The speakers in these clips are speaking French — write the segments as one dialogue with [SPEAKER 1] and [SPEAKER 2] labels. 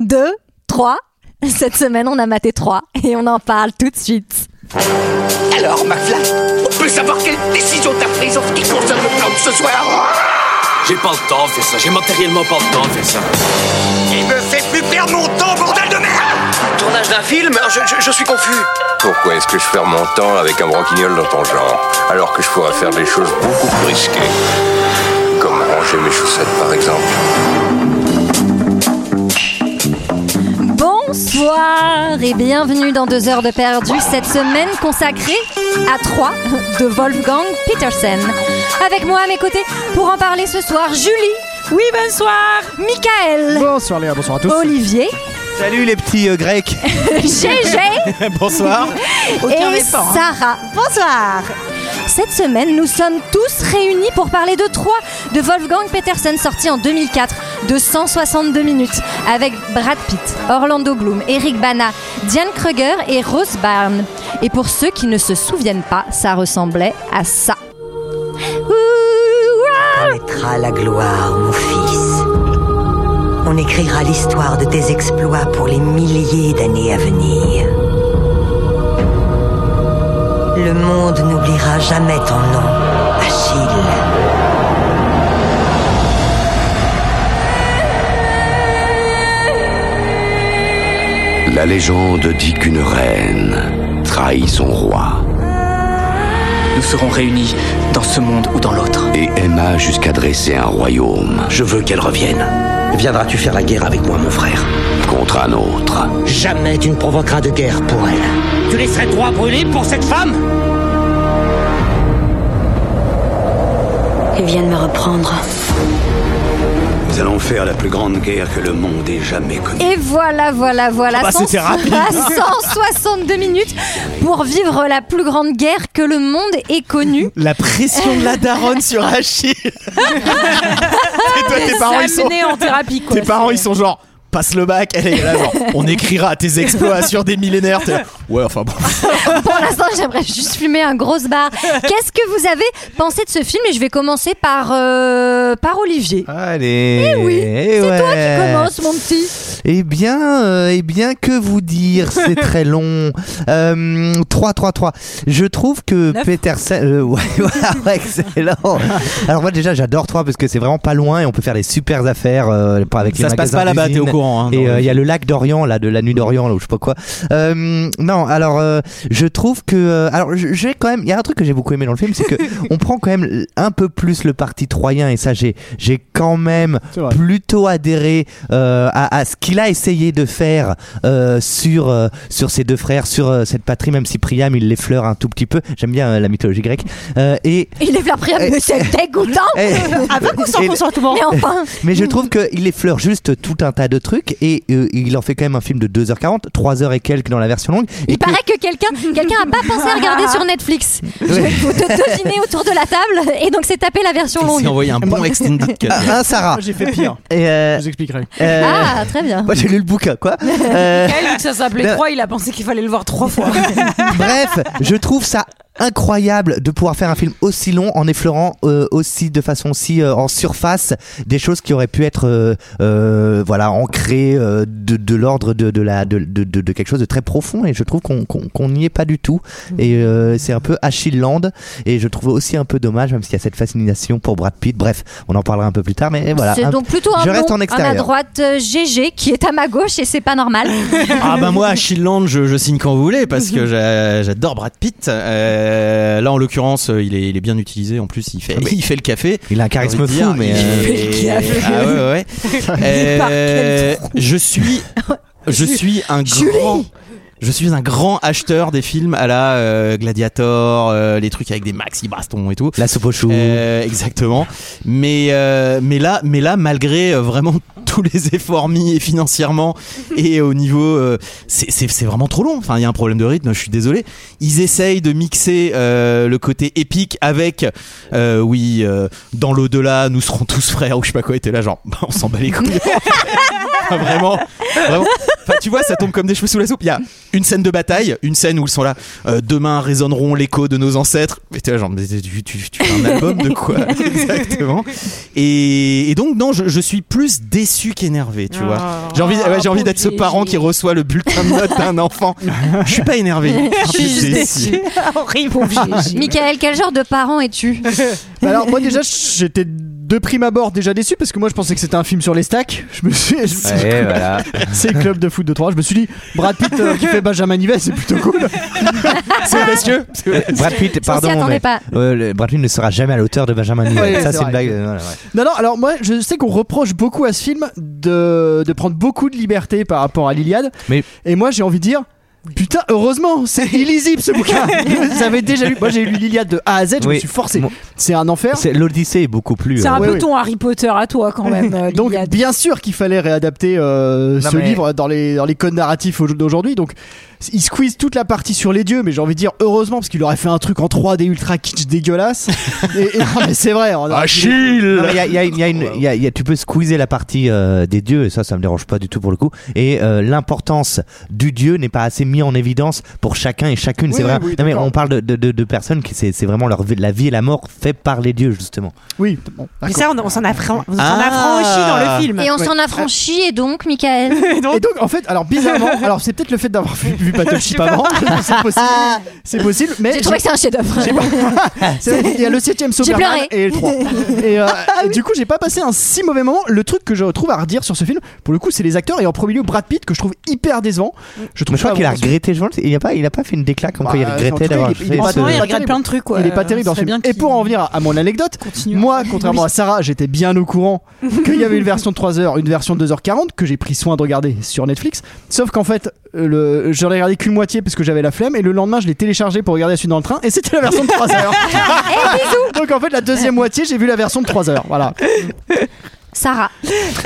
[SPEAKER 1] 2, 3. Cette semaine, on a maté 3 et on en parle tout de suite.
[SPEAKER 2] Alors, McFly, on peut savoir quelle décision t'as prise en ce qui concerne le plan de ce soir
[SPEAKER 3] J'ai pas le temps de faire ça, j'ai matériellement pas le temps de faire ça.
[SPEAKER 2] Il me fait plus perdre mon temps, bordel de merde
[SPEAKER 4] Tournage d'un film je, je- je suis confus.
[SPEAKER 5] Pourquoi est-ce que je perds mon temps avec un branquignol dans ton genre, alors que je pourrais faire des choses beaucoup plus risquées Comme ranger mes chaussettes, par exemple.
[SPEAKER 1] Bonsoir et bienvenue dans 2 heures de perdu cette semaine consacrée à 3 de Wolfgang Petersen. Avec moi à mes côtés pour en parler ce soir, Julie. Oui, bonsoir. Michael.
[SPEAKER 6] Bonsoir Léa, bonsoir à tous.
[SPEAKER 1] Olivier.
[SPEAKER 7] Salut les petits euh, grecs.
[SPEAKER 1] GG.
[SPEAKER 7] Bonsoir.
[SPEAKER 1] et Sarah. Bonsoir. Cette semaine, nous sommes tous réunis pour parler de 3 de Wolfgang Petersen sorti en 2004 de 162 minutes avec Brad Pitt, Orlando Bloom, Eric Bana, Diane Kruger et Rose Byrne. Et pour ceux qui ne se souviennent pas, ça ressemblait à ça. Ouah
[SPEAKER 8] naîtra la gloire, mon fils. On écrira l'histoire de tes exploits pour les milliers d'années à venir. Le monde n'oubliera jamais ton nom, Achille.
[SPEAKER 9] La légende dit qu'une reine trahit son roi
[SPEAKER 4] Nous serons réunis dans ce monde ou dans l'autre.
[SPEAKER 9] et aima jusqu'à dresser un royaume
[SPEAKER 10] Je veux qu'elle revienne. Viendras-tu faire la guerre avec moi, mon frère
[SPEAKER 9] contre un autre.
[SPEAKER 10] Jamais tu ne provoqueras de guerre pour elle. Tu laisserais trois brûler pour cette femme
[SPEAKER 8] Ils viennent me reprendre.
[SPEAKER 9] Nous allons faire la plus grande guerre que le monde ait jamais connue.
[SPEAKER 1] Et voilà, voilà, voilà.
[SPEAKER 7] bah,
[SPEAKER 1] Cent-
[SPEAKER 7] c'était rapide.
[SPEAKER 1] à 162 minutes pour vivre la plus grande guerre que le monde ait connue.
[SPEAKER 7] La pression de la daronne sur Achille. et toi, tes parents, ils sont,
[SPEAKER 11] en thérapie, quoi.
[SPEAKER 7] tes parents, ils sont genre. Passe le bac, elle est là, genre, on écrira tes exploits sur des millénaires. T'es là, Ouais, enfin bon.
[SPEAKER 1] Pour l'instant, j'aimerais juste fumer un gros bar. Qu'est-ce que vous avez pensé de ce film Et je vais commencer par, euh, par Olivier.
[SPEAKER 7] Allez.
[SPEAKER 1] Eh oui, c'est toi qui commence, mon petit.
[SPEAKER 7] Eh bien, euh, eh bien, que vous dire C'est très long. Euh, 3, 3, 3. Je trouve que
[SPEAKER 11] Neuf.
[SPEAKER 7] Petersen. euh, ouais, ouais, excellent. Alors, moi, déjà, j'adore 3 parce que c'est vraiment pas loin et on peut faire des super affaires euh, pas avec les
[SPEAKER 6] Ça se passe
[SPEAKER 7] magasins
[SPEAKER 6] pas là-bas, t'es
[SPEAKER 7] d'usine.
[SPEAKER 6] au courant. hein,
[SPEAKER 7] Et
[SPEAKER 6] dans
[SPEAKER 7] euh,
[SPEAKER 6] le-
[SPEAKER 7] il y a le lac d'Orient, là, de la nuit d'Orient, là, ou je sais pas quoi. Euh, non, alors, euh, je trouve que. euh, alors, je- j'ai quand même. Il y a un truc que j'ai beaucoup aimé dans le film, c'est que on prend quand même un peu plus le parti troyen, et ça, j'ai j'ai quand même
[SPEAKER 6] C'est vrai.
[SPEAKER 7] plutôt adhéré euh, à, à ce qu'il a essayé de faire euh, sur, euh, sur ses deux frères, sur euh, cette patrie, même si Priam, il l'effleure un tout petit peu. J'aime bien euh, la mythologie grecque. Euh, et.
[SPEAKER 1] Il est la prière,
[SPEAKER 7] Eh,
[SPEAKER 1] mais c'est dégoûtant.
[SPEAKER 7] et-
[SPEAKER 1] Ah,
[SPEAKER 11] Avec ou sans
[SPEAKER 7] et-
[SPEAKER 11] consentement
[SPEAKER 1] Mais enfin,
[SPEAKER 7] mais je trouve qu'il effleure juste tout un tas de trucs et euh, il en fait quand même un film de 2h40, 3h et quelques dans la version longue. Et
[SPEAKER 1] il
[SPEAKER 7] que-
[SPEAKER 1] paraît que quelqu'un quelqu'un a pas pensé à regarder sur Netflix. Je vais vous te deviner autour de la table et donc c'est tapé la version
[SPEAKER 6] Il s'est
[SPEAKER 1] longue.
[SPEAKER 6] envoyé un bon extended cut.
[SPEAKER 7] Ah, hein, Sarah
[SPEAKER 6] Moi, j'ai fait pire.
[SPEAKER 7] Et, euh,
[SPEAKER 6] Je vous expliquerai.
[SPEAKER 7] euh,
[SPEAKER 1] Ah, très bien.
[SPEAKER 7] Moi j'ai lu le bouquin quoi. Euh,
[SPEAKER 11] Michael, vu que ça s'appelait
[SPEAKER 7] Non.
[SPEAKER 11] 3, il a pensé qu'il fallait le voir trois fois.
[SPEAKER 7] bref, je trouve ça incroyable de pouvoir faire un film aussi long en effleurant euh, aussi de façon aussi euh, en surface des choses qui auraient pu être euh, euh, voilà ancrées euh, de, de l'ordre de, de la de, de, de- de quelque chose de très profond et je trouve qu'on qu'on qu'on n'y est pas du tout
[SPEAKER 1] Mm.
[SPEAKER 7] et euh, c'est un peu Achille Land et je trouve aussi un peu dommage même s'il y a cette fascination pour Brad Pitt bref on en parlera un peu plus tard mais voilà
[SPEAKER 1] C'est
[SPEAKER 7] Un-
[SPEAKER 1] donc plutôt un
[SPEAKER 7] je reste
[SPEAKER 1] bon,
[SPEAKER 7] en
[SPEAKER 1] un à
[SPEAKER 7] extérieur.
[SPEAKER 1] droite euh, GG qui est à ma gauche et c'est pas normal.
[SPEAKER 6] Ah bah moi, Achille Land, je, je signe quand vous voulez parce que j'a- j'adore Brad Pitt. Euh, là, en l'occurrence, euh, il est, il est bien utilisé. En plus, il fait, il fait le café.
[SPEAKER 7] Ah il a un charisme fou
[SPEAKER 6] J'ai envie de dire,
[SPEAKER 7] mais
[SPEAKER 6] il
[SPEAKER 7] euh,
[SPEAKER 6] fait-
[SPEAKER 11] euh, le café.
[SPEAKER 6] Ah ouais, ouais, ouais.
[SPEAKER 11] Il part,
[SPEAKER 6] Euh,
[SPEAKER 11] quel trou.
[SPEAKER 6] je suis, je suis un grand. Je suis un grand acheteur des films à la euh, Gladiator, euh, les trucs avec des maxi bastons et tout.
[SPEAKER 7] la soupe au chou
[SPEAKER 6] Euh, exactement. Mais euh, mais là mais là malgré euh, vraiment tous les efforts mis financièrement et au niveau euh, c'est c'est c'est vraiment trop long. Enfin il y a un problème de rythme. Je suis désolé. Ils essayent de mixer euh, le côté épique avec euh, oui euh, dans l'au-delà nous serons tous frères ou je sais pas quoi. Et t'es là genre bah, on s'en bat les couilles. Enfin, Ah, vraiment vraiment. Enfin, tu vois, ça tombe comme des cheveux sous la soupe. Il y a une scène de bataille, une scène où ils sont là. euh, demain résonneront l'écho de nos ancêtres. Mais t'es là, genre, mais tu, tu- tu fais un album de quoi Exactement. Et, et donc, non, je, je suis plus déçu qu'énervé, tu vois. J'ai envie, ouais, j'ai envie d'être ce parent qui reçoit le bulletin de notes d'un enfant. Je suis pas énervé.
[SPEAKER 11] Je suis juste déçue. Horrible.
[SPEAKER 1] Michael, quel genre de parent es-tu
[SPEAKER 12] Bah alors moi déjà j'étais de prime abord déjà déçu parce que moi je pensais que c'était un film sur les stacks. Je me suis
[SPEAKER 7] Ouais, voilà.
[SPEAKER 12] c'est club de foot de 3. Je me suis dit Brad Pitt euh, qui fait Benjamin Nivet, c'est plutôt cool. c'est audacieux.
[SPEAKER 7] Euh, Brad Pitt,
[SPEAKER 12] On s'y
[SPEAKER 7] pardon,
[SPEAKER 12] attendait
[SPEAKER 7] mais,
[SPEAKER 12] pas.
[SPEAKER 7] euh, le- Brad Pitt ne sera jamais à l'auteur de Benjamin Nivet.
[SPEAKER 12] Ouais,
[SPEAKER 7] ça, c'est
[SPEAKER 12] c'est
[SPEAKER 7] une
[SPEAKER 12] vrai.
[SPEAKER 7] blague. euh, voilà, ouais.
[SPEAKER 12] Non non, alors moi je sais qu'on reproche beaucoup à ce film de, de prendre beaucoup de liberté par rapport à l'Iliade.
[SPEAKER 7] Mais-
[SPEAKER 12] Et moi j'ai envie de dire Putain, heureusement, c'est illisible ce bouquin. Vous avez déjà lu Moi j'ai lu l'Iliade de A à Z, je me
[SPEAKER 7] Oui.
[SPEAKER 12] suis forcé. C'est un enfer.
[SPEAKER 7] C'est- L'Odyssée est beaucoup plus.
[SPEAKER 11] C'est un
[SPEAKER 7] euh,
[SPEAKER 11] peu ton Harry Potter à toi quand même. euh,
[SPEAKER 12] Donc
[SPEAKER 11] l'Iliade.
[SPEAKER 12] bien sûr qu'il fallait réadapter euh,
[SPEAKER 11] Non,
[SPEAKER 12] ce
[SPEAKER 11] mais-
[SPEAKER 12] livre dans les, dans les codes narratifs au- d'aujourd'hui. Donc il squeeze toute la partie sur les dieux, mais j'ai envie de dire heureusement parce qu'il aurait fait un truc en 3D ultra kitsch dégueulasse. et, et- Oh, non, mais c'est vrai. on a-
[SPEAKER 7] Non, mais il y a- il y a une- il y a une- il y a- il y a- Tu peux squeezer la partie euh, des dieux, et ça, ça me dérange pas du tout pour le coup. Et euh, l'importance du dieu n'est pas assez mise en évidence pour chacun et chacune.
[SPEAKER 12] Oui,
[SPEAKER 7] c'est
[SPEAKER 12] oui,
[SPEAKER 7] vrai.
[SPEAKER 12] oui,
[SPEAKER 7] non, mais
[SPEAKER 12] d'accord.
[SPEAKER 7] on parle de, de- de- de personnes qui c'est c'est vraiment leur vie- la vie et la mort fait par les dieux justement.
[SPEAKER 12] Oui. bon,
[SPEAKER 11] Mais ça, on, on s'en affran- on s'en
[SPEAKER 7] Ah.
[SPEAKER 11] affranchit dans le film.
[SPEAKER 1] Et on
[SPEAKER 12] Ouais.
[SPEAKER 1] s'en affranchit, et donc, Michael
[SPEAKER 12] Et donc, en fait, alors bizarrement, alors c'est peut-être le fait d'avoir vu, vu Battleship avant, c'est possible, c'est possible, mais
[SPEAKER 1] J'ai trouvé que c'est un chef-d'œuvre.
[SPEAKER 12] J'ai pas- C'est- Il y a le 7ème Superman
[SPEAKER 1] pleuré. Ah
[SPEAKER 12] et le 3. Et, euh, et du coup, j'ai pas passé un si mauvais moment. Le truc que je retrouve à redire sur ce film, pour le coup, c'est les acteurs et en premier lieu Brad Pitt que je trouve hyper décevant. Je trouve
[SPEAKER 7] Mais je crois
[SPEAKER 12] pas
[SPEAKER 7] qu'il a
[SPEAKER 12] vraiment-
[SPEAKER 7] regretté. Je pense, il a pas, il a pas fait une déclaration comme
[SPEAKER 12] Bah,
[SPEAKER 7] quoi il
[SPEAKER 12] euh, en tout
[SPEAKER 7] regrettait
[SPEAKER 12] cas,
[SPEAKER 7] d'avoir.
[SPEAKER 12] il est- il est
[SPEAKER 7] fait
[SPEAKER 12] pas
[SPEAKER 7] ce-
[SPEAKER 12] terrible.
[SPEAKER 11] il regarde plein de trucs, quoi.
[SPEAKER 12] Il est pas
[SPEAKER 11] Euh,
[SPEAKER 12] terrible dans ce
[SPEAKER 11] serait
[SPEAKER 12] film. Et pour en venir à, à mon anecdote, moi, contrairement à Sarah, j'étais bien au courant qu'il y avait une version de 3h, une version de 2h40 que j'ai pris soin de regarder sur Netflix. Sauf qu'en fait, euh, le, je l'ai regardé qu'une moitié parce que j'avais la flemme et le lendemain, je l'ai téléchargé pour regarder celui dans le train et c'était la version de 3h.
[SPEAKER 11] Eh,
[SPEAKER 12] Donc en fait, la deuxième moitié, j'ai vu la version de 3h. Voilà.
[SPEAKER 1] Sarah.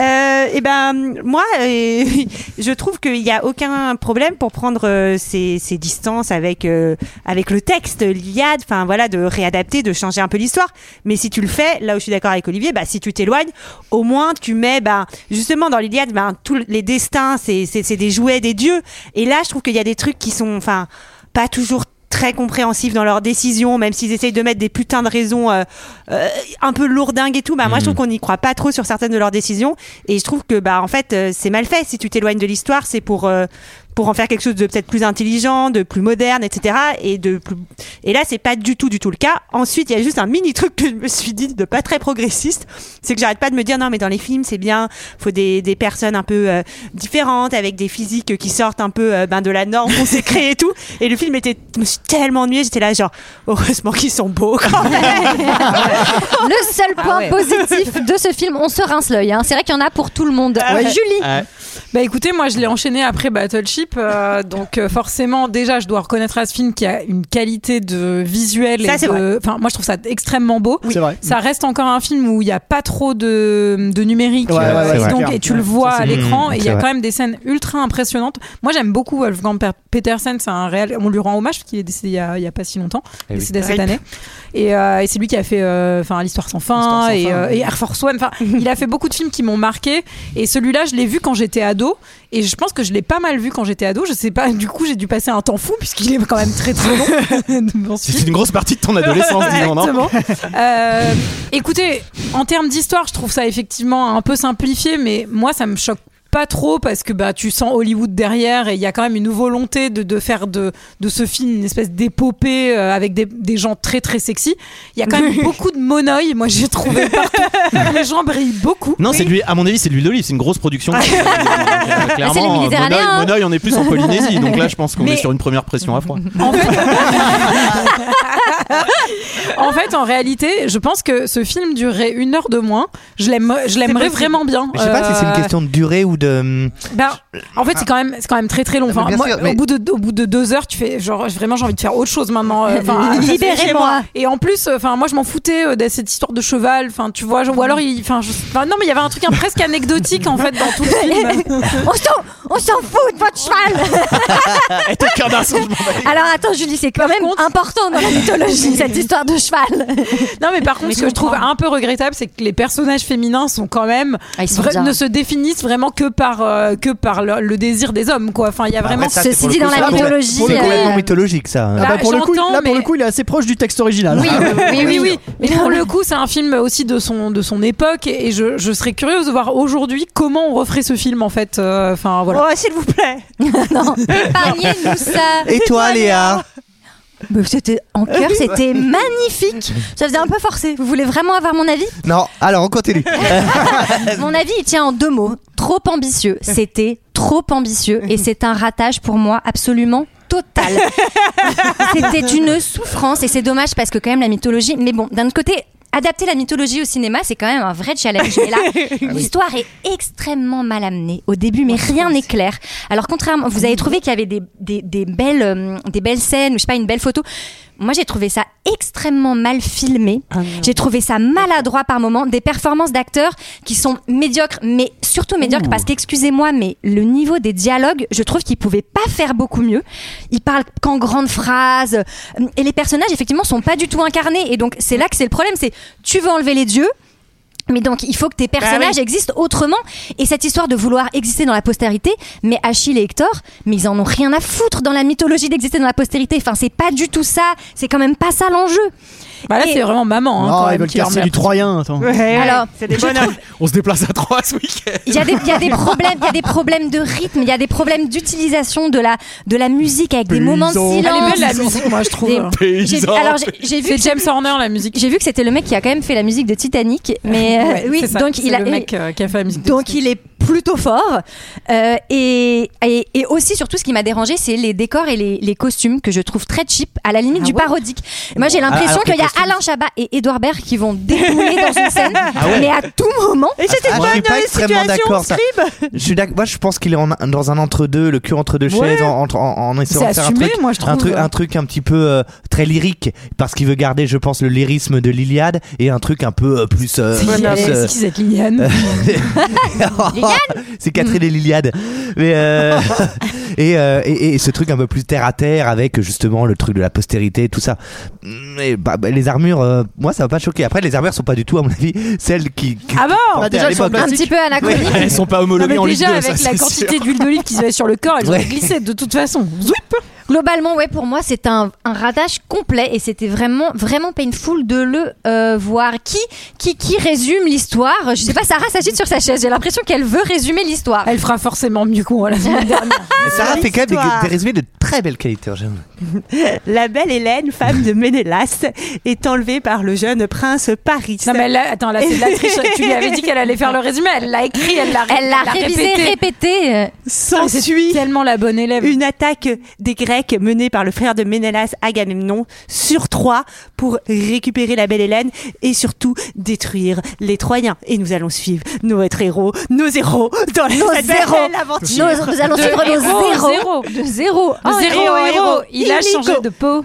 [SPEAKER 13] Euh, eh ben, moi, euh, je trouve qu'il n'y a aucun problème pour prendre euh, ses, ses distances avec, euh, avec le texte, l'Iliade, enfin voilà, de réadapter, de changer un peu l'histoire. Mais si tu le fais, là où je suis d'accord avec Olivier, bah, si tu t'éloignes, au moins tu mets, bah, justement, dans l'Iliade, bah, tous les destins, c'est c'est- c'est des jouets des dieux. Et là, je trouve qu'il y a des trucs qui sont, enfin, pas toujours très compréhensifs dans leurs décisions, même s'ils essayent de mettre des putains de raisons euh, euh, un peu lourdingues et tout. Bah, Moi, je trouve qu'on n'y croit pas trop sur certaines de leurs décisions. Et je trouve que, bah, en fait, euh, c'est mal fait. Si tu t'éloignes de l'histoire, c'est pour. euh, pour en faire quelque chose de peut-être plus intelligent, de plus moderne, etc. Et de plus et là c'est pas du tout du tout le cas. Ensuite il y a juste un mini truc que je me suis dit de pas très progressiste, c'est que j'arrête pas de me dire non mais dans les films c'est bien, faut des, des personnes un peu euh, différentes avec des physiques qui sortent un peu euh, ben, de la norme qu'on s'est créée et tout. Et le film était, je me suis tellement ennuyée, j'étais là genre heureusement qu'ils sont beaux quand même.
[SPEAKER 1] Le seul
[SPEAKER 11] Ah
[SPEAKER 1] point
[SPEAKER 13] ouais.
[SPEAKER 1] positif de ce film, on se rince l'œil. hein. C'est vrai qu'il y en a pour tout le monde.
[SPEAKER 11] Ah Ouais.
[SPEAKER 1] Julie
[SPEAKER 11] Bah écoutez, moi je l'ai enchaîné après Battleship, euh, donc euh, forcément déjà je dois reconnaître à ce film qui a une qualité de visuel.
[SPEAKER 13] Ça,
[SPEAKER 11] et
[SPEAKER 13] c'est
[SPEAKER 11] de-
[SPEAKER 13] vrai.
[SPEAKER 11] Enfin moi je trouve ça extrêmement beau.
[SPEAKER 12] Oui. C'est vrai.
[SPEAKER 11] Ça reste encore un film où il n'y a pas trop de, de numérique,
[SPEAKER 12] Ouais, ouais,
[SPEAKER 11] euh,
[SPEAKER 12] ouais,
[SPEAKER 11] et
[SPEAKER 12] c'est
[SPEAKER 11] donc
[SPEAKER 12] clair.
[SPEAKER 11] et tu le
[SPEAKER 12] Ouais,
[SPEAKER 11] vois
[SPEAKER 12] ça, c'est
[SPEAKER 11] à
[SPEAKER 12] vrai.
[SPEAKER 11] l'écran
[SPEAKER 12] Mmh,
[SPEAKER 11] et il y
[SPEAKER 12] c'est
[SPEAKER 11] a
[SPEAKER 12] vrai.
[SPEAKER 11] quand même des scènes ultra impressionnantes. Moi j'aime beaucoup Wolfgang Per- Petersen, c'est un réel, on lui rend hommage parce qu'il est décédé il y a, il y a pas si longtemps,
[SPEAKER 13] Eh oui.
[SPEAKER 11] décédé cette
[SPEAKER 13] Rip.
[SPEAKER 11] année. Et, euh, et c'est lui qui a fait euh, enfin l'histoire sans fin
[SPEAKER 13] L'Histoire sans
[SPEAKER 11] et,
[SPEAKER 13] fin,
[SPEAKER 11] euh,
[SPEAKER 13] ouais.
[SPEAKER 11] et Air Force One. Enfin, il a fait beaucoup de films qui m'ont marqué. Et celui-là, je l'ai vu quand j'étais ado. Et je pense que je l'ai pas mal vu quand j'étais ado. Je sais pas, du coup, j'ai dû passer un temps fou puisqu'il est quand même très très long. Bon,
[SPEAKER 6] C'est une grosse partie de ton adolescence, disons, non
[SPEAKER 11] Exactement. Euh, écoutez, en termes d'histoire, je trouve ça effectivement un peu simplifié, mais moi, ça me choque pas trop parce que bah tu sens Hollywood derrière et il y a quand même une volonté de, de faire de, de ce film une espèce d'épopée euh, avec des, des gens très très sexy il y a quand même beaucoup de monoï moi j'ai trouvé partout les gens brillent beaucoup
[SPEAKER 6] Non, c'est de l'huile- à mon avis, c'est de l'huile d'olive, c'est une grosse production. Donc, euh,
[SPEAKER 11] les
[SPEAKER 6] Clairement, euh,
[SPEAKER 11] Méditerranéens,
[SPEAKER 6] Monoï-
[SPEAKER 11] hein.
[SPEAKER 6] Monoï, on est plus en Polynésie, donc là, je pense qu'on
[SPEAKER 11] Mais-
[SPEAKER 6] est sur une première pression à froid.
[SPEAKER 11] en fait, en réalité, je pense que ce film durerait une heure de moins. Je l'aime, je l'aimerais
[SPEAKER 7] possible.
[SPEAKER 11] vraiment bien.
[SPEAKER 7] Mais Je sais pas si c'est une
[SPEAKER 11] Euh,
[SPEAKER 7] question de durée ou de.
[SPEAKER 11] ben, en fait, c'est quand même, c'est quand même très très long.
[SPEAKER 7] Ah,
[SPEAKER 11] Enfin,
[SPEAKER 7] Mais bien
[SPEAKER 11] moi,
[SPEAKER 7] sûr, mais-
[SPEAKER 11] au bout de au bout de deux heures, tu fais genre vraiment j'ai envie de faire autre chose maintenant. euh, enfin,
[SPEAKER 1] Libérez-moi.
[SPEAKER 11] chez moi. Et en plus, euh, enfin moi je m'en foutais euh, de cette histoire de cheval. Enfin tu vois, genre- ou alors il, enfin je- enfin, non mais il y avait un truc hein, presque anecdotique en fait dans tout le film.
[SPEAKER 1] on se tourne, On s'en fout de votre cheval
[SPEAKER 6] Et ton cœur d'un singe, bon, bah,
[SPEAKER 1] Alors attends, Julie, c'est quand même important dans la mythologie cette histoire de cheval.
[SPEAKER 11] Non, mais par contre,
[SPEAKER 1] Mais
[SPEAKER 11] ce que je trouve
[SPEAKER 1] comprends.
[SPEAKER 11] un peu regrettable, c'est que les personnages féminins sont quand même
[SPEAKER 1] Ah, ils sont
[SPEAKER 11] vra-
[SPEAKER 1] bien.
[SPEAKER 11] ne se définissent vraiment que par euh, que par le, le désir des hommes, quoi. Enfin, il y a vraiment
[SPEAKER 7] Après, Ah, Bah, ça, c'est pour le coup, ça, pour- pour
[SPEAKER 1] euh,
[SPEAKER 7] le complètement mythologique ça.
[SPEAKER 11] Bah,
[SPEAKER 12] Ah bah, pour le coup,
[SPEAKER 11] j'entends,
[SPEAKER 12] là pour
[SPEAKER 11] mais-
[SPEAKER 12] le coup, il est assez proche du texte original.
[SPEAKER 11] Oui, oui, oui, oui. Mais pour le coup, c'est un film aussi de son, de son époque et je, je serais curieuse de voir aujourd'hui comment on referait ce film en fait. Euh, Enfin voilà.
[SPEAKER 13] Oh, s'il vous plaît
[SPEAKER 1] non, épargnez-nous ça
[SPEAKER 7] Et toi Léa
[SPEAKER 1] Mais C'était en cœur, c'était magnifique. Ça faisait un peu forcé. Vous voulez vraiment avoir mon avis
[SPEAKER 7] Non, alors on continue.
[SPEAKER 1] Mon avis, il tient en deux mots. Trop ambitieux. C'était trop ambitieux et c'est un ratage pour moi absolument total. C'était une souffrance et c'est dommage parce que quand même la mythologie. Mais bon, d'un autre côté. Adapter la mythologie au cinéma, c'est quand même un vrai challenge. Et là, l'histoire est extrêmement mal amenée au début, mais rien n'est clair. Alors contrairement, vous avez trouvé qu'il y avait des, des- des belles, euh, des belles scènes, ou je sais pas, une belle photo. Moi, j'ai trouvé ça extrêmement mal filmé. j'ai trouvé ça maladroit par moments. Des performances d'acteurs qui sont médiocres, mais surtout médiocres parce qu'excusez-moi, mais le niveau des dialogues, je trouve qu'ils pouvaient pas faire beaucoup mieux. Ils parlent qu'en grandes phrases. euh, Et les personnages, effectivement, sont pas du tout incarnés. Et donc, c'est là que c'est le problème. C'est tu veux enlever les dieux. Mais donc, il faut que tes personnages
[SPEAKER 13] oui.
[SPEAKER 1] existent autrement. Et cette histoire de vouloir exister dans la postérité, mais Achille et Hector, mais ils en ont rien à foutre dans la mythologie d'exister dans la postérité. Enfin, c'est pas du tout ça. C'est quand même pas ça l'enjeu.
[SPEAKER 11] Bah là,
[SPEAKER 1] Et-
[SPEAKER 11] c'est vraiment maman. Hein,
[SPEAKER 12] Non,
[SPEAKER 11] quand
[SPEAKER 12] ils
[SPEAKER 11] même,
[SPEAKER 12] veulent
[SPEAKER 11] qui leur
[SPEAKER 12] casser
[SPEAKER 11] meurt.
[SPEAKER 12] du Troyen. attends.
[SPEAKER 1] Alors, je trouve-
[SPEAKER 6] On se déplace à trois ce week-end.
[SPEAKER 1] il y, a des- il y a des problèmes, il y a des problèmes de rythme, il y a des problèmes d'utilisation de la de la musique avec des moments de
[SPEAKER 11] Elle est
[SPEAKER 1] silence.
[SPEAKER 11] belle, la musique, moi, je trouve.
[SPEAKER 1] Des-
[SPEAKER 11] Paysan.
[SPEAKER 1] j'ai vu- alors j'ai- j'ai vu
[SPEAKER 11] C'est
[SPEAKER 1] que-
[SPEAKER 11] James Horner la musique.
[SPEAKER 1] J'ai vu que c'était le mec qui a quand même fait la musique de Titanic, mais euh,
[SPEAKER 11] Ouais,
[SPEAKER 1] oui,
[SPEAKER 11] c'est ça,
[SPEAKER 1] donc
[SPEAKER 11] c'est
[SPEAKER 1] il a
[SPEAKER 11] le mec
[SPEAKER 1] et-
[SPEAKER 11] euh, qui a fait la musique. de-
[SPEAKER 1] donc il est plutôt fort. Euh, et, et, et aussi, surtout, ce qui m'a dérangé, c'est les décors et les, les costumes que je trouve très cheap, à la limite du parodique. Et moi, j'ai
[SPEAKER 7] Ah,
[SPEAKER 1] l'impression
[SPEAKER 7] alors que
[SPEAKER 1] qu'il y
[SPEAKER 7] les
[SPEAKER 1] a
[SPEAKER 7] costumes-
[SPEAKER 1] Alain Chabat et Édouard Baird qui vont découler dans une scène, mais à tout moment.
[SPEAKER 13] Et c'était
[SPEAKER 7] Ah, je suis pas extrêmement d'accord. ça. Je suis d'accord. Moi, je pense qu'il est en- dans un entre-deux, le cul entre deux
[SPEAKER 11] Ouais.
[SPEAKER 7] chaises, en, entre- en- en essayant
[SPEAKER 11] C'est
[SPEAKER 7] de faire
[SPEAKER 11] assumé,
[SPEAKER 7] un truc,
[SPEAKER 11] moi, je trouve.
[SPEAKER 7] un truc, un truc un petit peu euh, très lyrique, parce qu'il veut garder, je pense, le lyrisme de l'Iliade et un truc un peu euh, plus. euh,
[SPEAKER 11] C'est qui-
[SPEAKER 7] plus, euh,
[SPEAKER 11] c'est qui cette Liliane
[SPEAKER 4] Oh.
[SPEAKER 7] c'est Catherine et l'Iliade. Mais euh, et, euh, et, et ce truc un peu plus terre à terre avec justement le truc de la postérité, tout ça. Mais bah, bah, les armures, euh, moi ça va pas choquer. Après, les armures sont pas du tout, à mon avis, celles qui. qui-
[SPEAKER 11] Ah bon
[SPEAKER 7] qui portaient
[SPEAKER 11] Bah, déjà,
[SPEAKER 7] à
[SPEAKER 11] elles sont
[SPEAKER 7] l'époque.
[SPEAKER 1] Un petit peu anachronique.
[SPEAKER 6] Oui. Elles sont pas
[SPEAKER 11] Non, mais
[SPEAKER 6] homologuées en Ligue
[SPEAKER 11] déjà
[SPEAKER 6] 2,
[SPEAKER 11] avec
[SPEAKER 6] ça,
[SPEAKER 11] la
[SPEAKER 6] c'est
[SPEAKER 11] quantité
[SPEAKER 6] sûr.
[SPEAKER 11] d'huile d'olive qui se met sur le corps, elles
[SPEAKER 6] Ouais.
[SPEAKER 11] ont glissé de toute façon. Zouip
[SPEAKER 1] Globalement, ouais, pour moi, c'est un, un radage complet et c'était vraiment, vraiment painful de le euh, voir. Qui, qui, qui résume l'histoire Je sais pas, Sarah s'agite sur sa chaise. J'ai l'impression qu'elle veut résumer l'histoire.
[SPEAKER 11] Elle fera forcément mieux qu'on la semaine dernière.
[SPEAKER 7] Mais Sarah fait quand même
[SPEAKER 13] L'histoire.
[SPEAKER 7] des, des résumés de très belle qualité en général.
[SPEAKER 13] La belle Hélène, femme de Ménélas, est enlevée par le jeune prince Paris.
[SPEAKER 11] Non mais là, attends, là c'est de la triche. tu lui avais dit qu'elle allait faire le résumé, elle l'a écrit, elle l'a
[SPEAKER 1] Elle l'a révisé, répété.
[SPEAKER 11] Ah, c'est tellement la bonne élève.
[SPEAKER 13] Une attaque des Grecs menée par le frère de Ménélas, Agamemnon, sur Troie pour récupérer la belle Hélène et surtout détruire les Troyens. Et nous allons suivre notre héros, nos héros dans la
[SPEAKER 1] Nos
[SPEAKER 13] cette
[SPEAKER 1] zéros.
[SPEAKER 13] belle aventure.
[SPEAKER 1] Nos- nous allons
[SPEAKER 11] De
[SPEAKER 1] suivre
[SPEAKER 11] héros
[SPEAKER 1] nos
[SPEAKER 11] au
[SPEAKER 1] zéros. De zéro.
[SPEAKER 11] De zéro au héros. Il a changé de
[SPEAKER 1] peau.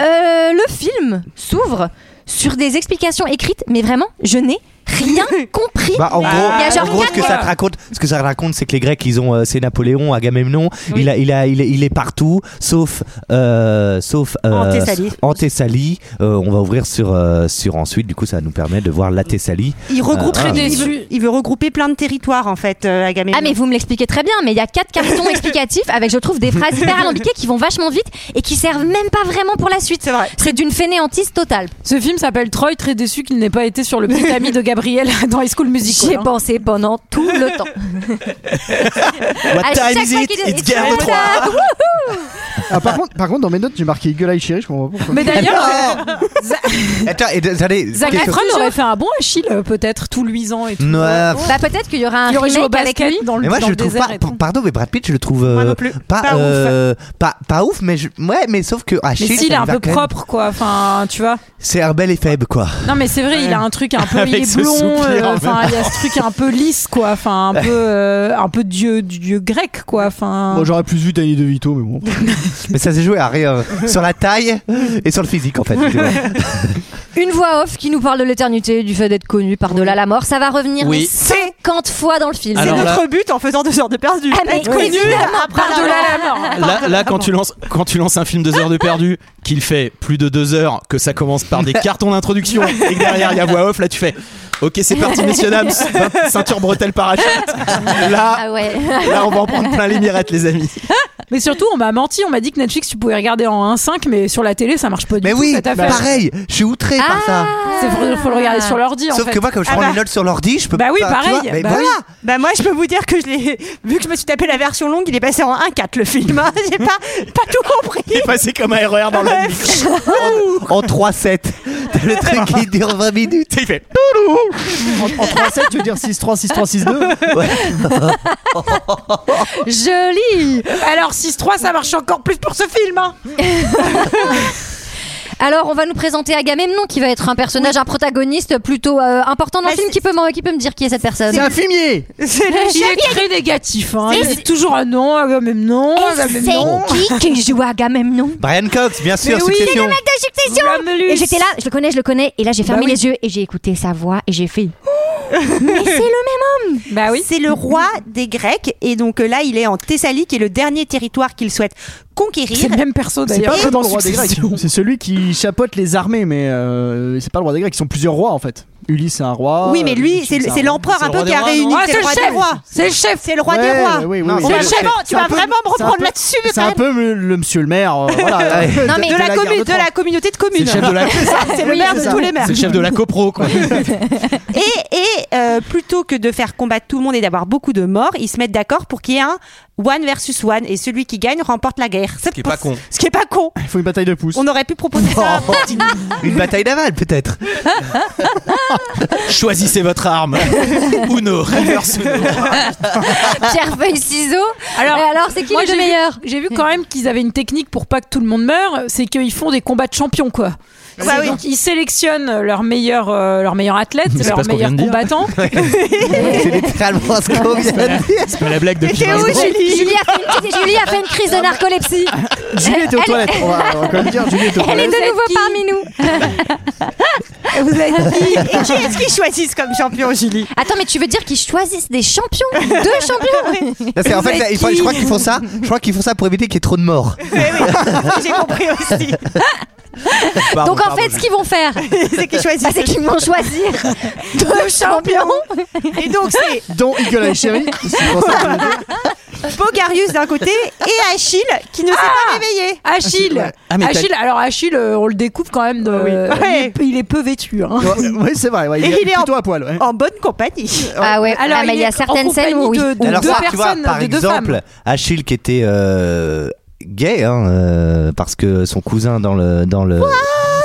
[SPEAKER 1] Euh, le film s'ouvre sur des explications écrites, mais vraiment, je n'ai rien compris.
[SPEAKER 7] Bah, en gros,
[SPEAKER 1] Il y a genre
[SPEAKER 7] en gros, ce
[SPEAKER 1] quatre
[SPEAKER 7] que ça te raconte, ce que ça te raconte, c'est que les Grecs, ils ont, euh, c'est Napoléon, Agamemnon, il a, il a, il est, il est partout, sauf, euh, sauf euh,
[SPEAKER 13] En Thessalie.
[SPEAKER 7] en Thessalie. Euh, on va ouvrir sur, euh, sur ensuite. Du coup, ça va nous permettre de voir la Thessalie.
[SPEAKER 13] Il regroupe
[SPEAKER 7] Euh,
[SPEAKER 13] il, veut, il veut regrouper plein de territoires en fait, euh, Agamemnon.
[SPEAKER 1] Ah mais vous me l'expliquez très bien, mais il y a quatre cartons explicatifs avec je trouve des phrases hyper alambiquées qui vont vachement vite et qui servent même pas vraiment pour la suite.
[SPEAKER 13] C'est vrai.
[SPEAKER 1] d'une fainéantise totale.
[SPEAKER 11] Ce film s'appelle Troy, très déçu qu'il n'ait pas été sur le petit ami de Gabriel dans High School Musical.
[SPEAKER 1] J'ai
[SPEAKER 11] hein.
[SPEAKER 1] pensé pendant tout le temps.
[SPEAKER 6] What
[SPEAKER 1] À chaque
[SPEAKER 6] time is
[SPEAKER 1] fois
[SPEAKER 6] it
[SPEAKER 1] qu'il est-
[SPEAKER 6] It's Game of Thrones.
[SPEAKER 12] Ah, par, contre, par contre, dans mes notes, j'ai marqué Eagle Eye Chérie, je comprends pas pourquoi.
[SPEAKER 11] Mais d'ailleurs,
[SPEAKER 13] euh,
[SPEAKER 7] Attends, et, attendez.
[SPEAKER 11] Zac
[SPEAKER 7] question-
[SPEAKER 11] Efron aurait fait un bon Achille, euh, peut-être tout luisant et tout.
[SPEAKER 7] Ouais.
[SPEAKER 11] Euh,
[SPEAKER 1] Bah peut-être qu'il y aura un
[SPEAKER 11] Il aurait joué au
[SPEAKER 1] remake avec
[SPEAKER 11] basket
[SPEAKER 1] lui.
[SPEAKER 11] dans le,
[SPEAKER 7] Mais moi
[SPEAKER 11] dans
[SPEAKER 7] je le
[SPEAKER 11] le
[SPEAKER 7] trouve
[SPEAKER 11] désert.
[SPEAKER 7] pas
[SPEAKER 11] et tout.
[SPEAKER 7] par- pardon mais Brad Pitt je le trouve euh,
[SPEAKER 13] non plus.
[SPEAKER 7] pas
[SPEAKER 13] Pas ouf.
[SPEAKER 7] euh, pas pas ouf mais je, ouais mais sauf que
[SPEAKER 11] Mais
[SPEAKER 7] Achille
[SPEAKER 11] s'il est
[SPEAKER 7] ça
[SPEAKER 11] un
[SPEAKER 7] lui va
[SPEAKER 11] peu
[SPEAKER 7] quand même.
[SPEAKER 11] propre, quoi. Enfin, tu vois.
[SPEAKER 7] c'est un bel et faible quoi
[SPEAKER 11] Non, mais c'est vrai, il a un truc un peu.
[SPEAKER 6] Avec
[SPEAKER 11] il est
[SPEAKER 6] ce
[SPEAKER 11] blond, Poséidon.
[SPEAKER 12] soupir
[SPEAKER 11] euh,
[SPEAKER 12] en
[SPEAKER 11] Enfin,
[SPEAKER 12] même
[SPEAKER 11] il y a ce truc un peu lisse, quoi. Enfin, un peu, euh, un peu dieu, dieu grec, quoi. Enfin.
[SPEAKER 12] Moi j'aurais plus vu Danny DeVito, mais bon.
[SPEAKER 7] Hein. mais ça s'est joué à rire. euh, Sur la taille et sur le physique, en fait.
[SPEAKER 1] Une voix off qui nous parle de l'éternité, du fait d'être connu par-delà la mort. Ça va revenir
[SPEAKER 7] Oui.
[SPEAKER 1] mais 50 fois dans le film.
[SPEAKER 6] Alors C'est notre là-
[SPEAKER 1] but en faisant deux heures de perdu.
[SPEAKER 13] Être connu par-delà la mort.
[SPEAKER 6] Là, là quand, tu lances, quand tu lances un film deux heures de perdu, qu'il fait plus de deux heures, que ça commence par des cartons d'introduction et que derrière il y a voix off, là tu fais Ok, c'est parti, messieurs, dames, ceint- ceinture bretelle parachute. Là,
[SPEAKER 11] Ah ouais.
[SPEAKER 6] là, on va en prendre plein les mirettes, les amis.
[SPEAKER 11] Mais surtout, on m'a menti, on m'a dit que Netflix, tu pouvais regarder en 1.5, mais sur la télé, ça marche pas du
[SPEAKER 7] Mais
[SPEAKER 11] tout.
[SPEAKER 7] oui,
[SPEAKER 11] cette affaire.
[SPEAKER 7] pareil, je suis outré par ça.
[SPEAKER 11] C'est faut, faut le regarder sur l'ordi. en
[SPEAKER 7] Sauf
[SPEAKER 11] fait.
[SPEAKER 7] que moi, comme je
[SPEAKER 11] Ah
[SPEAKER 7] prends
[SPEAKER 11] bah.
[SPEAKER 7] les notes sur l'ordi, je peux
[SPEAKER 11] Bah oui,
[SPEAKER 7] pas. tu
[SPEAKER 11] pareil,
[SPEAKER 7] vois, mais
[SPEAKER 11] bah
[SPEAKER 7] voilà.
[SPEAKER 11] oui.
[SPEAKER 13] Bah moi je peux vous dire que je l'ai vu que je me suis tapé la version longue, il est passé en 1.4 le film. hein. J'ai pas pas tout compris.
[SPEAKER 6] Il est passé comme un
[SPEAKER 7] E
[SPEAKER 6] RER dans le
[SPEAKER 7] En 3-7. T'as le truc qui dure 20 minutes.
[SPEAKER 6] Il fait.
[SPEAKER 12] En, en 3-7, tu veux dire 6-3, 6-3, 6-2
[SPEAKER 1] Joli
[SPEAKER 11] Alors 6-3, ça marche encore plus pour ce film. hein.
[SPEAKER 1] Alors, on va nous présenter Agamemnon, qui va être un personnage, un protagoniste plutôt euh, important dans le film. Qui peut, m'en- qui peut me dire qui est cette personne
[SPEAKER 12] C'est un fumier
[SPEAKER 13] C'est
[SPEAKER 11] Il est très négatif. hein. Il dit toujours un nom, un même nom, un même nom.
[SPEAKER 1] C'est qui qui joue Agamemnon
[SPEAKER 7] Brian Cox, bien sûr,
[SPEAKER 1] oui, c'est
[SPEAKER 7] succession.
[SPEAKER 1] le mec de Succession Et j'étais là, je le connais, je le connais, et là j'ai fermé
[SPEAKER 13] oui.
[SPEAKER 1] les yeux et j'ai écouté sa voix et j'ai fait. Oh, Mais c'est le même homme
[SPEAKER 11] Bah oui.
[SPEAKER 13] C'est le roi des Grecs et donc euh, là il est en Thessalie qui est le dernier territoire qu'il souhaite conquérir.
[SPEAKER 11] C'est le même perso
[SPEAKER 12] C'est
[SPEAKER 11] d'ailleurs.
[SPEAKER 12] pas vraiment le roi des Grecs. C'est celui qui chapote les armées, mais euh, c'est pas le roi des Grecs. Ils sont plusieurs rois en fait. Ulysse c'est un roi.
[SPEAKER 13] Oui, mais lui, c'est
[SPEAKER 12] Ulysse,
[SPEAKER 13] le-
[SPEAKER 12] un
[SPEAKER 13] c'est
[SPEAKER 12] roi.
[SPEAKER 13] l'empereur
[SPEAKER 12] C'est
[SPEAKER 13] un
[SPEAKER 12] le
[SPEAKER 13] peu
[SPEAKER 12] roi
[SPEAKER 13] qui
[SPEAKER 12] des
[SPEAKER 13] a
[SPEAKER 12] rois,
[SPEAKER 13] réuni.
[SPEAKER 12] non
[SPEAKER 13] C'est le roi des rois.
[SPEAKER 11] C'est le chef.
[SPEAKER 13] C'est le roi
[SPEAKER 12] Ouais,
[SPEAKER 13] des rois.
[SPEAKER 12] ouais, oui, oui,
[SPEAKER 13] Non,
[SPEAKER 12] oui.
[SPEAKER 13] c'est
[SPEAKER 12] C'est
[SPEAKER 13] le
[SPEAKER 12] un
[SPEAKER 13] chef.
[SPEAKER 12] peu-
[SPEAKER 13] Tu vas vraiment me
[SPEAKER 12] c'est un
[SPEAKER 13] reprendre
[SPEAKER 12] peu-
[SPEAKER 13] là-dessus, mais
[SPEAKER 12] C'est
[SPEAKER 13] quand
[SPEAKER 12] un
[SPEAKER 13] même.
[SPEAKER 12] peu le, le monsieur le maire. euh, voilà.
[SPEAKER 13] Non, mais de, la,
[SPEAKER 12] guerre
[SPEAKER 13] commu- de
[SPEAKER 12] Troie.
[SPEAKER 13] la communauté de
[SPEAKER 12] C'est
[SPEAKER 13] communes.
[SPEAKER 12] le chef de la-
[SPEAKER 13] C'est ça, c'est le
[SPEAKER 12] Oui,
[SPEAKER 13] maire
[SPEAKER 12] c'est
[SPEAKER 13] de
[SPEAKER 12] ça.
[SPEAKER 13] tous les maires.
[SPEAKER 6] C'est le chef de la copro, quoi.
[SPEAKER 13] Et, et euh, plutôt que de faire combattre tout le monde et d'avoir beaucoup de morts, ils se mettent d'accord pour qu'il y ait un one versus one et celui qui gagne remporte la guerre. Ce
[SPEAKER 6] qui est pas con.
[SPEAKER 13] Ce qui est pas con.
[SPEAKER 12] Il faut une bataille de pouces.
[SPEAKER 13] On aurait pu proposer ça.
[SPEAKER 7] Une bataille navale, peut-être.
[SPEAKER 12] Oh.
[SPEAKER 6] Choisissez votre arme. Uno, reverse Uno.
[SPEAKER 1] Pierre Feuille Ciseaux.
[SPEAKER 11] Alors,
[SPEAKER 1] Et alors, c'est qui
[SPEAKER 11] moi,
[SPEAKER 1] le
[SPEAKER 11] j'ai vu-
[SPEAKER 1] meilleur
[SPEAKER 11] J'ai vu quand même qu'ils avaient une technique pour pas que tout le monde meure, c'est qu'ils font des combats de champions quoi.
[SPEAKER 13] Bah
[SPEAKER 11] C'est-
[SPEAKER 13] oui.
[SPEAKER 11] donc, ils sélectionnent leurs meilleurs, euh, leurs meilleurs athlètes,
[SPEAKER 6] C'est pas
[SPEAKER 11] leurs
[SPEAKER 6] ce qu'on vient
[SPEAKER 11] meilleurs
[SPEAKER 6] de dire.
[SPEAKER 11] combattants.
[SPEAKER 7] C'est littéralement ce qu'on vient de dire.
[SPEAKER 6] C'est pas la blague de
[SPEAKER 13] Mais t'es
[SPEAKER 6] Pierre
[SPEAKER 13] où,
[SPEAKER 6] Lesgros.
[SPEAKER 13] Julie
[SPEAKER 1] Julie a, fait une, petite- Julie a fait une crise de narcolepsie.
[SPEAKER 12] Ah, Julie était aux
[SPEAKER 1] Elle-
[SPEAKER 12] toilettes. On va, on va quand même dire Julie était aux
[SPEAKER 1] Elle est
[SPEAKER 12] toilettes.
[SPEAKER 1] de nouveau
[SPEAKER 11] qui
[SPEAKER 1] parmi nous.
[SPEAKER 13] Vous êtes qui Et qui est-ce qu'ils choisissent comme champion, Julie
[SPEAKER 1] Attends, mais tu veux dire qu'ils choisissent des champions Deux champions
[SPEAKER 7] Là, c'est- en fait,
[SPEAKER 13] Vous
[SPEAKER 7] là,
[SPEAKER 13] êtes
[SPEAKER 7] il faut- je
[SPEAKER 13] qui
[SPEAKER 7] crois qu'ils font ça. Je crois qu'ils font ça pour éviter qu'il y ait trop de morts.
[SPEAKER 13] Mais oui, j'ai compris aussi.
[SPEAKER 6] Pardon,
[SPEAKER 1] Donc en
[SPEAKER 6] pardon,
[SPEAKER 1] fait, ce qu'ils vont faire,
[SPEAKER 13] C'est qu'ils
[SPEAKER 1] bah,
[SPEAKER 13] choisissent.
[SPEAKER 1] c'est qu'ils vont choisir deux champions.
[SPEAKER 13] Et donc c'est
[SPEAKER 12] Dont Eagle Eye Cherry. C'est pour ça que-
[SPEAKER 13] Bogarius d'un côté et Achille qui ne s'est
[SPEAKER 1] Ah
[SPEAKER 13] pas réveillé.
[SPEAKER 11] Achille.
[SPEAKER 6] Ah, mais t'as-
[SPEAKER 11] Achille. Alors Achille, euh, on le découvre quand même. de-
[SPEAKER 13] Ouais.
[SPEAKER 11] il, est, il est peu vêtu. hein.
[SPEAKER 12] Ouais, ouais, c'est vrai. ouais, il,
[SPEAKER 13] Et
[SPEAKER 12] est
[SPEAKER 13] il est
[SPEAKER 12] plutôt à poil. ouais.
[SPEAKER 13] En bonne compagnie.
[SPEAKER 1] Ah ouais. Alors, mais il y
[SPEAKER 11] est
[SPEAKER 1] a certaines
[SPEAKER 11] en
[SPEAKER 1] scènes où oui.
[SPEAKER 11] compagnie de, de
[SPEAKER 7] Alors
[SPEAKER 11] deux
[SPEAKER 7] ça, tu vois,
[SPEAKER 11] personnes,
[SPEAKER 7] par
[SPEAKER 11] de deux
[SPEAKER 7] exemple,
[SPEAKER 11] femmes.
[SPEAKER 7] Achille qui était euh, gay, hein, euh, parce que son cousin dans le dans le.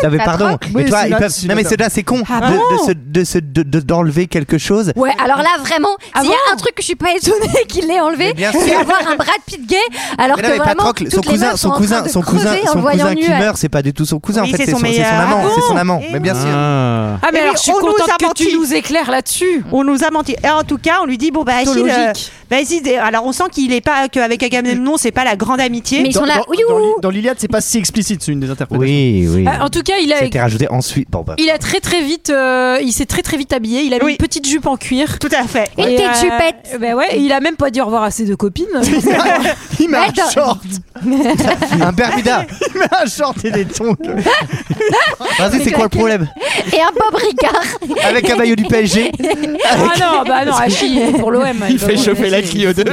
[SPEAKER 7] Non mais
[SPEAKER 1] La
[SPEAKER 7] pardon,
[SPEAKER 1] troque
[SPEAKER 7] mais
[SPEAKER 12] Oui,
[SPEAKER 7] toi,
[SPEAKER 12] c'est
[SPEAKER 7] ils
[SPEAKER 12] là-
[SPEAKER 7] peuvent-
[SPEAKER 12] c'est
[SPEAKER 7] non mais
[SPEAKER 12] là-
[SPEAKER 7] c'est là c'est con
[SPEAKER 11] Ah
[SPEAKER 7] de-
[SPEAKER 11] bon
[SPEAKER 7] de se- de se- de- de- d'enlever quelque chose.
[SPEAKER 1] Ouais, alors là vraiment,
[SPEAKER 11] Ah
[SPEAKER 1] s'il y
[SPEAKER 11] bon
[SPEAKER 1] a un truc que je suis pas étonnée qu'il l'ait enlevé,
[SPEAKER 7] Mais bien
[SPEAKER 1] c'est
[SPEAKER 7] sûr.
[SPEAKER 1] avoir un bras de Pitt gay, alors
[SPEAKER 7] Mais
[SPEAKER 1] que
[SPEAKER 7] non, mais
[SPEAKER 1] vraiment,
[SPEAKER 7] Patrocle, son
[SPEAKER 1] toutes les
[SPEAKER 7] cousin,
[SPEAKER 1] meufs
[SPEAKER 7] son
[SPEAKER 1] sont en
[SPEAKER 7] cousin,
[SPEAKER 1] train de
[SPEAKER 7] son cousin,
[SPEAKER 1] creuser en
[SPEAKER 7] son
[SPEAKER 1] le voyant
[SPEAKER 7] cousin qui
[SPEAKER 1] nu, elle.
[SPEAKER 7] meurt, c'est pas du tout son cousin.
[SPEAKER 13] Oui,
[SPEAKER 7] en fait,
[SPEAKER 13] c'est
[SPEAKER 7] c'est
[SPEAKER 13] son
[SPEAKER 7] son, c'est son
[SPEAKER 13] meilleur.
[SPEAKER 7] amant,
[SPEAKER 13] Ah
[SPEAKER 7] c'est son
[SPEAKER 13] bon
[SPEAKER 7] amant.
[SPEAKER 13] Eh
[SPEAKER 7] Mais bien
[SPEAKER 13] oui.
[SPEAKER 7] sûr.
[SPEAKER 6] Ah.
[SPEAKER 11] Ah mais
[SPEAKER 13] Eh
[SPEAKER 11] alors
[SPEAKER 13] oui,
[SPEAKER 11] je suis
[SPEAKER 13] on nous
[SPEAKER 11] contente
[SPEAKER 13] a
[SPEAKER 11] que tu
[SPEAKER 13] menti.
[SPEAKER 11] nous éclaires là-dessus.
[SPEAKER 13] On nous a menti. Et en tout cas, on lui dit bon bah Achille,
[SPEAKER 11] Logique.
[SPEAKER 13] euh, vas-y. dé- Alors on sent qu'il est pas qu'avec Agamemnon, c'est pas la grande amitié.
[SPEAKER 1] Mais- Ils sont là,
[SPEAKER 12] Dans,
[SPEAKER 1] ouiou.
[SPEAKER 12] dans l'I- dans l'Iliade, c'est pas si explicite. C'est une des interprétations.
[SPEAKER 7] Oui, oui.
[SPEAKER 11] Ah, en tout cas, il
[SPEAKER 7] Ça a
[SPEAKER 11] a,
[SPEAKER 7] été rajouté ensuite. Bon bah.
[SPEAKER 11] il a très très vite, euh, il s'est très très vite habillé. Il a mis
[SPEAKER 13] Oui.
[SPEAKER 11] une petite jupe en cuir.
[SPEAKER 13] Tout à fait.
[SPEAKER 1] Une
[SPEAKER 11] Et,
[SPEAKER 1] petite
[SPEAKER 11] euh,
[SPEAKER 1] jupette.
[SPEAKER 11] Ben ouais, et il a même pas dit au revoir à ses deux copines.
[SPEAKER 12] Il met un
[SPEAKER 1] Attends.
[SPEAKER 12] short.
[SPEAKER 7] Un Bermuda.
[SPEAKER 12] Il met un short et des tongs.
[SPEAKER 7] Vas-y, c'est quoi le problème
[SPEAKER 1] et un Bob Ricard.
[SPEAKER 7] Avec un maillot du PSG.
[SPEAKER 11] ah non, bah non, Achille il est pour l'OM.
[SPEAKER 6] Il fait chauffer la Clio 2.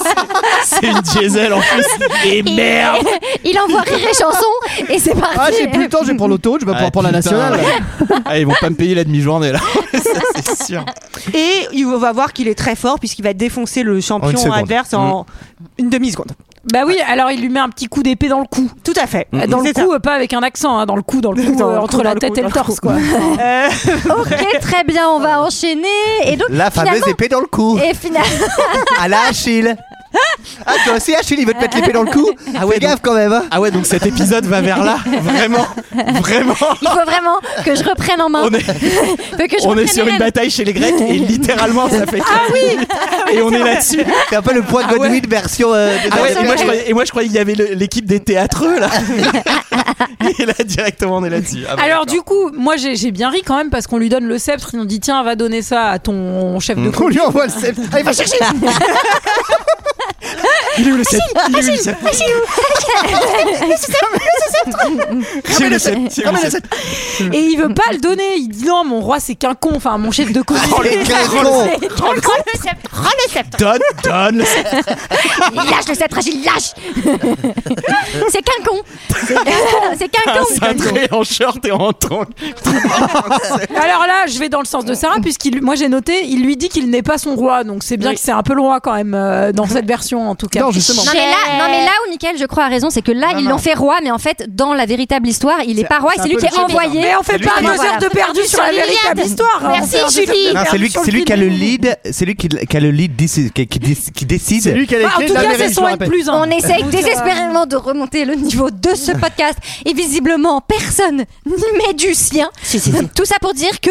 [SPEAKER 6] C'est une diesel en plus. Et merde
[SPEAKER 1] Il envoie rire et chanson et c'est parti.
[SPEAKER 12] Ah, j'ai plus le temps. Je vais prendre l'autoroute. Je vais pouvoir
[SPEAKER 6] Ah,
[SPEAKER 12] prendre la
[SPEAKER 6] putain.
[SPEAKER 12] nationale.
[SPEAKER 6] Ah, ils vont pas me payer la demi-journée là. Ça, c'est sûr.
[SPEAKER 13] Et il va voir qu'il est très fort puisqu'il va défoncer le
[SPEAKER 7] En une
[SPEAKER 13] champion
[SPEAKER 7] seconde.
[SPEAKER 13] adverse en
[SPEAKER 12] Mm.
[SPEAKER 13] une demi seconde.
[SPEAKER 11] Bah oui, alors il lui met un petit coup d'épée dans le cou.
[SPEAKER 13] Tout à fait.
[SPEAKER 11] Dans le
[SPEAKER 13] C'est
[SPEAKER 11] cou, euh, pas avec un accent, hein, dans le cou, dans le cou,
[SPEAKER 13] Dans
[SPEAKER 11] euh,
[SPEAKER 13] le cou,
[SPEAKER 11] entre
[SPEAKER 13] dans
[SPEAKER 11] la
[SPEAKER 13] le
[SPEAKER 11] tête
[SPEAKER 13] cou,
[SPEAKER 11] et le
[SPEAKER 13] dans le
[SPEAKER 11] torse quoi.
[SPEAKER 13] ça. Euh,
[SPEAKER 1] Ok, très bien, on va enchaîner. Et donc
[SPEAKER 7] La fameuse
[SPEAKER 1] finalement,
[SPEAKER 7] épée dans le cou.
[SPEAKER 1] et finalement,
[SPEAKER 7] À la Achille. Ah, toi aussi, Achille, il veut te mettre l'épée dans le cou Ah ouais, gaffe quand même hein.
[SPEAKER 6] Ah ouais, donc cet épisode va vers là Vraiment Vraiment
[SPEAKER 1] Il faut vraiment que je reprenne en main.
[SPEAKER 6] On est-
[SPEAKER 1] Faut que je
[SPEAKER 6] On est
[SPEAKER 1] reprenne
[SPEAKER 6] sur une
[SPEAKER 1] les rênes.
[SPEAKER 6] bataille chez les Grecs et littéralement ça fait. Ah oui Et on est là-dessus
[SPEAKER 7] C'est un peu le poids de Godwin version. euh, des
[SPEAKER 6] Ah ouais,
[SPEAKER 7] années
[SPEAKER 6] et, moi,
[SPEAKER 7] 80.
[SPEAKER 6] je croyais, et moi je croyais qu'il y avait le- l'équipe des théâtreux là Et là directement on est là-dessus. Ah bon, d'accord.
[SPEAKER 11] Alors du coup, moi j'ai j'ai bien ri quand même parce qu'on lui donne le sceptre, ils nous dit tiens va donner ça à ton chef de
[SPEAKER 6] Mm.
[SPEAKER 11] couple.
[SPEAKER 12] On lui envoie le sceptre. Ah, il va chercher
[SPEAKER 6] Il est où le sceptre Il est où le sceptre J'ai le sceptre J'ai le sceptre
[SPEAKER 11] Et il veut pas le donner, il dit non mon roi c'est qu'un con, enfin mon chef de couple.
[SPEAKER 6] Oh, le con.
[SPEAKER 11] le
[SPEAKER 13] le sceptre
[SPEAKER 6] Donne, donne le sceptre
[SPEAKER 1] Lâche le sceptre, Agile, lâche C'est qu'un con C'est qu'un con C'est qu'un
[SPEAKER 6] Un
[SPEAKER 1] con
[SPEAKER 6] cintré en short et en tronc
[SPEAKER 11] Alors là, je vais dans le sens de Sarah, puisqu'il, moi j'ai noté, il lui dit qu'il n'est pas son roi, donc c'est bien que c'est un peu le roi quand même euh, dans cette version en tout cas.
[SPEAKER 12] Non, justement.
[SPEAKER 1] Non mais, là, non mais là où Michael je crois a raison c'est que là ils l'ont fait roi mais en fait dans la véritable histoire il est pas roi
[SPEAKER 12] c'est
[SPEAKER 1] c'est
[SPEAKER 12] un
[SPEAKER 1] lui
[SPEAKER 12] peu
[SPEAKER 1] qui
[SPEAKER 12] le
[SPEAKER 1] est
[SPEAKER 12] Julie,
[SPEAKER 1] envoyé
[SPEAKER 11] Mais on fait
[SPEAKER 7] lui
[SPEAKER 11] pas
[SPEAKER 7] qui-
[SPEAKER 11] deux heures de perdu sur la
[SPEAKER 1] l'Iliade.
[SPEAKER 11] véritable histoire. hein.
[SPEAKER 1] Merci,
[SPEAKER 11] On fait un deux heures de
[SPEAKER 1] Julie.
[SPEAKER 7] Non,
[SPEAKER 11] perdu
[SPEAKER 7] c'est lui,
[SPEAKER 11] sur
[SPEAKER 7] c'est lui qui a le
[SPEAKER 11] Iliade.
[SPEAKER 7] lead, c'est lui qui, qui a le lead, décide- qui, qui décide- qui décide.
[SPEAKER 12] C'est lui qui a les
[SPEAKER 11] Bah, en
[SPEAKER 12] clés
[SPEAKER 11] tout
[SPEAKER 12] de la
[SPEAKER 11] cas,
[SPEAKER 12] mairie,
[SPEAKER 11] c'est
[SPEAKER 12] je
[SPEAKER 11] son
[SPEAKER 12] le
[SPEAKER 11] N
[SPEAKER 12] rappelle.
[SPEAKER 11] plus un.
[SPEAKER 1] On
[SPEAKER 11] Donc,
[SPEAKER 1] essaye
[SPEAKER 11] euh,
[SPEAKER 1] désespérément de remonter le niveau de ce podcast et visiblement personne n'y met du sien. Tout ça pour dire que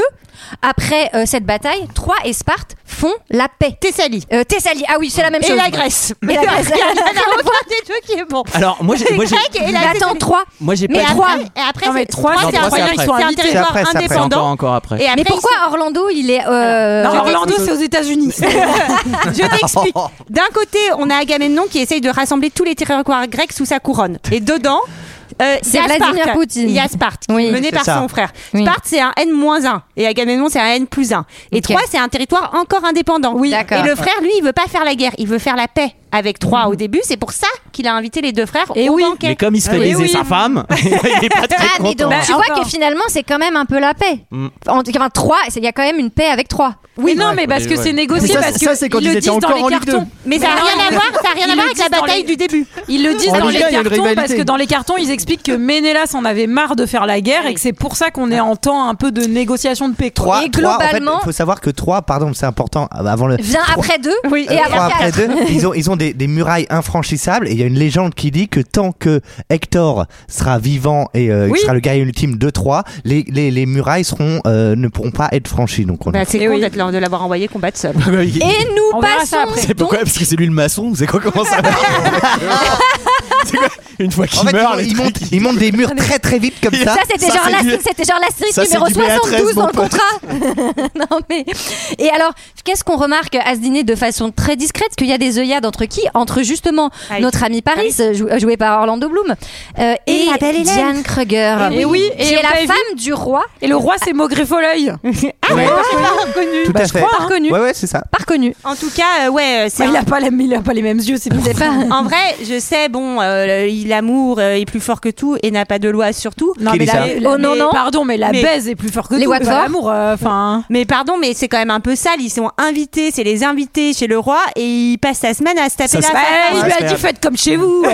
[SPEAKER 1] après euh, cette bataille, Troie et Sparte font la paix.
[SPEAKER 13] Thessalie.
[SPEAKER 1] Euh, Thessalie, ah oui, c'est la même
[SPEAKER 13] Et
[SPEAKER 1] chose.
[SPEAKER 13] la Grèce.
[SPEAKER 1] Et la Grèce.
[SPEAKER 13] Il y en a aucun des deux qui est bon.
[SPEAKER 6] Alors moi j'ai. moi, j'ai-
[SPEAKER 13] Grecs et
[SPEAKER 1] Mais
[SPEAKER 13] la
[SPEAKER 1] attends, Troie.
[SPEAKER 6] Moi j'ai
[SPEAKER 1] Mais
[SPEAKER 6] pas.
[SPEAKER 1] trois.
[SPEAKER 13] Et après,
[SPEAKER 11] Non, mais
[SPEAKER 13] c'est-
[SPEAKER 11] trois,
[SPEAKER 13] Troie,
[SPEAKER 6] c'est
[SPEAKER 13] c'est
[SPEAKER 6] après,
[SPEAKER 13] un
[SPEAKER 6] c'est
[SPEAKER 13] territoire-
[SPEAKER 11] après.
[SPEAKER 13] c'est un territoire
[SPEAKER 7] C'est après, c'est après.
[SPEAKER 6] Encore,
[SPEAKER 13] indépendant.
[SPEAKER 6] encore après.
[SPEAKER 13] Et après,
[SPEAKER 1] Mais pourquoi
[SPEAKER 13] ils sont-
[SPEAKER 1] Orlando, Oh, il est euh,
[SPEAKER 11] Non,
[SPEAKER 13] Je
[SPEAKER 11] Orlando,
[SPEAKER 13] t'explique.
[SPEAKER 11] c'est aux États-Unis.
[SPEAKER 13] euh, Je t'explique.
[SPEAKER 6] Oh.
[SPEAKER 13] D'un côté, on a Agamemnon qui essaye de rassembler tous les territoires grecs sous sa couronne. Et dedans, euh, il y a
[SPEAKER 1] Vladimir
[SPEAKER 13] Sparte.
[SPEAKER 1] Poutine.
[SPEAKER 13] Il y a Sparte,
[SPEAKER 1] Oui.
[SPEAKER 13] mené
[SPEAKER 7] C'est
[SPEAKER 13] par
[SPEAKER 7] ça.
[SPEAKER 13] son frère.
[SPEAKER 1] Oui.
[SPEAKER 13] Sparte, c'est un N-1. Et Agamemnon, c'est un N plus 1. Et
[SPEAKER 1] Ok.
[SPEAKER 13] Troie, c'est un territoire encore indépendant.
[SPEAKER 1] Oui. D'accord.
[SPEAKER 13] Et le frère, lui, il veut pas faire la guerre. Il veut faire la paix avec Troie au début. C'est pour ça qu'il a invité les deux frères
[SPEAKER 11] Et
[SPEAKER 13] au
[SPEAKER 11] oui.
[SPEAKER 13] banquet. Ah
[SPEAKER 6] Mais comme il se fait
[SPEAKER 11] Oui,
[SPEAKER 6] baiser
[SPEAKER 11] oui.
[SPEAKER 6] sa femme, il est pas très
[SPEAKER 1] Ah, mais
[SPEAKER 6] content.
[SPEAKER 1] donc tu
[SPEAKER 11] Bah,
[SPEAKER 1] vois
[SPEAKER 11] encore.
[SPEAKER 1] que finalement c'est quand même un peu la paix. En tout cas, enfin, Troie, c'est- il y a quand même une paix avec Troie.
[SPEAKER 11] Oui, non, mais
[SPEAKER 6] ouais,
[SPEAKER 11] parce que
[SPEAKER 6] ouais.
[SPEAKER 11] c'est négocié,
[SPEAKER 12] Mais ça,
[SPEAKER 11] parce
[SPEAKER 12] ça, c'est
[SPEAKER 11] que
[SPEAKER 12] quand ils
[SPEAKER 11] ils le
[SPEAKER 12] étaient
[SPEAKER 11] disent dans
[SPEAKER 12] encore en
[SPEAKER 11] les
[SPEAKER 12] Ligue
[SPEAKER 11] cartons.
[SPEAKER 13] Mais ça n'a rien à voir, ça a rien à
[SPEAKER 11] Ils
[SPEAKER 13] voir
[SPEAKER 11] le
[SPEAKER 13] avec
[SPEAKER 11] disent
[SPEAKER 13] la
[SPEAKER 11] dans
[SPEAKER 13] bataille
[SPEAKER 11] les-
[SPEAKER 13] du début.
[SPEAKER 11] Ils le disent
[SPEAKER 12] En
[SPEAKER 11] dans
[SPEAKER 12] Ligue
[SPEAKER 11] les
[SPEAKER 12] un, il y a une
[SPEAKER 11] cartons parce
[SPEAKER 12] rivalité.
[SPEAKER 11] que dans les cartons, ils expliquent que Ménélas en avait marre de faire la guerre et que c'est pour ça qu'on est en temps un peu de négociation de paix. quoi.
[SPEAKER 7] Trois,
[SPEAKER 1] Et
[SPEAKER 7] trois, en fait,
[SPEAKER 1] globalement-
[SPEAKER 7] faut savoir que 3, pardon, c'est important euh, avant le.
[SPEAKER 1] Vient
[SPEAKER 7] Trois-
[SPEAKER 1] après deux
[SPEAKER 13] Oui,
[SPEAKER 1] et
[SPEAKER 7] euh, trois
[SPEAKER 1] après
[SPEAKER 7] après
[SPEAKER 1] quatre.
[SPEAKER 7] deux, ils ont, ils ont des, des murailles infranchissables et il y a une légende qui dit que tant que Hector sera vivant et euh,
[SPEAKER 11] Oui.
[SPEAKER 7] qu'il sera le guerrier ultime de 3, les, les, les murailles seront, euh, ne pourront pas être franchies. Donc on
[SPEAKER 13] Bah,
[SPEAKER 7] est-
[SPEAKER 13] c'est
[SPEAKER 11] Eh
[SPEAKER 13] con
[SPEAKER 11] oui.
[SPEAKER 13] d'être là- de l'avoir envoyé combattre seul.
[SPEAKER 6] Bah oui.
[SPEAKER 1] Et nous
[SPEAKER 11] On verra ça après.
[SPEAKER 1] passons
[SPEAKER 6] C'est pourquoi Parce que c'est lui le maçon ou C'est quoi comment ça marche C'est quoi Une fois qu'il
[SPEAKER 7] En fait, ils
[SPEAKER 6] meurt,
[SPEAKER 7] montent-
[SPEAKER 6] les
[SPEAKER 7] ils,
[SPEAKER 6] trucs,
[SPEAKER 7] montent, ils montent des murs très très vite comme ça.
[SPEAKER 1] Ça, c'était
[SPEAKER 6] ça,
[SPEAKER 1] genre
[SPEAKER 6] c'est
[SPEAKER 1] la
[SPEAKER 6] du-
[SPEAKER 1] c'était genre la stricte
[SPEAKER 6] ça, c'est
[SPEAKER 1] numéro
[SPEAKER 6] du Béatrice,
[SPEAKER 1] 72 dans
[SPEAKER 6] mon
[SPEAKER 1] le
[SPEAKER 6] pote.
[SPEAKER 1] contrat. non mais et alors qu'est-ce qu'on remarque à ce dîner de façon très discrète qu'il y a des œillades entre qui entre justement
[SPEAKER 13] Paris.
[SPEAKER 1] notre ami Paris jou- euh, joué par Orlando Bloom euh, et,
[SPEAKER 13] la belle Hélène.
[SPEAKER 1] Diane Kruger.
[SPEAKER 11] Et Eh oui, oui, et
[SPEAKER 1] Euh, qui
[SPEAKER 11] on
[SPEAKER 1] est la
[SPEAKER 11] l'avait vu.
[SPEAKER 1] femme du roi
[SPEAKER 11] Et le roi, c'est Maugré Folleuil.
[SPEAKER 13] Ah,
[SPEAKER 7] Ouais.
[SPEAKER 13] non, c'est pas reconnu.
[SPEAKER 7] Tout à fait.
[SPEAKER 1] par connu.
[SPEAKER 7] Ouais, ouais, c'est ça.
[SPEAKER 1] Par connu.
[SPEAKER 13] En tout cas, euh, ouais, euh, c'est
[SPEAKER 11] hein. Bah, il,
[SPEAKER 13] un-
[SPEAKER 11] a pas la- il a pas les mêmes yeux, c'est
[SPEAKER 1] C'est
[SPEAKER 11] bizarre.
[SPEAKER 1] pas
[SPEAKER 13] En vrai, je sais, bon, euh, le- l'amour euh, est plus fort que tout et n'a pas de loi sur tout.
[SPEAKER 11] Non,
[SPEAKER 7] Qui
[SPEAKER 11] mais
[SPEAKER 7] dit ça
[SPEAKER 11] la, la-
[SPEAKER 1] Oh, non,
[SPEAKER 11] mais-
[SPEAKER 1] non.
[SPEAKER 11] Pardon, mais la
[SPEAKER 13] Mais-
[SPEAKER 11] baise est plus fort que
[SPEAKER 1] Les
[SPEAKER 11] tout.
[SPEAKER 1] Watford.
[SPEAKER 11] Enfin, L'amour, euh, enfin.
[SPEAKER 13] Mais pardon, mais c'est quand même un peu sale. Ils sont invités, c'est les invités chez le roi et ils passent la semaine à se taper
[SPEAKER 6] Ça
[SPEAKER 13] la
[SPEAKER 6] se-
[SPEAKER 11] bah,
[SPEAKER 13] face.
[SPEAKER 11] il
[SPEAKER 6] ouais,
[SPEAKER 11] lui a
[SPEAKER 6] c'est
[SPEAKER 11] dit
[SPEAKER 6] vrai.
[SPEAKER 11] faites comme chez vous. euh.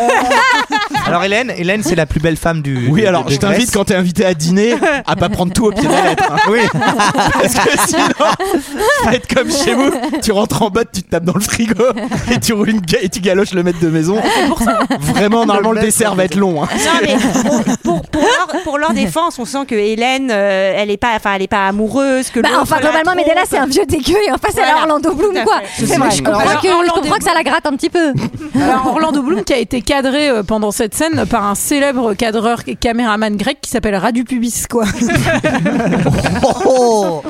[SPEAKER 7] Alors Hélène, Hélène c'est la plus belle femme du.
[SPEAKER 6] Oui,
[SPEAKER 7] de-
[SPEAKER 6] alors
[SPEAKER 7] de
[SPEAKER 6] je t'invite
[SPEAKER 7] Grèce.
[SPEAKER 6] quand t'es invité à dîner à pas prendre tout au pied de la lettre. hein.
[SPEAKER 7] Oui.
[SPEAKER 6] Parce que sinon, ça va être comme chez vous. Tu rentres en botte, tu te tapes dans le frigo et tu roules une ga- et tu galoches le maître de maison. Vraiment, normalement, le
[SPEAKER 7] maître
[SPEAKER 6] dessert va être long. hein.
[SPEAKER 13] Non, mais pour, pour, pour leur, pour leur défense, on sent que Hélène, euh, elle est pas, enfin, elle est pas amoureuse. Que
[SPEAKER 1] Bah,
[SPEAKER 13] l'autre euh,
[SPEAKER 1] enfin
[SPEAKER 13] la
[SPEAKER 1] globalement
[SPEAKER 13] trompe.
[SPEAKER 1] Medela c'est un vieux dégueu et en face c'est
[SPEAKER 13] Voilà.
[SPEAKER 1] Orlando
[SPEAKER 13] Tout
[SPEAKER 1] Bloom
[SPEAKER 13] à
[SPEAKER 1] quoi.
[SPEAKER 13] fait.
[SPEAKER 1] C'est vrai, je comprends
[SPEAKER 11] Alors,
[SPEAKER 1] que
[SPEAKER 11] Orlando
[SPEAKER 1] je comprends que ça la gratte un petit peu.
[SPEAKER 11] Alors, Orlando Bloom qui a été cadré euh, pendant cette scène par un célèbre cadreur et caméraman grec qui s'appelle Radu Pubis quoi.
[SPEAKER 7] Oh,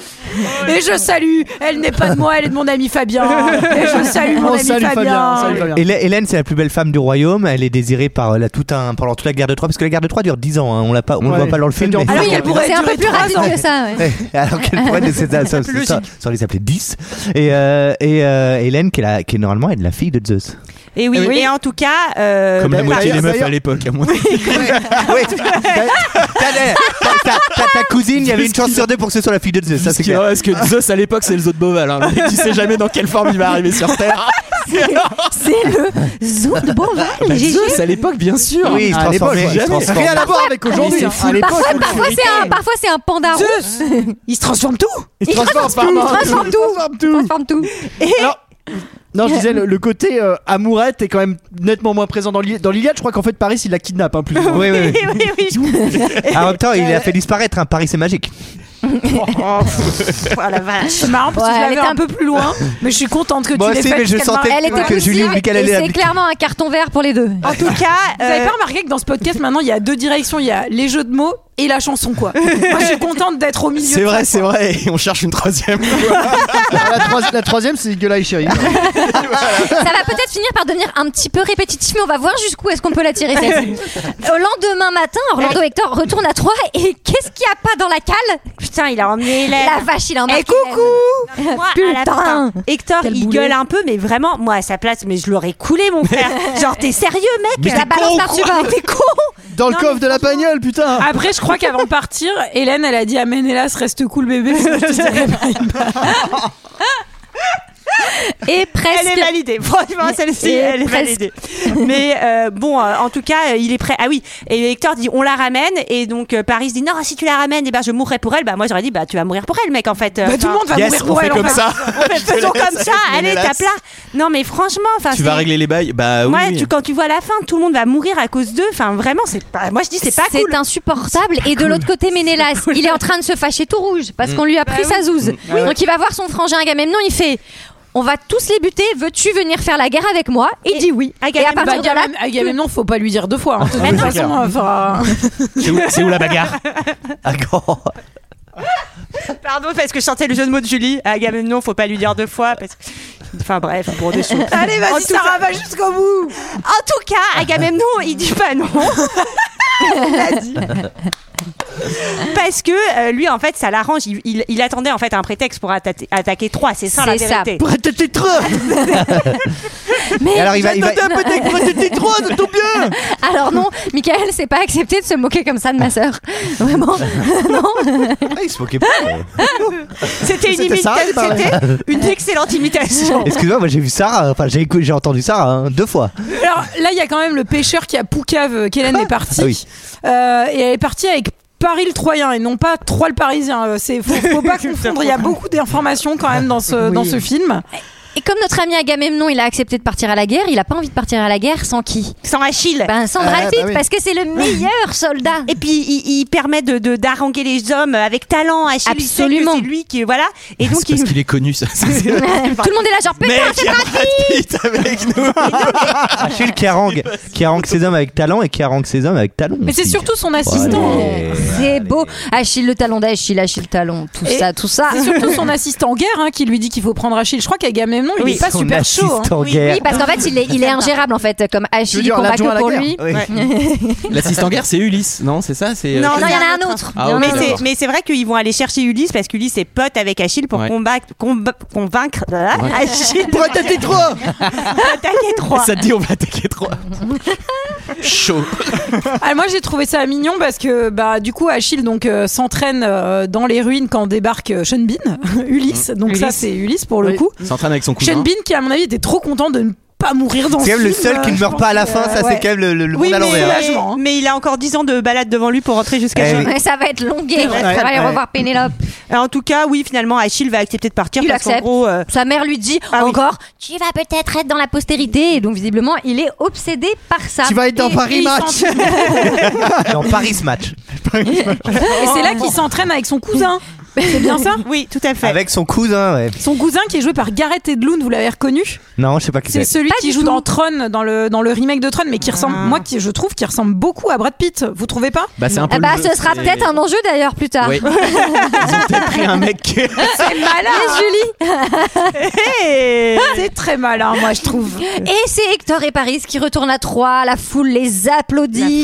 [SPEAKER 11] Et je salue, elle n'est pas de moi, elle est de mon ami Fabien. Et je salue mon
[SPEAKER 12] On
[SPEAKER 11] ami
[SPEAKER 12] salue Oh, Fabien. on salue Fabien.
[SPEAKER 7] Hélène, Hélène, c'est la plus belle femme du royaume. Elle est désirée par euh, la, tout un, pendant toute la guerre de Troie, parce que la guerre de Troie dure 10 ans. hein. On l'a pas, on le
[SPEAKER 12] Ouais.
[SPEAKER 7] voit pas dans le
[SPEAKER 12] Ça
[SPEAKER 7] film.
[SPEAKER 12] dure
[SPEAKER 7] mais-
[SPEAKER 11] Ah oui, elle pourrait
[SPEAKER 1] C'est un peu
[SPEAKER 11] durer
[SPEAKER 1] plus
[SPEAKER 11] trois
[SPEAKER 1] rapide
[SPEAKER 11] ans.
[SPEAKER 1] que ça. ouais.
[SPEAKER 7] Ouais,
[SPEAKER 6] Eh,
[SPEAKER 7] Alors qu'elle pourrait les, ça, ça, ça, ça, ça les appelait 10. Et, euh, et euh, Hélène, qui est, la- qui est normalement est de la fille de Zeus.
[SPEAKER 13] Et oui,
[SPEAKER 12] Eh oui.
[SPEAKER 13] Et en tout cas, euh,
[SPEAKER 6] Comme la
[SPEAKER 12] bah,
[SPEAKER 6] moitié des
[SPEAKER 12] d'ailleurs,
[SPEAKER 6] meufs à
[SPEAKER 12] d'ailleurs-
[SPEAKER 6] l'époque, Ah à mon avis.
[SPEAKER 7] Oui. Ta cousine, il y avait une chance sur deux pour que ce soit la fille de Zeus. Ça, c'est clair.
[SPEAKER 6] Parce que Zeus à l'époque, c'est le zoo de Beauval. hein. Le mec, Tu sais jamais dans quelle forme il va arriver sur Terre.
[SPEAKER 1] C'est le zoo de Beauval.
[SPEAKER 6] Bah,
[SPEAKER 1] GG.
[SPEAKER 6] Zeus à l'époque, bien sûr.
[SPEAKER 7] Oui, il se
[SPEAKER 12] À l'époque,
[SPEAKER 7] transforme. il se
[SPEAKER 12] jamais.
[SPEAKER 7] transforme.
[SPEAKER 12] Rien à voir
[SPEAKER 1] Ah,
[SPEAKER 12] avec aujourd'hui. hein. À l'époque,
[SPEAKER 1] Parfois,
[SPEAKER 12] on le
[SPEAKER 1] parfois, c'est un, parfois c'est un panda roux.
[SPEAKER 11] Il se transforme tout
[SPEAKER 6] Il se transforme
[SPEAKER 1] Il
[SPEAKER 6] par
[SPEAKER 1] transforme tout.
[SPEAKER 6] Alors,
[SPEAKER 12] Non, je disais, le, le côté euh, amourette est quand même nettement moins présent dans l'Iliade. Dans l'Iliade, je crois qu'en fait, Paris, il la kidnappe, hein, plus ou moins.
[SPEAKER 7] Oui, oui, oui.
[SPEAKER 13] oui, oui.
[SPEAKER 7] Ah, en même temps, il
[SPEAKER 12] Euh,
[SPEAKER 7] a fait disparaître. un Paris, c'est magique.
[SPEAKER 13] Oh la vache.
[SPEAKER 11] C'est marrant parce que je
[SPEAKER 1] Ouais, elle
[SPEAKER 11] l'avais
[SPEAKER 1] était
[SPEAKER 11] un peu plus loin, mais je suis contente que
[SPEAKER 7] Moi
[SPEAKER 11] tu l'aies
[SPEAKER 7] aussi,
[SPEAKER 11] fait.
[SPEAKER 7] mais je
[SPEAKER 11] parce qu'elle
[SPEAKER 7] sentais
[SPEAKER 11] m'a-
[SPEAKER 7] que-
[SPEAKER 11] elle était
[SPEAKER 7] que Julie
[SPEAKER 11] poussière
[SPEAKER 7] ou Michael, elle
[SPEAKER 11] et
[SPEAKER 7] est
[SPEAKER 11] c'est
[SPEAKER 7] habituée.
[SPEAKER 11] clairement
[SPEAKER 1] un carton vert pour les deux.
[SPEAKER 11] En tout cas, vous avez
[SPEAKER 13] euh,
[SPEAKER 11] pas remarqué que dans ce podcast maintenant, il y a deux directions, il y a les jeux de mots et la chanson quoi. Moi, je suis contente d'être au milieu.
[SPEAKER 6] C'est
[SPEAKER 11] de
[SPEAKER 6] vrai,
[SPEAKER 11] tout,
[SPEAKER 6] c'est
[SPEAKER 11] quoi.
[SPEAKER 6] vrai. Et on cherche une troisième.
[SPEAKER 12] la, troi- la troisième, c'est Gueulaille chérie.
[SPEAKER 1] Ça va peut-être finir par devenir un petit peu répétitif, mais on va voir jusqu'où est-ce qu'on peut la tirer. celle-ci. Au lendemain matin, Orlando Hector retourne à Troyes et qu'est-ce qu'il n'y a pas dans la cale
[SPEAKER 13] Putain, il a emmené Hélène.
[SPEAKER 1] La vache, il a emmené
[SPEAKER 13] Et coucou
[SPEAKER 1] Hélène.
[SPEAKER 13] Moi, à la
[SPEAKER 1] Putain
[SPEAKER 13] fin, Hector,
[SPEAKER 1] Quel
[SPEAKER 13] il
[SPEAKER 1] boulet.
[SPEAKER 13] gueule un peu, mais vraiment, moi, à sa place, mais je l'aurais coulé, mon frère. Genre, t'es sérieux, mec
[SPEAKER 6] Mais
[SPEAKER 13] Je
[SPEAKER 6] t'es con ou
[SPEAKER 13] par-dessus
[SPEAKER 6] quoi
[SPEAKER 13] bas. T'es con
[SPEAKER 12] Dans le coffre de la bagnole, putain.
[SPEAKER 11] Après, je crois qu'avant de partir, Hélène, elle a dit Amen, hélas, reste cool, bébé. sinon je te dirai bye-bye.
[SPEAKER 1] Et presque.
[SPEAKER 13] Elle est validée. Franchement, celle-ci,
[SPEAKER 1] Et
[SPEAKER 13] elle est
[SPEAKER 1] presque.
[SPEAKER 13] validée. Mais euh, bon, euh, en tout cas, euh, il est prêt. Ah oui, et Hector dit on la ramène. Et donc, euh, Paris dit non, si tu la ramènes, eh ben, je mourrai pour elle. Bah, moi, j'aurais dit bah, tu vas mourir pour elle, mec, en fait. Euh,
[SPEAKER 11] Bah, tout le
[SPEAKER 13] enfin,
[SPEAKER 11] monde va
[SPEAKER 6] Yes,
[SPEAKER 11] mourir
[SPEAKER 6] on
[SPEAKER 11] pour
[SPEAKER 6] fait
[SPEAKER 11] elle. en
[SPEAKER 6] comme
[SPEAKER 11] fait.
[SPEAKER 6] ça.
[SPEAKER 13] mais faisons comme ça, allez,
[SPEAKER 6] Ménélas.
[SPEAKER 13] t'as plat. Non, mais franchement, enfin,
[SPEAKER 6] Tu vas
[SPEAKER 13] c'est-
[SPEAKER 6] régler les bails Bah oui.
[SPEAKER 13] Ouais,
[SPEAKER 6] oui.
[SPEAKER 13] tu, quand tu vois la fin, tout le monde va mourir à cause d'eux. Enfin, vraiment, c'est pas. Moi, je dis, c'est pas cool.
[SPEAKER 1] C'est insupportable. Et de l'autre côté, Ménélas, il est en train de se fâcher tout rouge parce
[SPEAKER 13] Mm.
[SPEAKER 1] qu'on lui a pris
[SPEAKER 13] Bah
[SPEAKER 1] sa
[SPEAKER 13] oui.
[SPEAKER 1] zouze.
[SPEAKER 13] Ah ouais.
[SPEAKER 1] Donc il va voir son frangin Agamemnon, il fait On va tous les buter, veux-tu venir faire la guerre avec moi Il dit oui. Et à partir de là.
[SPEAKER 11] Agamem- Agamemnon, faut pas lui dire deux fois. hein. De
[SPEAKER 1] Ah
[SPEAKER 11] toute
[SPEAKER 1] oui,
[SPEAKER 11] façon,
[SPEAKER 1] d'accord.
[SPEAKER 11] euh, faudra-
[SPEAKER 6] C'est où, c'est où la bagarre
[SPEAKER 13] Pardon, parce que je chantais le jeu de mots de Julie. Agamemnon, faut pas lui dire deux fois. Parce... que- Enfin, bref, pour des choses.
[SPEAKER 11] Allez, vas-y,
[SPEAKER 13] En tout
[SPEAKER 11] Sarah,
[SPEAKER 13] cas-
[SPEAKER 11] va jusqu'au bout.
[SPEAKER 13] En tout cas, Agamemnon, il dit pas non. On l'a dit. Parce que euh, lui, en fait, ça l'arrange. Il, il- il attendait en fait un prétexte pour atta- attaquer Troie. C'est ça la
[SPEAKER 1] C'est ça.
[SPEAKER 13] vérité.
[SPEAKER 1] Pour
[SPEAKER 12] attaquer Troie.
[SPEAKER 1] Mais
[SPEAKER 7] alors, il va- il va-
[SPEAKER 1] J'attendais un peu
[SPEAKER 12] de- de- de- Troyes, ça tombe bien
[SPEAKER 1] Alors non, Michael, c'est pas accepté de se moquer comme ça de ma sœur. Vraiment, non.
[SPEAKER 7] Il se moquait pas.
[SPEAKER 13] C'était une
[SPEAKER 12] C'était
[SPEAKER 13] imitation.
[SPEAKER 12] Sarah qui parlait.
[SPEAKER 13] C'était une excellente imitation.
[SPEAKER 7] hein. Excuse-moi, moi j'ai vu Sarah, enfin j'ai écou- j'ai entendu Sarah hein, deux fois.
[SPEAKER 11] Alors là, il y a quand même le pêcheur qui a poucave euh, qu'Hélène est partie.
[SPEAKER 7] Ah oui.
[SPEAKER 11] Euh, et elle est partie avec Paris le Troyen et non pas Troie le Parisien. Euh, C'est faut, faut pas confondre. Il y a beaucoup d'informations quand même dans ce, dans ce film.
[SPEAKER 1] Et comme notre ami Agamemnon, il a accepté de partir à la guerre, il a pas envie de partir à la guerre sans qui
[SPEAKER 13] Sans Achille.
[SPEAKER 1] Ben sans
[SPEAKER 13] Ah,
[SPEAKER 1] Dratit,
[SPEAKER 13] bah oui.
[SPEAKER 1] parce que c'est le meilleur soldat.
[SPEAKER 13] Et puis il, il permet de, de- d'haranguer les hommes avec talent. Achille il sait que
[SPEAKER 1] Absolument.
[SPEAKER 13] C'est lui qui voilà. Et donc
[SPEAKER 6] Parce qu'il est connu, ça. C'est-
[SPEAKER 1] Tout le monde est là genre
[SPEAKER 6] Mec, il
[SPEAKER 1] putain, c'est
[SPEAKER 6] y a
[SPEAKER 1] Dratit
[SPEAKER 6] Brad Pitt avec nous.
[SPEAKER 7] Achille Ah, qui harangue, qui harangue ses hommes avec talent et qui harangue ses hommes avec talon.
[SPEAKER 11] Mais c'est
[SPEAKER 7] aussi.
[SPEAKER 11] surtout son assistant.
[SPEAKER 7] Allez.
[SPEAKER 1] C'est beau. Achille le talon d'Achille, Achille le talon, tout
[SPEAKER 11] Et
[SPEAKER 1] ça, tout ça.
[SPEAKER 11] C'est surtout son assistant guerre hein, qui lui dit qu'il faut prendre Achille. Je crois qu'Agamemnon, il
[SPEAKER 1] Oui.
[SPEAKER 11] est pas
[SPEAKER 1] Son
[SPEAKER 11] super chaud. hein.
[SPEAKER 7] assistant
[SPEAKER 1] Oui, oui, parce qu'en fait, il est, il est ingérable en fait, comme
[SPEAKER 12] Tu veux
[SPEAKER 1] Achille il
[SPEAKER 12] dire
[SPEAKER 1] combat
[SPEAKER 12] l'adjoint à
[SPEAKER 1] que
[SPEAKER 12] la
[SPEAKER 1] pour
[SPEAKER 12] guerre
[SPEAKER 1] lui.
[SPEAKER 12] Oui.
[SPEAKER 6] L'assistant guerre, c'est Ulysse, non C'est ça C'est. euh,
[SPEAKER 1] Non, non, il y en a un autre.
[SPEAKER 6] Ah,
[SPEAKER 1] Il y en
[SPEAKER 6] ok,
[SPEAKER 1] a
[SPEAKER 13] Mais
[SPEAKER 1] un autre.
[SPEAKER 13] c'est,
[SPEAKER 6] d'accord.
[SPEAKER 13] mais c'est vrai qu'ils vont aller chercher Ulysse parce qu'Ulysse est pote avec Achille pour
[SPEAKER 6] Ouais.
[SPEAKER 13] combattre, comba- convaincre voilà,
[SPEAKER 6] Ouais.
[SPEAKER 13] Achille
[SPEAKER 12] Pour attaquer Troie.
[SPEAKER 13] attaquer Troie.
[SPEAKER 6] Ça te dit, on va attaquer trois. Chaud.
[SPEAKER 11] Ah, moi j'ai trouvé ça mignon parce que bah du coup Achille donc euh, s'entraîne euh, dans les ruines quand débarque euh, Sean Bean,
[SPEAKER 7] Mmh.
[SPEAKER 11] Ulysse. Donc ça
[SPEAKER 13] Ulysse.
[SPEAKER 11] c'est Ulysse pour le coup.
[SPEAKER 6] S'entraîne avec son cousin.
[SPEAKER 11] Sean Bean qui à mon avis était trop content de ne pas mourir dans
[SPEAKER 7] C'est
[SPEAKER 11] ce
[SPEAKER 7] quand même le
[SPEAKER 11] film,
[SPEAKER 7] seul qui
[SPEAKER 11] euh,
[SPEAKER 7] ne
[SPEAKER 11] je
[SPEAKER 7] meurt
[SPEAKER 11] pense
[SPEAKER 7] pas à la
[SPEAKER 11] que,
[SPEAKER 7] fin,
[SPEAKER 11] euh,
[SPEAKER 7] ça
[SPEAKER 11] ouais.
[SPEAKER 7] c'est quand même le, le
[SPEAKER 11] Oui,
[SPEAKER 7] monde à
[SPEAKER 11] mais-
[SPEAKER 7] l'envers.
[SPEAKER 11] Soulagement, hein.
[SPEAKER 13] Mais il a encore 10 ans de balade devant lui pour rentrer jusqu'à
[SPEAKER 7] Eh
[SPEAKER 13] Jean.
[SPEAKER 7] oui.
[SPEAKER 1] Ouais, ça va être longué.
[SPEAKER 13] C'est
[SPEAKER 1] On
[SPEAKER 13] vrai,
[SPEAKER 1] va
[SPEAKER 13] ouais,
[SPEAKER 1] aller
[SPEAKER 13] ouais.
[SPEAKER 1] revoir Pénélope.
[SPEAKER 13] En tout cas, oui, finalement, Achille va accepter de partir
[SPEAKER 1] Il
[SPEAKER 13] parce qu'en
[SPEAKER 1] accepte.
[SPEAKER 13] gros, euh,
[SPEAKER 1] Sa mère lui dit
[SPEAKER 13] Ah oui.
[SPEAKER 1] encore Tu vas peut-être être dans la postérité. Et donc, visiblement, il est obsédé par ça.
[SPEAKER 12] Tu vas être dans
[SPEAKER 1] Et-
[SPEAKER 12] Paris
[SPEAKER 1] et il
[SPEAKER 12] Match.
[SPEAKER 1] s'entraîne.
[SPEAKER 7] Dans Paris ce match.
[SPEAKER 11] Et c'est là qu'il s'entraîne avec son cousin. C'est bien ça
[SPEAKER 13] oui, tout à fait.
[SPEAKER 7] Avec son cousin, ouais.
[SPEAKER 11] Son cousin qui est joué par Gareth Edlund, vous l'avez reconnu
[SPEAKER 7] Non, je sais pas qui
[SPEAKER 11] C'est
[SPEAKER 7] c'est.
[SPEAKER 11] celui qui joue dans Tron, dans le, dans le remake de Tron, mais
[SPEAKER 1] Ah.
[SPEAKER 11] qui ressemble, moi qui, je trouve, qui ressemble beaucoup à Brad Pitt. Vous trouvez pas
[SPEAKER 6] Bah, c'est un peu.
[SPEAKER 1] Ah bah,
[SPEAKER 6] le-
[SPEAKER 1] ce sera
[SPEAKER 6] c'est-
[SPEAKER 1] peut-être un enjeu d'ailleurs plus tard.
[SPEAKER 6] Oui. Ils ont peut-être pris un mec qui est-
[SPEAKER 11] C'est malin
[SPEAKER 1] Yes,
[SPEAKER 13] Hey
[SPEAKER 11] Eh, C'est très malin, moi je trouve.
[SPEAKER 1] Julie. Et c'est Hector et Paris qui retournent à Troyes. La foule les applaudit.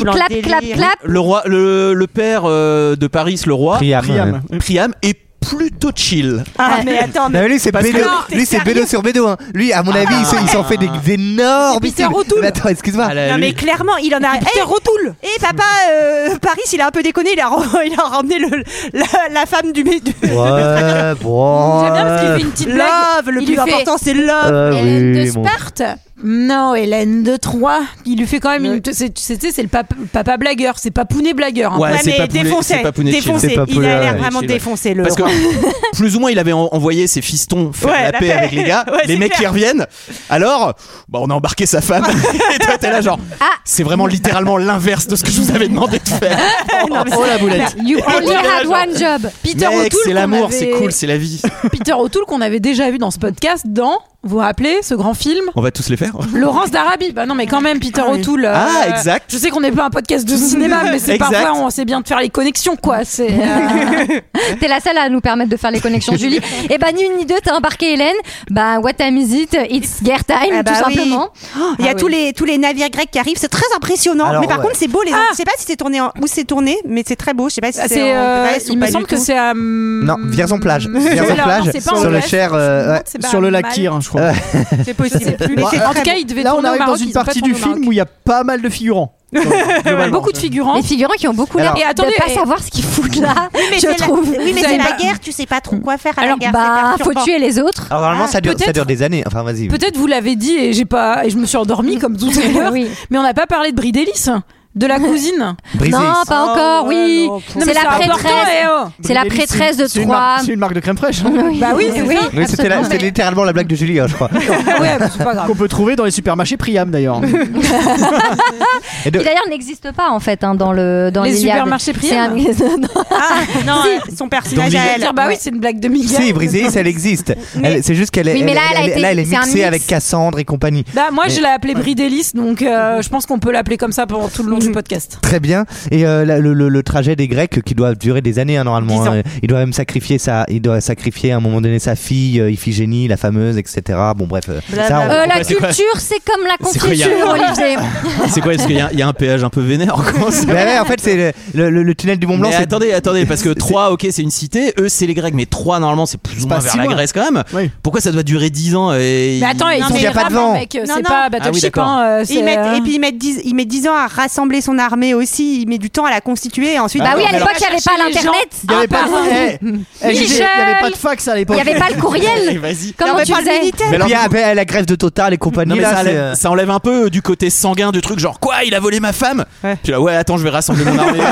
[SPEAKER 13] La foule en
[SPEAKER 1] Clap,
[SPEAKER 13] délire.
[SPEAKER 1] clap, clap.
[SPEAKER 6] Le roi, le, le père euh, de Paris, le roi.
[SPEAKER 7] Priam.
[SPEAKER 6] Priam. Priam est plutôt chill.
[SPEAKER 13] Ah, mais attends,
[SPEAKER 7] Non, mais
[SPEAKER 13] mais
[SPEAKER 7] Bah lui c'est
[SPEAKER 6] Parce que-
[SPEAKER 7] Bédo,
[SPEAKER 13] Non, t'es
[SPEAKER 7] lui c'est
[SPEAKER 13] sérieux
[SPEAKER 7] Bédo sur Bédo. hein. Lui, à mon avis, il s'en- il s'en fait des, des énormes.
[SPEAKER 11] C'est Ah, Peter
[SPEAKER 7] bidules.
[SPEAKER 11] O'Toole.
[SPEAKER 7] Mais attends, excuse-moi.
[SPEAKER 6] Ah là,
[SPEAKER 13] Non
[SPEAKER 6] lui-
[SPEAKER 13] mais clairement, il en a.
[SPEAKER 11] Peter O'Toole
[SPEAKER 13] Eh papa, euh, Paris, il a un peu déconné. Il a, rem- il a ramené le, la, la femme du du-
[SPEAKER 7] Ouais, bon.
[SPEAKER 6] Euh.
[SPEAKER 11] J'aime bien parce qu'il fait une petite blague.
[SPEAKER 13] Love, le
[SPEAKER 11] Il lui
[SPEAKER 13] plus
[SPEAKER 11] fait-
[SPEAKER 13] important, c'est love.
[SPEAKER 7] Ah
[SPEAKER 11] Hélène de
[SPEAKER 7] oui, mon-
[SPEAKER 11] Sparte Non, Hélène de Troyes, il lui fait quand même une. c'est- c'est- tu sais, c'est le papa, le papa blagueur, c'est Papounet blagueur. hein. un
[SPEAKER 6] Ouais,
[SPEAKER 11] peu.
[SPEAKER 6] c'est Ouais, mais Papounet- défoncé, c'est Papounet de défoncé. Chine. C'est
[SPEAKER 13] Il a
[SPEAKER 6] Papounet,
[SPEAKER 13] l'air
[SPEAKER 6] ouais,
[SPEAKER 13] vraiment
[SPEAKER 6] Chine, ouais.
[SPEAKER 13] défoncé le.
[SPEAKER 6] Parce que
[SPEAKER 13] roi.
[SPEAKER 6] plus ou moins, il avait en- envoyé ses fistons faire
[SPEAKER 13] Ouais,
[SPEAKER 6] la,
[SPEAKER 13] la
[SPEAKER 6] paix
[SPEAKER 13] paix.
[SPEAKER 6] avec les gars.
[SPEAKER 13] Ouais,
[SPEAKER 6] les
[SPEAKER 13] c'est
[SPEAKER 6] mecs qui
[SPEAKER 13] clair.
[SPEAKER 6] reviennent. Alors, bah, on a embarqué sa femme. et toi, t'es là, genre, c'est vraiment littéralement l'inverse de ce que je vous avais demandé de faire. oh la boulette.
[SPEAKER 1] You only had one job.
[SPEAKER 11] Peter
[SPEAKER 6] Mec,
[SPEAKER 11] O'Toole
[SPEAKER 6] c'est
[SPEAKER 11] qu'on
[SPEAKER 6] l'amour,
[SPEAKER 11] avait-
[SPEAKER 6] c'est cool, c'est la vie.
[SPEAKER 11] Peter O'Toole qu'on avait déjà vu dans ce podcast dans, vous vous rappelez, ce grand film
[SPEAKER 6] On va tous les faire.
[SPEAKER 11] Laurence d'Arabie, bah non mais quand même Peter O'Toole. euh,
[SPEAKER 6] Ah, exact.
[SPEAKER 11] Je sais qu'on n'est pas un podcast de cinéma, mais c'est
[SPEAKER 6] Exact.
[SPEAKER 11] parfois on sait bien de faire les connexions quoi. C'est. euh.
[SPEAKER 1] T'es la seule à nous permettre de faire les connexions, Julie. Et bah, ni une ni deux, t'as embarqué Hélène. Bah, what time is it? It's gear time,
[SPEAKER 11] Eh
[SPEAKER 13] Ah bah
[SPEAKER 1] tout
[SPEAKER 13] oui.
[SPEAKER 1] simplement. Ah,
[SPEAKER 13] Oh, Il y a tous, les, tous les navires grecs qui arrivent, c'est très impressionnant.
[SPEAKER 1] Alors,
[SPEAKER 13] mais par
[SPEAKER 1] ouais.
[SPEAKER 13] contre, c'est beau. Les... Je sais pas si c'est tourné en... où c'est tourné, mais c'est très beau. Je sais pas si
[SPEAKER 11] Ah,
[SPEAKER 13] c'est.
[SPEAKER 11] c'est,
[SPEAKER 13] en
[SPEAKER 11] euh,
[SPEAKER 13] Grèce ou
[SPEAKER 11] il me
[SPEAKER 13] pas du
[SPEAKER 11] semble que
[SPEAKER 13] tout.
[SPEAKER 11] c'est à.
[SPEAKER 7] Non, Vierzon plage. Vierzon
[SPEAKER 11] Alors, non,
[SPEAKER 7] plage
[SPEAKER 11] c'est pas en
[SPEAKER 7] sur le
[SPEAKER 11] Grèce,
[SPEAKER 7] cher euh, ouais. Euh,
[SPEAKER 11] c'est pas Sur le lac mal. Kyr,
[SPEAKER 12] je crois.
[SPEAKER 13] C'est possible.
[SPEAKER 11] plus. Mais c'est
[SPEAKER 12] Ah,
[SPEAKER 11] en tout cas, il devait
[SPEAKER 12] Là, on
[SPEAKER 11] tourner au
[SPEAKER 12] arrive dans
[SPEAKER 11] Maroc,
[SPEAKER 12] une
[SPEAKER 11] ils ont pas
[SPEAKER 12] partie
[SPEAKER 11] tourné
[SPEAKER 12] du
[SPEAKER 11] au
[SPEAKER 12] film
[SPEAKER 11] Maroc.
[SPEAKER 12] où il y a pas mal de figurants.
[SPEAKER 11] beaucoup de figurants.
[SPEAKER 1] Les figurants qui ont beaucoup l'air
[SPEAKER 12] Alors-
[SPEAKER 1] de
[SPEAKER 11] attendez,
[SPEAKER 1] pas
[SPEAKER 11] et-
[SPEAKER 1] savoir ce qu'ils foutent là.
[SPEAKER 13] Oui, mais
[SPEAKER 1] je
[SPEAKER 13] c'est la-
[SPEAKER 1] trouve.
[SPEAKER 13] oui, mais
[SPEAKER 1] Vous
[SPEAKER 13] c'est
[SPEAKER 1] avez
[SPEAKER 13] la
[SPEAKER 1] pas-
[SPEAKER 13] guerre, tu sais pas trop quoi faire à
[SPEAKER 1] Alors,
[SPEAKER 13] la guerre.
[SPEAKER 1] bah,
[SPEAKER 13] c'est
[SPEAKER 1] faut
[SPEAKER 13] perturbant.
[SPEAKER 1] tuer les autres.
[SPEAKER 7] Alors normalement ça dure, ça
[SPEAKER 11] Ah, peut-être-
[SPEAKER 7] dure des années. Enfin vas-y.
[SPEAKER 11] Peut-être vous l'avez dit et j'ai pas et je me suis endormie comme tout à l'heure. Mais on n'a pas parlé de Bridélis, de la cousine.
[SPEAKER 7] Briseis.
[SPEAKER 1] Non, pas
[SPEAKER 6] Oh,
[SPEAKER 1] encore, oui.
[SPEAKER 11] Non, mais
[SPEAKER 1] c'est la
[SPEAKER 11] c'est important,
[SPEAKER 1] prêtresse.
[SPEAKER 11] eh oh.
[SPEAKER 1] C'est la prêtresse de
[SPEAKER 12] Bah, C'est une
[SPEAKER 1] Troie.
[SPEAKER 12] marque- C'est une marque de crème fraîche. hein.
[SPEAKER 11] Bah oui, c'est ça.
[SPEAKER 7] Oui, c'était la-
[SPEAKER 11] absolument.
[SPEAKER 7] c'était littéralement la blague de Julie, hein, je crois.
[SPEAKER 11] Ouais, bah, c'est pas grave.
[SPEAKER 12] Qu'on peut trouver dans les supermarchés Priam d'ailleurs.
[SPEAKER 7] Et de-
[SPEAKER 1] Qui d'ailleurs n'existe pas en fait hein, dans le dans
[SPEAKER 11] Les
[SPEAKER 1] l'Iliade.
[SPEAKER 11] supermarchés
[SPEAKER 1] C'est un-
[SPEAKER 13] Ah, non, euh, son personnage
[SPEAKER 7] Donc,
[SPEAKER 13] à
[SPEAKER 7] il-
[SPEAKER 13] elle.
[SPEAKER 11] Dire, bah oui, c'est une blague de Miguel.
[SPEAKER 7] Si, Briseis, elle existe.
[SPEAKER 11] Mais-
[SPEAKER 7] Elle- C'est juste qu'elle est,
[SPEAKER 11] Oui, mais là, elle a été-
[SPEAKER 7] là, elle est
[SPEAKER 11] c'est un
[SPEAKER 7] mixée
[SPEAKER 11] mix.
[SPEAKER 7] avec Cassandre et compagnie.
[SPEAKER 11] Bah moi
[SPEAKER 7] Mais-
[SPEAKER 11] je l'ai appelée Bridélis, donc
[SPEAKER 6] Mm-hmm.
[SPEAKER 11] euh, je pense qu'on peut l'appeler comme ça pendant tout le long du podcast.
[SPEAKER 7] Très bien. Et euh, la- le, le- le trajet des Grecs qui doit durer des années hein, normalement.
[SPEAKER 11] Dix ans.
[SPEAKER 7] hein. Il doit même sacrifier sa, il doit sacrifier à un moment donné sa fille euh, Iphigénie, la fameuse, etc. Bon bref. euh, ça, on-
[SPEAKER 1] Euh, la
[SPEAKER 6] C'est quoi
[SPEAKER 1] culture, c'est comme la
[SPEAKER 6] C'est quoi, il y a-
[SPEAKER 1] confiture, Olivier.
[SPEAKER 6] C'est quoi Parce qu'il y, a- il y a un péage un peu vénère. Comment ça
[SPEAKER 7] Bah ouais, en fait, c'est le, le- le tunnel du Mont Blanc.
[SPEAKER 6] Mais
[SPEAKER 7] c'est-
[SPEAKER 6] attendez, attendez, parce que 3, ok, c'est une cité, eux, c'est les Grecs, mais 3, normalement, c'est plus ou
[SPEAKER 7] pas
[SPEAKER 6] moins vers
[SPEAKER 7] si
[SPEAKER 6] la
[SPEAKER 7] loin.
[SPEAKER 6] Grèce quand même. Pourquoi ça doit durer 10 ans et...
[SPEAKER 11] Mais attends, ils
[SPEAKER 13] Non,
[SPEAKER 11] sont
[SPEAKER 13] mais
[SPEAKER 11] des
[SPEAKER 13] y a pas de
[SPEAKER 11] rames,
[SPEAKER 13] vent.
[SPEAKER 11] mec,
[SPEAKER 13] Non,
[SPEAKER 11] c'est
[SPEAKER 13] non.
[SPEAKER 11] pas
[SPEAKER 6] Ah oui,
[SPEAKER 11] Battleship.
[SPEAKER 6] d'accord.
[SPEAKER 11] hein, euh,
[SPEAKER 13] Et ils
[SPEAKER 11] c'est,
[SPEAKER 13] mettent-
[SPEAKER 11] euh,
[SPEAKER 13] et puis il met, 10, il met 10 ans à rassembler son armée aussi, il met du temps à la constituer et ensuite
[SPEAKER 1] Bah oui,
[SPEAKER 13] il
[SPEAKER 1] à l'époque, il n'y avait pas
[SPEAKER 11] chercher les gens.
[SPEAKER 1] l'internet.
[SPEAKER 12] Il n'y avait, pas de- eh, eh,
[SPEAKER 1] Michel
[SPEAKER 12] j'ai- il y avait pas de fax à
[SPEAKER 1] Il
[SPEAKER 12] l'époque.
[SPEAKER 1] n'y avait pas le
[SPEAKER 6] Eh,
[SPEAKER 1] courriel.
[SPEAKER 6] Vas-y.
[SPEAKER 1] Comment
[SPEAKER 13] avait
[SPEAKER 1] tu
[SPEAKER 13] pas le
[SPEAKER 1] faisais
[SPEAKER 13] militaire.
[SPEAKER 7] Et
[SPEAKER 6] Mais alors,
[SPEAKER 7] puis après, la grève de Total et compagnie.
[SPEAKER 6] Non, mais
[SPEAKER 7] là,
[SPEAKER 6] ça,
[SPEAKER 7] c'est,
[SPEAKER 6] enlève,
[SPEAKER 7] euh,
[SPEAKER 6] ça enlève un peu du côté sanguin du truc, genre quoi, il a volé ma femme Tu là, ouais, attends, je vais rassembler mon armée.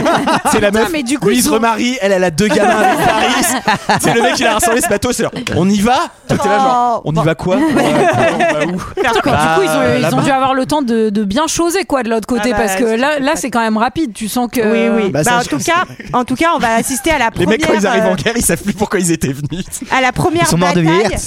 [SPEAKER 6] c'est la meuf,
[SPEAKER 11] mais du coup,
[SPEAKER 6] lui, il
[SPEAKER 11] ils
[SPEAKER 6] se
[SPEAKER 11] ont-
[SPEAKER 6] remarie, elle, elle a deux gamins avec Paris. c'est le mec, il a rassemblé ce bateau, c'est genre, on y va Toi, t'es là, genre,
[SPEAKER 11] Oh.
[SPEAKER 6] on y va quoi Ouais, On va où
[SPEAKER 11] Putain, quoi,
[SPEAKER 6] Bah,
[SPEAKER 11] du coup, ils ont, ils
[SPEAKER 6] là-bas.
[SPEAKER 11] ont dû avoir le temps de, de bien choser quoi de l'autre côté
[SPEAKER 13] Ah bah,
[SPEAKER 11] parce que
[SPEAKER 13] c'est-
[SPEAKER 11] là, là c'est quand même rapide. Tu sens que
[SPEAKER 13] Oui, oui.
[SPEAKER 6] Bah,
[SPEAKER 13] Bah,
[SPEAKER 6] ça,
[SPEAKER 13] en,
[SPEAKER 6] je-
[SPEAKER 13] tout cas, en tout cas, on va assister à la
[SPEAKER 6] Les
[SPEAKER 13] première,
[SPEAKER 6] mecs, quand ils arrivent en
[SPEAKER 13] euh,
[SPEAKER 6] guerre, ils savent plus pourquoi ils étaient venus.
[SPEAKER 13] à la première
[SPEAKER 7] Ils sont morts de
[SPEAKER 13] bataille
[SPEAKER 7] vieillards.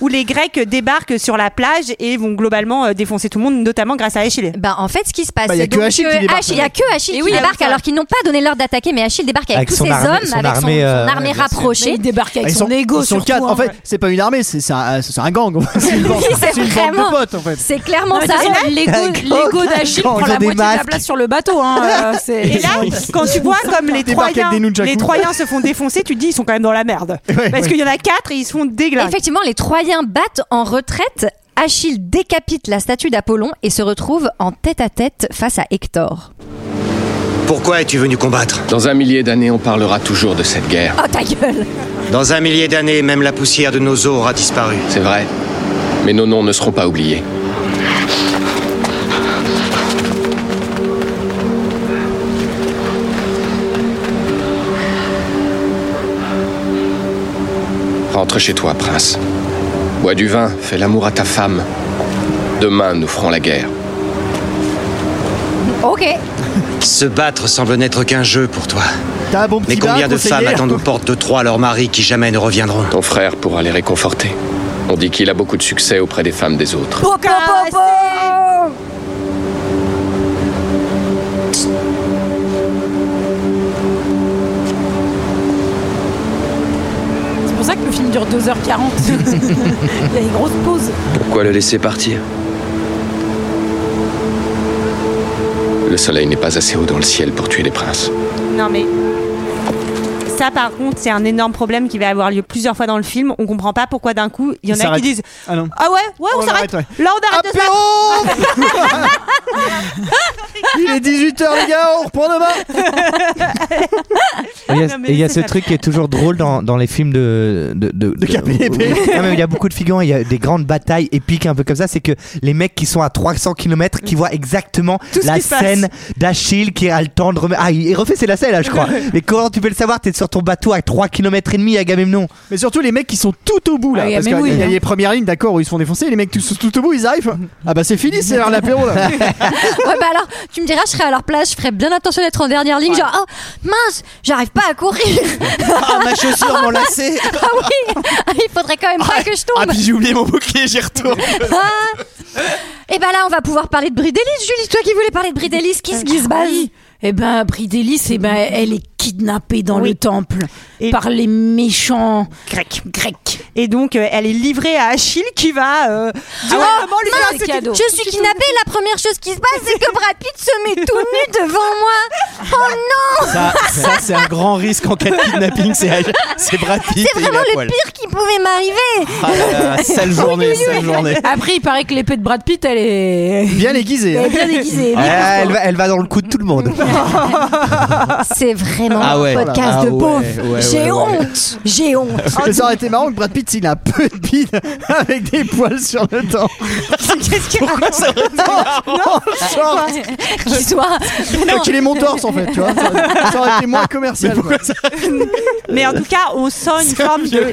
[SPEAKER 13] où les Grecs débarquent sur la plage et vont globalement euh, défoncer tout le monde, notamment grâce à Échillé.
[SPEAKER 1] Bah, en fait, ce qui se passe,
[SPEAKER 12] Bah, il y a
[SPEAKER 1] c'est
[SPEAKER 12] que
[SPEAKER 1] donc
[SPEAKER 12] Achille qui
[SPEAKER 1] que
[SPEAKER 12] débarque.
[SPEAKER 1] Achille- il y a que Achille
[SPEAKER 11] Et
[SPEAKER 1] qui
[SPEAKER 11] oui,
[SPEAKER 1] débarque
[SPEAKER 11] ça.
[SPEAKER 1] alors qu'ils n'ont pas donné l'ordre d'attaquer, mais Achille débarque avec,
[SPEAKER 7] Avec
[SPEAKER 1] tous
[SPEAKER 7] son
[SPEAKER 1] ses
[SPEAKER 7] armée-
[SPEAKER 1] hommes,
[SPEAKER 7] son
[SPEAKER 1] avec son-
[SPEAKER 7] armée,
[SPEAKER 1] son,
[SPEAKER 7] euh,
[SPEAKER 1] armée
[SPEAKER 7] bien sûr.
[SPEAKER 1] rapprochée.
[SPEAKER 11] il débarque
[SPEAKER 12] Ah,
[SPEAKER 11] avec
[SPEAKER 12] ils
[SPEAKER 11] son
[SPEAKER 12] sont-
[SPEAKER 11] ego
[SPEAKER 12] ils sont
[SPEAKER 11] surtout,
[SPEAKER 12] quatre.
[SPEAKER 11] hein.
[SPEAKER 12] En fait, c'est pas une armée, c'est c'est un, euh, c'est un gang. c'est une bande,
[SPEAKER 1] Oui, c'est
[SPEAKER 12] c'est une bande
[SPEAKER 1] vraiment-
[SPEAKER 12] de potes en fait.
[SPEAKER 1] C'est clairement
[SPEAKER 11] Non, mais de
[SPEAKER 1] ça.
[SPEAKER 11] toute façon, l'ego l'ego d'Achille
[SPEAKER 7] Ils ont
[SPEAKER 11] prend la
[SPEAKER 7] des
[SPEAKER 11] moitié de la
[SPEAKER 7] masques.
[SPEAKER 11] place sur le bateau. Hein. euh, c'est-
[SPEAKER 13] Et là, quand tu vois comme les
[SPEAKER 12] Débarque avec
[SPEAKER 13] Troyens,
[SPEAKER 12] des nunchakus.
[SPEAKER 13] les Troyens se font défoncer, tu te dis ils sont quand même dans la merde. Parce qu'il y en a quatre et ils se font déglinguer.
[SPEAKER 1] Effectivement, les Troyens battent en retraite. Achille décapite la statue d'Apollon et se retrouve en tête-à-tête face à Hector.
[SPEAKER 10] Pourquoi es-tu venu combattre
[SPEAKER 14] Dans un millier d'années, on parlera toujours de cette guerre.
[SPEAKER 1] Oh ta gueule
[SPEAKER 10] Dans un millier d'années, même la poussière de nos os aura disparu.
[SPEAKER 14] C'est vrai. Mais nos noms ne seront pas oubliés. Rentre chez toi, prince. Bois du vin, fais l'amour à ta femme. Demain, nous ferons la guerre.
[SPEAKER 1] Ok.
[SPEAKER 10] Se battre semble n'être qu'un jeu pour toi.
[SPEAKER 12] T'as un bon petit
[SPEAKER 10] Mais
[SPEAKER 12] gars,
[SPEAKER 10] combien de
[SPEAKER 12] conseiller
[SPEAKER 10] femmes attendent aux portes de Troie leurs maris qui jamais ne reviendront
[SPEAKER 14] Ton frère pourra les réconforter. On dit qu'il a beaucoup de succès auprès des femmes des autres.
[SPEAKER 1] Po, po, po, po.
[SPEAKER 11] C'est pour ça que le film dure 2h40. Il y a une grosse pause.
[SPEAKER 14] Pourquoi le laisser partir Le soleil n'est pas assez haut dans le ciel pour tuer les princes.
[SPEAKER 13] Non mais ça par contre c'est un énorme problème qui va avoir lieu plusieurs fois dans le film. On comprend pas pourquoi d'un coup il y en a qui
[SPEAKER 12] s'arrêtent.
[SPEAKER 13] disent
[SPEAKER 12] Ah non.
[SPEAKER 13] ah ouais ouais on,
[SPEAKER 12] On
[SPEAKER 13] s'arrête
[SPEAKER 12] arrête,
[SPEAKER 13] là on arrête de se battre.
[SPEAKER 12] Il est 18h les gars, on reprend demain.
[SPEAKER 7] Il y a,
[SPEAKER 13] Non, mais
[SPEAKER 7] et il y a
[SPEAKER 13] c'est
[SPEAKER 7] ce
[SPEAKER 13] ça.
[SPEAKER 7] truc qui est toujours drôle dans, dans les films de de, de, de-
[SPEAKER 12] KPP.
[SPEAKER 7] Non, mais il y a beaucoup de figurants, il y a des grandes batailles épiques un peu comme ça. C'est que les mecs qui sont à 300 km qui voient exactement
[SPEAKER 12] Tout ce
[SPEAKER 7] la
[SPEAKER 12] qui se passe.
[SPEAKER 7] scène d'Achille qui a le temps de remettre. Ah, il refait c'est la scène là, je crois. mais comment tu peux le savoir T'es sur ton bateau à 3 km et demi à Gamemnon.
[SPEAKER 12] Mais surtout les mecs qui sont tout au bout là.
[SPEAKER 7] Ah oui,
[SPEAKER 12] parce
[SPEAKER 7] mais
[SPEAKER 12] qu'il
[SPEAKER 7] oui,
[SPEAKER 12] y a
[SPEAKER 7] hein.
[SPEAKER 12] les premières lignes, d'accord, où ils se font défoncer. et Les mecs qui sont tout au bout, ils arrivent. Ah bah c'est fini, c'est l'heure de l'apéro là.
[SPEAKER 1] ouais, bah alors, tu me diras, je serai à leur place, je ferai bien attention d'être en dernière ligne. Genre, oh mince, j'arrive pas à courir.
[SPEAKER 6] Ah, ma chaussure, mon lacet.
[SPEAKER 1] ah oui, il faudrait quand même pas que je tombe.
[SPEAKER 6] Ah, puis j'ai oublié mon bouclier, j'y retourne.
[SPEAKER 1] Et bah là, on va pouvoir parler de Bridelis, Julie, toi qui voulais parler de Bridelis, qui se
[SPEAKER 6] Ah
[SPEAKER 1] guise base
[SPEAKER 11] Eh ben, Bridelis, eh ben, elle est kidnappée dans
[SPEAKER 13] Oui.
[SPEAKER 11] le temple par les méchants
[SPEAKER 13] Grec. Grec. Et donc, euh, elle est livrée à Achille qui va euh,
[SPEAKER 6] Ah
[SPEAKER 13] directement lui
[SPEAKER 1] Oh, mince,
[SPEAKER 13] faire
[SPEAKER 1] Ah c'est
[SPEAKER 13] ce qu'il-
[SPEAKER 1] cadeau. Je suis kidnappée, la première chose qui se passe, c'est que Brad Pitt se met tout nu devant moi. Oh non
[SPEAKER 6] Ça, ça, c'est un grand risque en cas de kidnapping, c'est c'est Brad Pitt
[SPEAKER 1] C'est
[SPEAKER 6] et il est à
[SPEAKER 1] vraiment le
[SPEAKER 6] poil.
[SPEAKER 1] pire qui pouvait m'arriver.
[SPEAKER 6] Ah là là, sale journée, sale journée.
[SPEAKER 11] Après, il paraît que l'épée de Brad Pitt, elle est
[SPEAKER 12] bien aiguisée.
[SPEAKER 6] hein.
[SPEAKER 11] Elle est bien aiguisée.
[SPEAKER 7] Ah, elle, va, elle va dans le coup de tout le monde.
[SPEAKER 11] Ah,
[SPEAKER 1] C'est vraiment
[SPEAKER 7] Ah ouais.
[SPEAKER 1] un podcast
[SPEAKER 7] Ah
[SPEAKER 1] de
[SPEAKER 7] ouais,
[SPEAKER 1] pauvre.
[SPEAKER 7] ouais, ouais,
[SPEAKER 1] J'ai
[SPEAKER 7] ouais.
[SPEAKER 1] honte, j'ai honte.
[SPEAKER 12] Parce que ça aurait été marrant que Brad Pitt s'il a un peu de bide avec des poils sur le temps.
[SPEAKER 13] Qu'est-ce qu'il
[SPEAKER 12] Pourquoi ça aurait été marrant Genre-
[SPEAKER 1] Qu'il soit.
[SPEAKER 13] Non.
[SPEAKER 12] Qu'il ait mon torse en fait, tu vois. Ça aurait- ça aurait été moins commercial. quoi.
[SPEAKER 13] Mais en tout cas, on sent une forme de,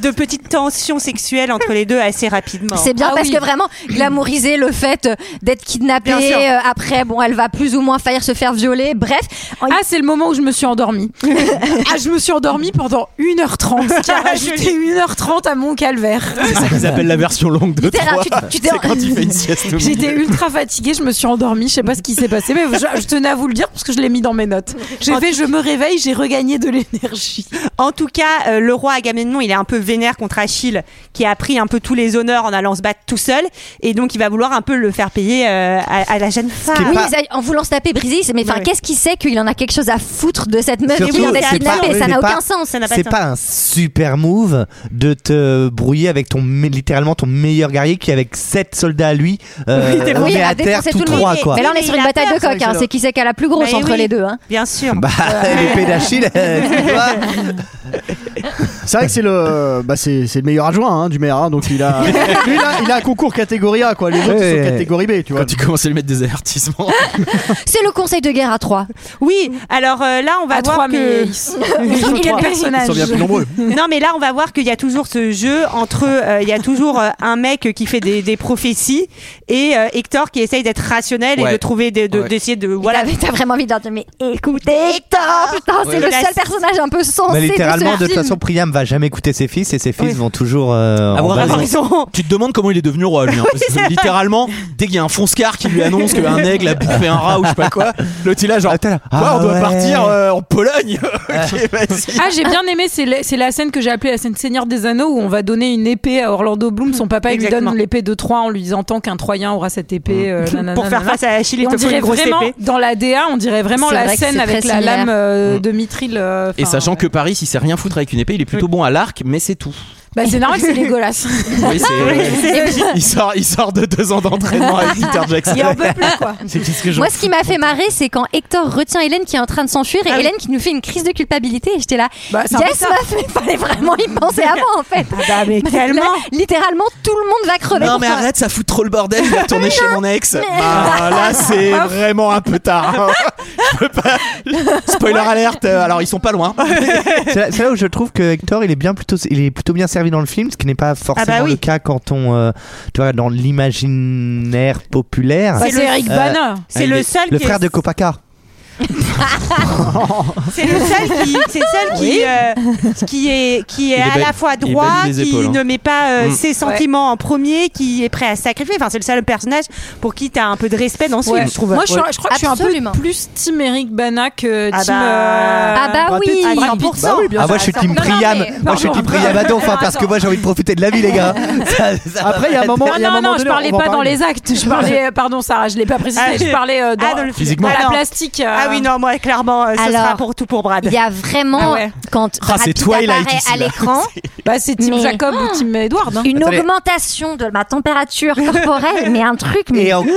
[SPEAKER 13] de petite tension sexuelle entre les deux assez rapidement. Ah
[SPEAKER 1] C'est bien parce que vraiment glamouriser le fait euh, d'être kidnappée
[SPEAKER 13] Bien sûr.
[SPEAKER 1] euh, après bon elle va plus ou moins faillir se faire violer bref
[SPEAKER 11] Ah, c'est le moment où je me suis endormie. ah, je me suis endormie pendant 1h30, ce qui a rajouté 1h30 à mon calvaire.
[SPEAKER 6] Ah, C'est ça qu'ils appellent la version longue de
[SPEAKER 11] T'es
[SPEAKER 6] 3.
[SPEAKER 11] ra- tu- tu t'es-
[SPEAKER 6] C'est quand il fait une sieste au
[SPEAKER 11] J'étais
[SPEAKER 6] milieu.
[SPEAKER 11] ultra fatiguée, je me suis endormie, je sais pas ce qui s'est passé, mais je, je tenais à vous le dire parce que je l'ai mis dans mes notes. J'ai fait, je me réveille, j'ai regagné de l'énergie.
[SPEAKER 13] En tout cas, euh, le roi Agamemnon, il est un peu vénère contre Achille, qui a pris un peu tous les honneurs en allant se battre tout seul, et donc il va vouloir un peu le faire payer euh, à, à la jeune femme.
[SPEAKER 1] Ah oui, mais ça- en voulant se taper Briseis, mais enfin, qu'est-ce qu'il sait qu'il en a quelque chose à foutre de cette meuf qui
[SPEAKER 7] Surtout,
[SPEAKER 1] vient d'être
[SPEAKER 7] c'est pas-
[SPEAKER 1] kidnappée Ça
[SPEAKER 7] c'est
[SPEAKER 1] n'a
[SPEAKER 7] pas-
[SPEAKER 1] aucun sens. ça n'a de
[SPEAKER 7] C'est
[SPEAKER 1] sens.
[SPEAKER 7] pas un super move de te brouiller avec ton me- littéralement ton meilleur guerrier qui avec 7 soldats à lui euh,
[SPEAKER 1] Oui,
[SPEAKER 7] on est
[SPEAKER 1] à
[SPEAKER 7] à terre
[SPEAKER 1] défoncer
[SPEAKER 7] tous
[SPEAKER 1] tout le monde.
[SPEAKER 7] trois quoi.
[SPEAKER 1] Mais là, on est sur une bataille de coq. hein. C'est qui c'est qui a la plus grosse
[SPEAKER 13] Bah
[SPEAKER 1] entre
[SPEAKER 13] oui.
[SPEAKER 1] les deux. hein.
[SPEAKER 13] Bien sûr.
[SPEAKER 7] Bah, l'épée d'Achille, euh, tu vois.
[SPEAKER 12] C'est vrai que c'est le, bah c'est, c'est le meilleur adjoint hein, du maire, hein, donc il a, lui, il a, il a un concours catégorie A quoi. Les autres ils
[SPEAKER 6] Ouais.
[SPEAKER 12] sont catégorie B, tu vois.
[SPEAKER 6] Quand tu commences à lui mettre des avertissements.
[SPEAKER 1] C'est le conseil de guerre à trois.
[SPEAKER 13] Oui, alors euh, là on va
[SPEAKER 11] À
[SPEAKER 13] voir
[SPEAKER 11] trois,
[SPEAKER 13] que
[SPEAKER 11] mais ils sont- ils sont
[SPEAKER 13] Il est
[SPEAKER 11] trois.
[SPEAKER 13] le personnage.
[SPEAKER 11] Ils sont bien plus nombreux.
[SPEAKER 13] non mais là on va voir qu'il y a toujours ce jeu entre euh, il y a toujours euh, un mec qui fait des, des prophéties et euh, Hector qui essaye d'être rationnel et
[SPEAKER 1] Ouais.
[SPEAKER 13] de trouver des- de-
[SPEAKER 1] Ouais.
[SPEAKER 13] d'essayer de, voilà.
[SPEAKER 1] T'as vraiment envie de dire, mais écoutez, Hector, putain, c'est
[SPEAKER 13] Ouais.
[SPEAKER 1] le seul personnage un peu sensé.
[SPEAKER 7] Mais Bah, littéralement,
[SPEAKER 1] de, ce
[SPEAKER 7] de toute
[SPEAKER 1] film.
[SPEAKER 7] façon, Priam va jamais écouter ses fils et ses fils
[SPEAKER 1] Oui.
[SPEAKER 7] vont toujours euh, en
[SPEAKER 6] Avoir
[SPEAKER 7] bas.
[SPEAKER 6] raison. Tu te demandes comment il est devenu roi, lui. hein, parce
[SPEAKER 7] Oui,
[SPEAKER 6] que
[SPEAKER 7] c'est vrai.
[SPEAKER 6] littéralement, dès qu'il y a un fonce-car qui lui annonce qu'un aigle a bouffé un rat ou je sais pas quoi, l'autre il a genre, quoi,
[SPEAKER 7] Ah
[SPEAKER 6] on doit
[SPEAKER 7] ouais.
[SPEAKER 6] partir euh, en Pologne. ok, vas-y.
[SPEAKER 11] Ah, j'ai bien aimé, c'est la, c'est la scène que j'ai appelée la scène Seigneur des Anneaux où on va donner une épée à Orlando Bloom. Son papa, il lui
[SPEAKER 13] Exactement. Mm.
[SPEAKER 11] donne l'épée de Troie en lui disant tant qu'un Troyen aura cette épée. euh, nanana,
[SPEAKER 13] Pour faire
[SPEAKER 11] nanana.
[SPEAKER 13] face à Achille, il
[SPEAKER 11] Et on
[SPEAKER 13] te faut
[SPEAKER 11] dirait
[SPEAKER 13] une grosse
[SPEAKER 11] vraiment,
[SPEAKER 13] épée.
[SPEAKER 11] Dans la DA, on dirait vraiment
[SPEAKER 13] C'est
[SPEAKER 11] la
[SPEAKER 13] vrai que
[SPEAKER 11] scène
[SPEAKER 13] c'est
[SPEAKER 11] avec
[SPEAKER 13] très
[SPEAKER 11] la
[SPEAKER 13] similaire.
[SPEAKER 11] lame euh, de Mithril. euh,
[SPEAKER 6] Et
[SPEAKER 11] enfin,
[SPEAKER 6] sachant que Paris, il sait rien foutre avec une épée, il est plutôt bon à l'arc, mais c'est tout.
[SPEAKER 11] bah, c'est normal, c'est dégueulasse.
[SPEAKER 6] Oui, c'est- euh,
[SPEAKER 11] Et puis-
[SPEAKER 6] il, sort, il sort de deux ans d'entraînement avec Peter Jackson.
[SPEAKER 11] Il en peut plus, quoi.
[SPEAKER 6] C'est qu'est-ce que j'en
[SPEAKER 1] Moi, ce qui m'a fait marrer, c'est quand Hector retient Hélène qui est en train de s'enfuir et Hélène qui nous fait une crise de culpabilité. Et j'étais là,
[SPEAKER 11] Ah Bah, c'est un peu
[SPEAKER 1] yes,
[SPEAKER 11] ça. Ah bah,
[SPEAKER 1] meuf, mais fallait vraiment y penser avant, en fait.
[SPEAKER 13] mais
[SPEAKER 1] Parce que
[SPEAKER 13] tellement.
[SPEAKER 1] là, littéralement, tout le monde va crever.
[SPEAKER 6] Non
[SPEAKER 1] pour
[SPEAKER 6] mais
[SPEAKER 1] toi.
[SPEAKER 6] arrête, ça fout trop le bordel, je vais retourner chez mon ex.
[SPEAKER 1] mais-
[SPEAKER 6] Ah, là c'est vraiment un peu tard. hein. Je peux pas. Spoiler alerte, euh, alors ils sont pas loin.
[SPEAKER 7] c'est là, c'est là où je trouve que Hector il est bien plutôt il est plutôt bien servi dans le film ce qui n'est pas forcément
[SPEAKER 13] Ah bah oui.
[SPEAKER 7] le cas quand on euh, tu vois dans l'imaginaire populaire
[SPEAKER 13] Bah, c'est Eric Bana.
[SPEAKER 7] Euh,
[SPEAKER 13] C'est le
[SPEAKER 7] mais-
[SPEAKER 13] seul
[SPEAKER 7] le
[SPEAKER 13] qui
[SPEAKER 7] frère
[SPEAKER 13] est-
[SPEAKER 7] de Copacar
[SPEAKER 13] C'est le seul qui, c'est le seul qui,
[SPEAKER 11] Oui.
[SPEAKER 13] euh, qui est, qui est,
[SPEAKER 7] Il est
[SPEAKER 13] à
[SPEAKER 7] belle-
[SPEAKER 13] la fois
[SPEAKER 7] il est
[SPEAKER 13] droit,
[SPEAKER 7] belle les
[SPEAKER 13] qui
[SPEAKER 7] épaules, hein.
[SPEAKER 13] ne met pas euh,
[SPEAKER 7] Mm.
[SPEAKER 13] ses
[SPEAKER 7] Ouais.
[SPEAKER 13] sentiments en premier, qui est prêt à se sacrifier. Enfin, c'est le seul personnage pour qui t'as un peu de respect dans ce
[SPEAKER 11] Ouais.
[SPEAKER 13] film, je trouve.
[SPEAKER 11] Moi, je, suis- je crois que je suis un
[SPEAKER 1] Absolument.
[SPEAKER 11] peu plus Team Eric Bana que
[SPEAKER 13] Ah
[SPEAKER 11] Team.
[SPEAKER 13] bah-
[SPEAKER 11] euh,
[SPEAKER 13] Ah bah
[SPEAKER 11] Brad Pitt.
[SPEAKER 13] oui.
[SPEAKER 11] Brad Pitt.
[SPEAKER 13] Bah oui,
[SPEAKER 7] ah moi je suis team
[SPEAKER 11] Non, non,
[SPEAKER 7] Priam moi
[SPEAKER 11] mais-
[SPEAKER 7] je suis
[SPEAKER 11] pardon. Ah,
[SPEAKER 7] team Priam à donf, hein, parce que moi j'ai envie de profiter de la vie les gars Ça- ça-
[SPEAKER 12] Après, il y a un moment-
[SPEAKER 11] Non,
[SPEAKER 12] il y a un
[SPEAKER 11] non,
[SPEAKER 12] moment
[SPEAKER 11] non, je
[SPEAKER 12] donné,
[SPEAKER 11] parlais
[SPEAKER 12] on va
[SPEAKER 11] pas dans
[SPEAKER 12] parler.
[SPEAKER 11] les actes. Je parlais, euh, pardon, Sarah, je l'ai pas précisé.
[SPEAKER 13] Ah,
[SPEAKER 11] je parlais euh, dans,
[SPEAKER 13] ah, dans le- Physiquement.
[SPEAKER 11] dans
[SPEAKER 13] Ah,
[SPEAKER 11] la
[SPEAKER 13] non.
[SPEAKER 11] plastique. euh,
[SPEAKER 13] Ah oui, non, moi, clairement, euh, ce
[SPEAKER 1] Alors,
[SPEAKER 13] sera pour tout pour Brad.
[SPEAKER 1] Il y a vraiment,
[SPEAKER 13] Ah ouais.
[SPEAKER 1] quand
[SPEAKER 13] Ah,
[SPEAKER 1] Brad
[SPEAKER 13] c'est
[SPEAKER 1] Pitt
[SPEAKER 13] Twilight
[SPEAKER 1] apparaît
[SPEAKER 13] ici,
[SPEAKER 1] à
[SPEAKER 13] là.
[SPEAKER 1] l'écran,
[SPEAKER 11] Bah, c'est Team
[SPEAKER 1] mais- oh.
[SPEAKER 11] Jacob ou Team Edward. hein.
[SPEAKER 1] une augmentation de ma température corporelle, mais un truc, mais
[SPEAKER 7] Et en-
[SPEAKER 1] de qui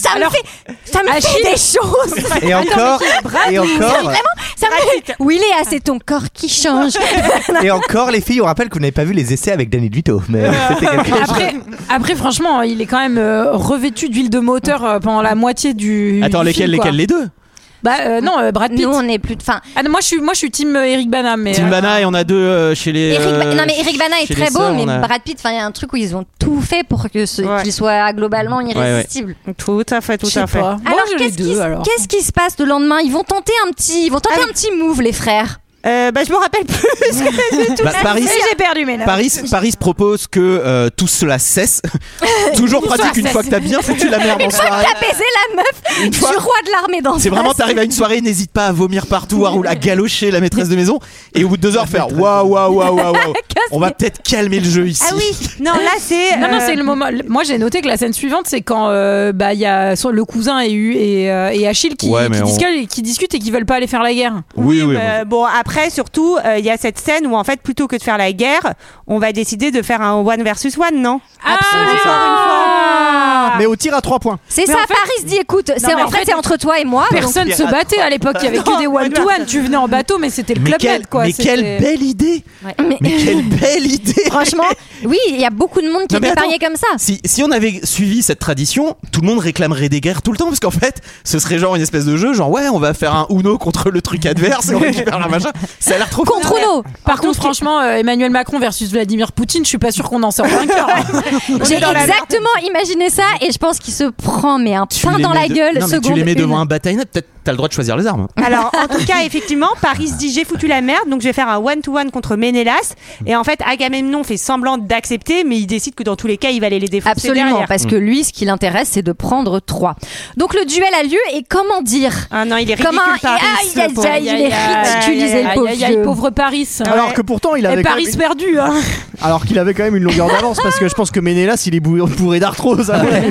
[SPEAKER 1] ça me fait, ça me fait
[SPEAKER 11] Achille-
[SPEAKER 1] des choses.
[SPEAKER 7] Et encore-
[SPEAKER 1] mais qui- Brad
[SPEAKER 7] et
[SPEAKER 1] Pitt,
[SPEAKER 7] encore-
[SPEAKER 1] Vraiment, Oui, Léa, ah, c'est ton corps qui change.
[SPEAKER 7] Et encore, les filles, on rappelle que vous n'avez pas vu les essais avec Danny DeVito. Mais euh, c'était
[SPEAKER 13] Ah.
[SPEAKER 7] quelque chose.
[SPEAKER 11] après, après, franchement, il est quand même euh, revêtu d'huile de moteur euh, pendant la moitié du.
[SPEAKER 6] Attends,
[SPEAKER 11] du
[SPEAKER 6] lesquels,
[SPEAKER 11] film, quoi.
[SPEAKER 6] lesquels Les deux
[SPEAKER 11] Bah euh, non, euh, Brad Pitt.
[SPEAKER 1] Nous, on est plus. Enfin.
[SPEAKER 11] Ah, non, moi, je suis, moi, je suis team euh, Eric Bana, mais.
[SPEAKER 6] Tim
[SPEAKER 11] euh,
[SPEAKER 6] Bana et on a deux euh, chez les.
[SPEAKER 1] Eric Ba-
[SPEAKER 6] euh,
[SPEAKER 1] non mais Eric Bana est
[SPEAKER 6] chez
[SPEAKER 1] très
[SPEAKER 6] les
[SPEAKER 1] beau,
[SPEAKER 6] sœurs,
[SPEAKER 1] mais
[SPEAKER 6] on a-
[SPEAKER 1] Brad Pitt, enfin il y a un truc où ils ont tout fait pour que ce, qu'il soit globalement irrésistible.
[SPEAKER 13] Tout à fait, tout
[SPEAKER 1] Je sais
[SPEAKER 13] à fait.
[SPEAKER 1] pas. Alors, qu'est-ce qui, se- qu'est-ce qui se passe le lendemain Ils vont tenter un petit, ils vont
[SPEAKER 11] Ah,
[SPEAKER 1] tenter un petit move, les frères.
[SPEAKER 11] Euh,
[SPEAKER 13] bah, je me rappelle plus.
[SPEAKER 6] Bah, Paris,
[SPEAKER 11] j'ai perdu mes notes.
[SPEAKER 6] Paris, Paris propose que euh, tout cela cesse. Toujours
[SPEAKER 1] Tout cela
[SPEAKER 6] pratique une
[SPEAKER 1] cesse.
[SPEAKER 6] fois que t'as bien foutu la merde en
[SPEAKER 1] Une fois
[SPEAKER 6] soirée.
[SPEAKER 1] que t'as baisé la meuf
[SPEAKER 6] Une fois-
[SPEAKER 1] du roi de l'armée d'en
[SPEAKER 6] C'est vraiment,
[SPEAKER 1] face.
[SPEAKER 6] t'arrives à une soirée, n'hésite pas à vomir partout, à, rouler, à galocher la maîtresse de maison, et au bout de deux heures faire waouh, waouh, waouh, waouh, waouh. On va peut-être calmer le
[SPEAKER 1] Ah
[SPEAKER 6] jeu ici.
[SPEAKER 13] ah non, là, c'est,
[SPEAKER 11] Non, non,
[SPEAKER 13] euh,
[SPEAKER 11] c'est le moment. Moi, j'ai noté que la scène suivante, c'est quand euh, bah, il y a soit le cousin et, U- et, euh, et Achille qui,
[SPEAKER 6] Ouais,
[SPEAKER 11] qui
[SPEAKER 6] mais on-
[SPEAKER 11] discutent, et qui discutent et qui veulent pas aller faire la guerre.
[SPEAKER 6] Oui, oui.
[SPEAKER 13] Euh, bon après surtout euh, il y a cette scène où en fait plutôt que de faire la guerre on va décider de faire un one versus one non
[SPEAKER 11] Ah,
[SPEAKER 1] Ah.
[SPEAKER 12] Mais au tir à 3 points.
[SPEAKER 1] C'est
[SPEAKER 11] Mais
[SPEAKER 1] ça,
[SPEAKER 11] en fait-
[SPEAKER 1] Paris se dit écoute, c'est
[SPEAKER 11] mais
[SPEAKER 1] en
[SPEAKER 11] en
[SPEAKER 1] fait
[SPEAKER 11] fait,
[SPEAKER 1] c'est entre toi et moi.
[SPEAKER 11] Personne
[SPEAKER 1] donc-
[SPEAKER 11] se battait à l'époque, il y avait que des one-to-one. Tu venais en bateau, mais c'était le
[SPEAKER 6] Mais
[SPEAKER 11] club
[SPEAKER 6] quel-
[SPEAKER 11] med, quoi.
[SPEAKER 6] mais quelle
[SPEAKER 11] C'était-
[SPEAKER 6] belle idée Mais quelle belle idée
[SPEAKER 1] Franchement, oui, il y a beaucoup de monde qui
[SPEAKER 6] Non, mais
[SPEAKER 1] était
[SPEAKER 6] attends.
[SPEAKER 1] parié comme ça.
[SPEAKER 6] Si, si on avait suivi cette tradition, tout le monde réclamerait des guerres tout le temps, parce qu'en fait, ce serait genre une espèce de jeu, genre ouais, on va faire un Uno contre le truc adverse et on récupère la machin. Ça a l'air trop fun.
[SPEAKER 1] Uno.
[SPEAKER 11] Par contre, franchement, euh, Emmanuel Macron versus Vladimir Poutine, je suis pas sûr qu'on en sort vainqueur. Hein.
[SPEAKER 1] J'ai exactement imaginé ça et je pense qu'il se prend mais un
[SPEAKER 6] Tu
[SPEAKER 1] pain
[SPEAKER 6] les
[SPEAKER 1] dans
[SPEAKER 6] mets
[SPEAKER 1] la
[SPEAKER 6] de-
[SPEAKER 1] gueule
[SPEAKER 6] non, mais
[SPEAKER 1] seconde
[SPEAKER 6] Tu les mets
[SPEAKER 1] une.
[SPEAKER 6] devant un bataille, peut-être t'as le droit de choisir les armes.
[SPEAKER 13] alors en tout cas effectivement Paris se dit j'ai foutu la merde donc je vais faire un one to one contre Ménélas et en fait Agamemnon fait semblant d'accepter mais il décide que dans tous les cas il va aller les défoncer
[SPEAKER 1] Absolument,
[SPEAKER 13] derrière.
[SPEAKER 1] parce que lui, ce qui l'intéresse, c'est de prendre trois. Donc le duel a lieu et comment dire
[SPEAKER 13] Ah non, il est
[SPEAKER 1] Comment-
[SPEAKER 13] ridicule, Paris,
[SPEAKER 1] Aïe,
[SPEAKER 13] ce
[SPEAKER 1] aïe,
[SPEAKER 13] pauvre.
[SPEAKER 1] aïe, il
[SPEAKER 13] Aïe, aïe,
[SPEAKER 1] est ridiculisé, le
[SPEAKER 11] aïe,
[SPEAKER 1] pauvre
[SPEAKER 11] aïe, aïe,
[SPEAKER 1] vieux.
[SPEAKER 11] pauvre Paris.
[SPEAKER 12] Alors que pourtant, il avait
[SPEAKER 11] Et
[SPEAKER 12] quand
[SPEAKER 11] Paris
[SPEAKER 12] même-
[SPEAKER 11] perdu, hein.
[SPEAKER 12] Alors qu'il avait quand même une longueur d'avance parce que je pense que Ménélas il est bourré bourré d'arthrose. à mon avis.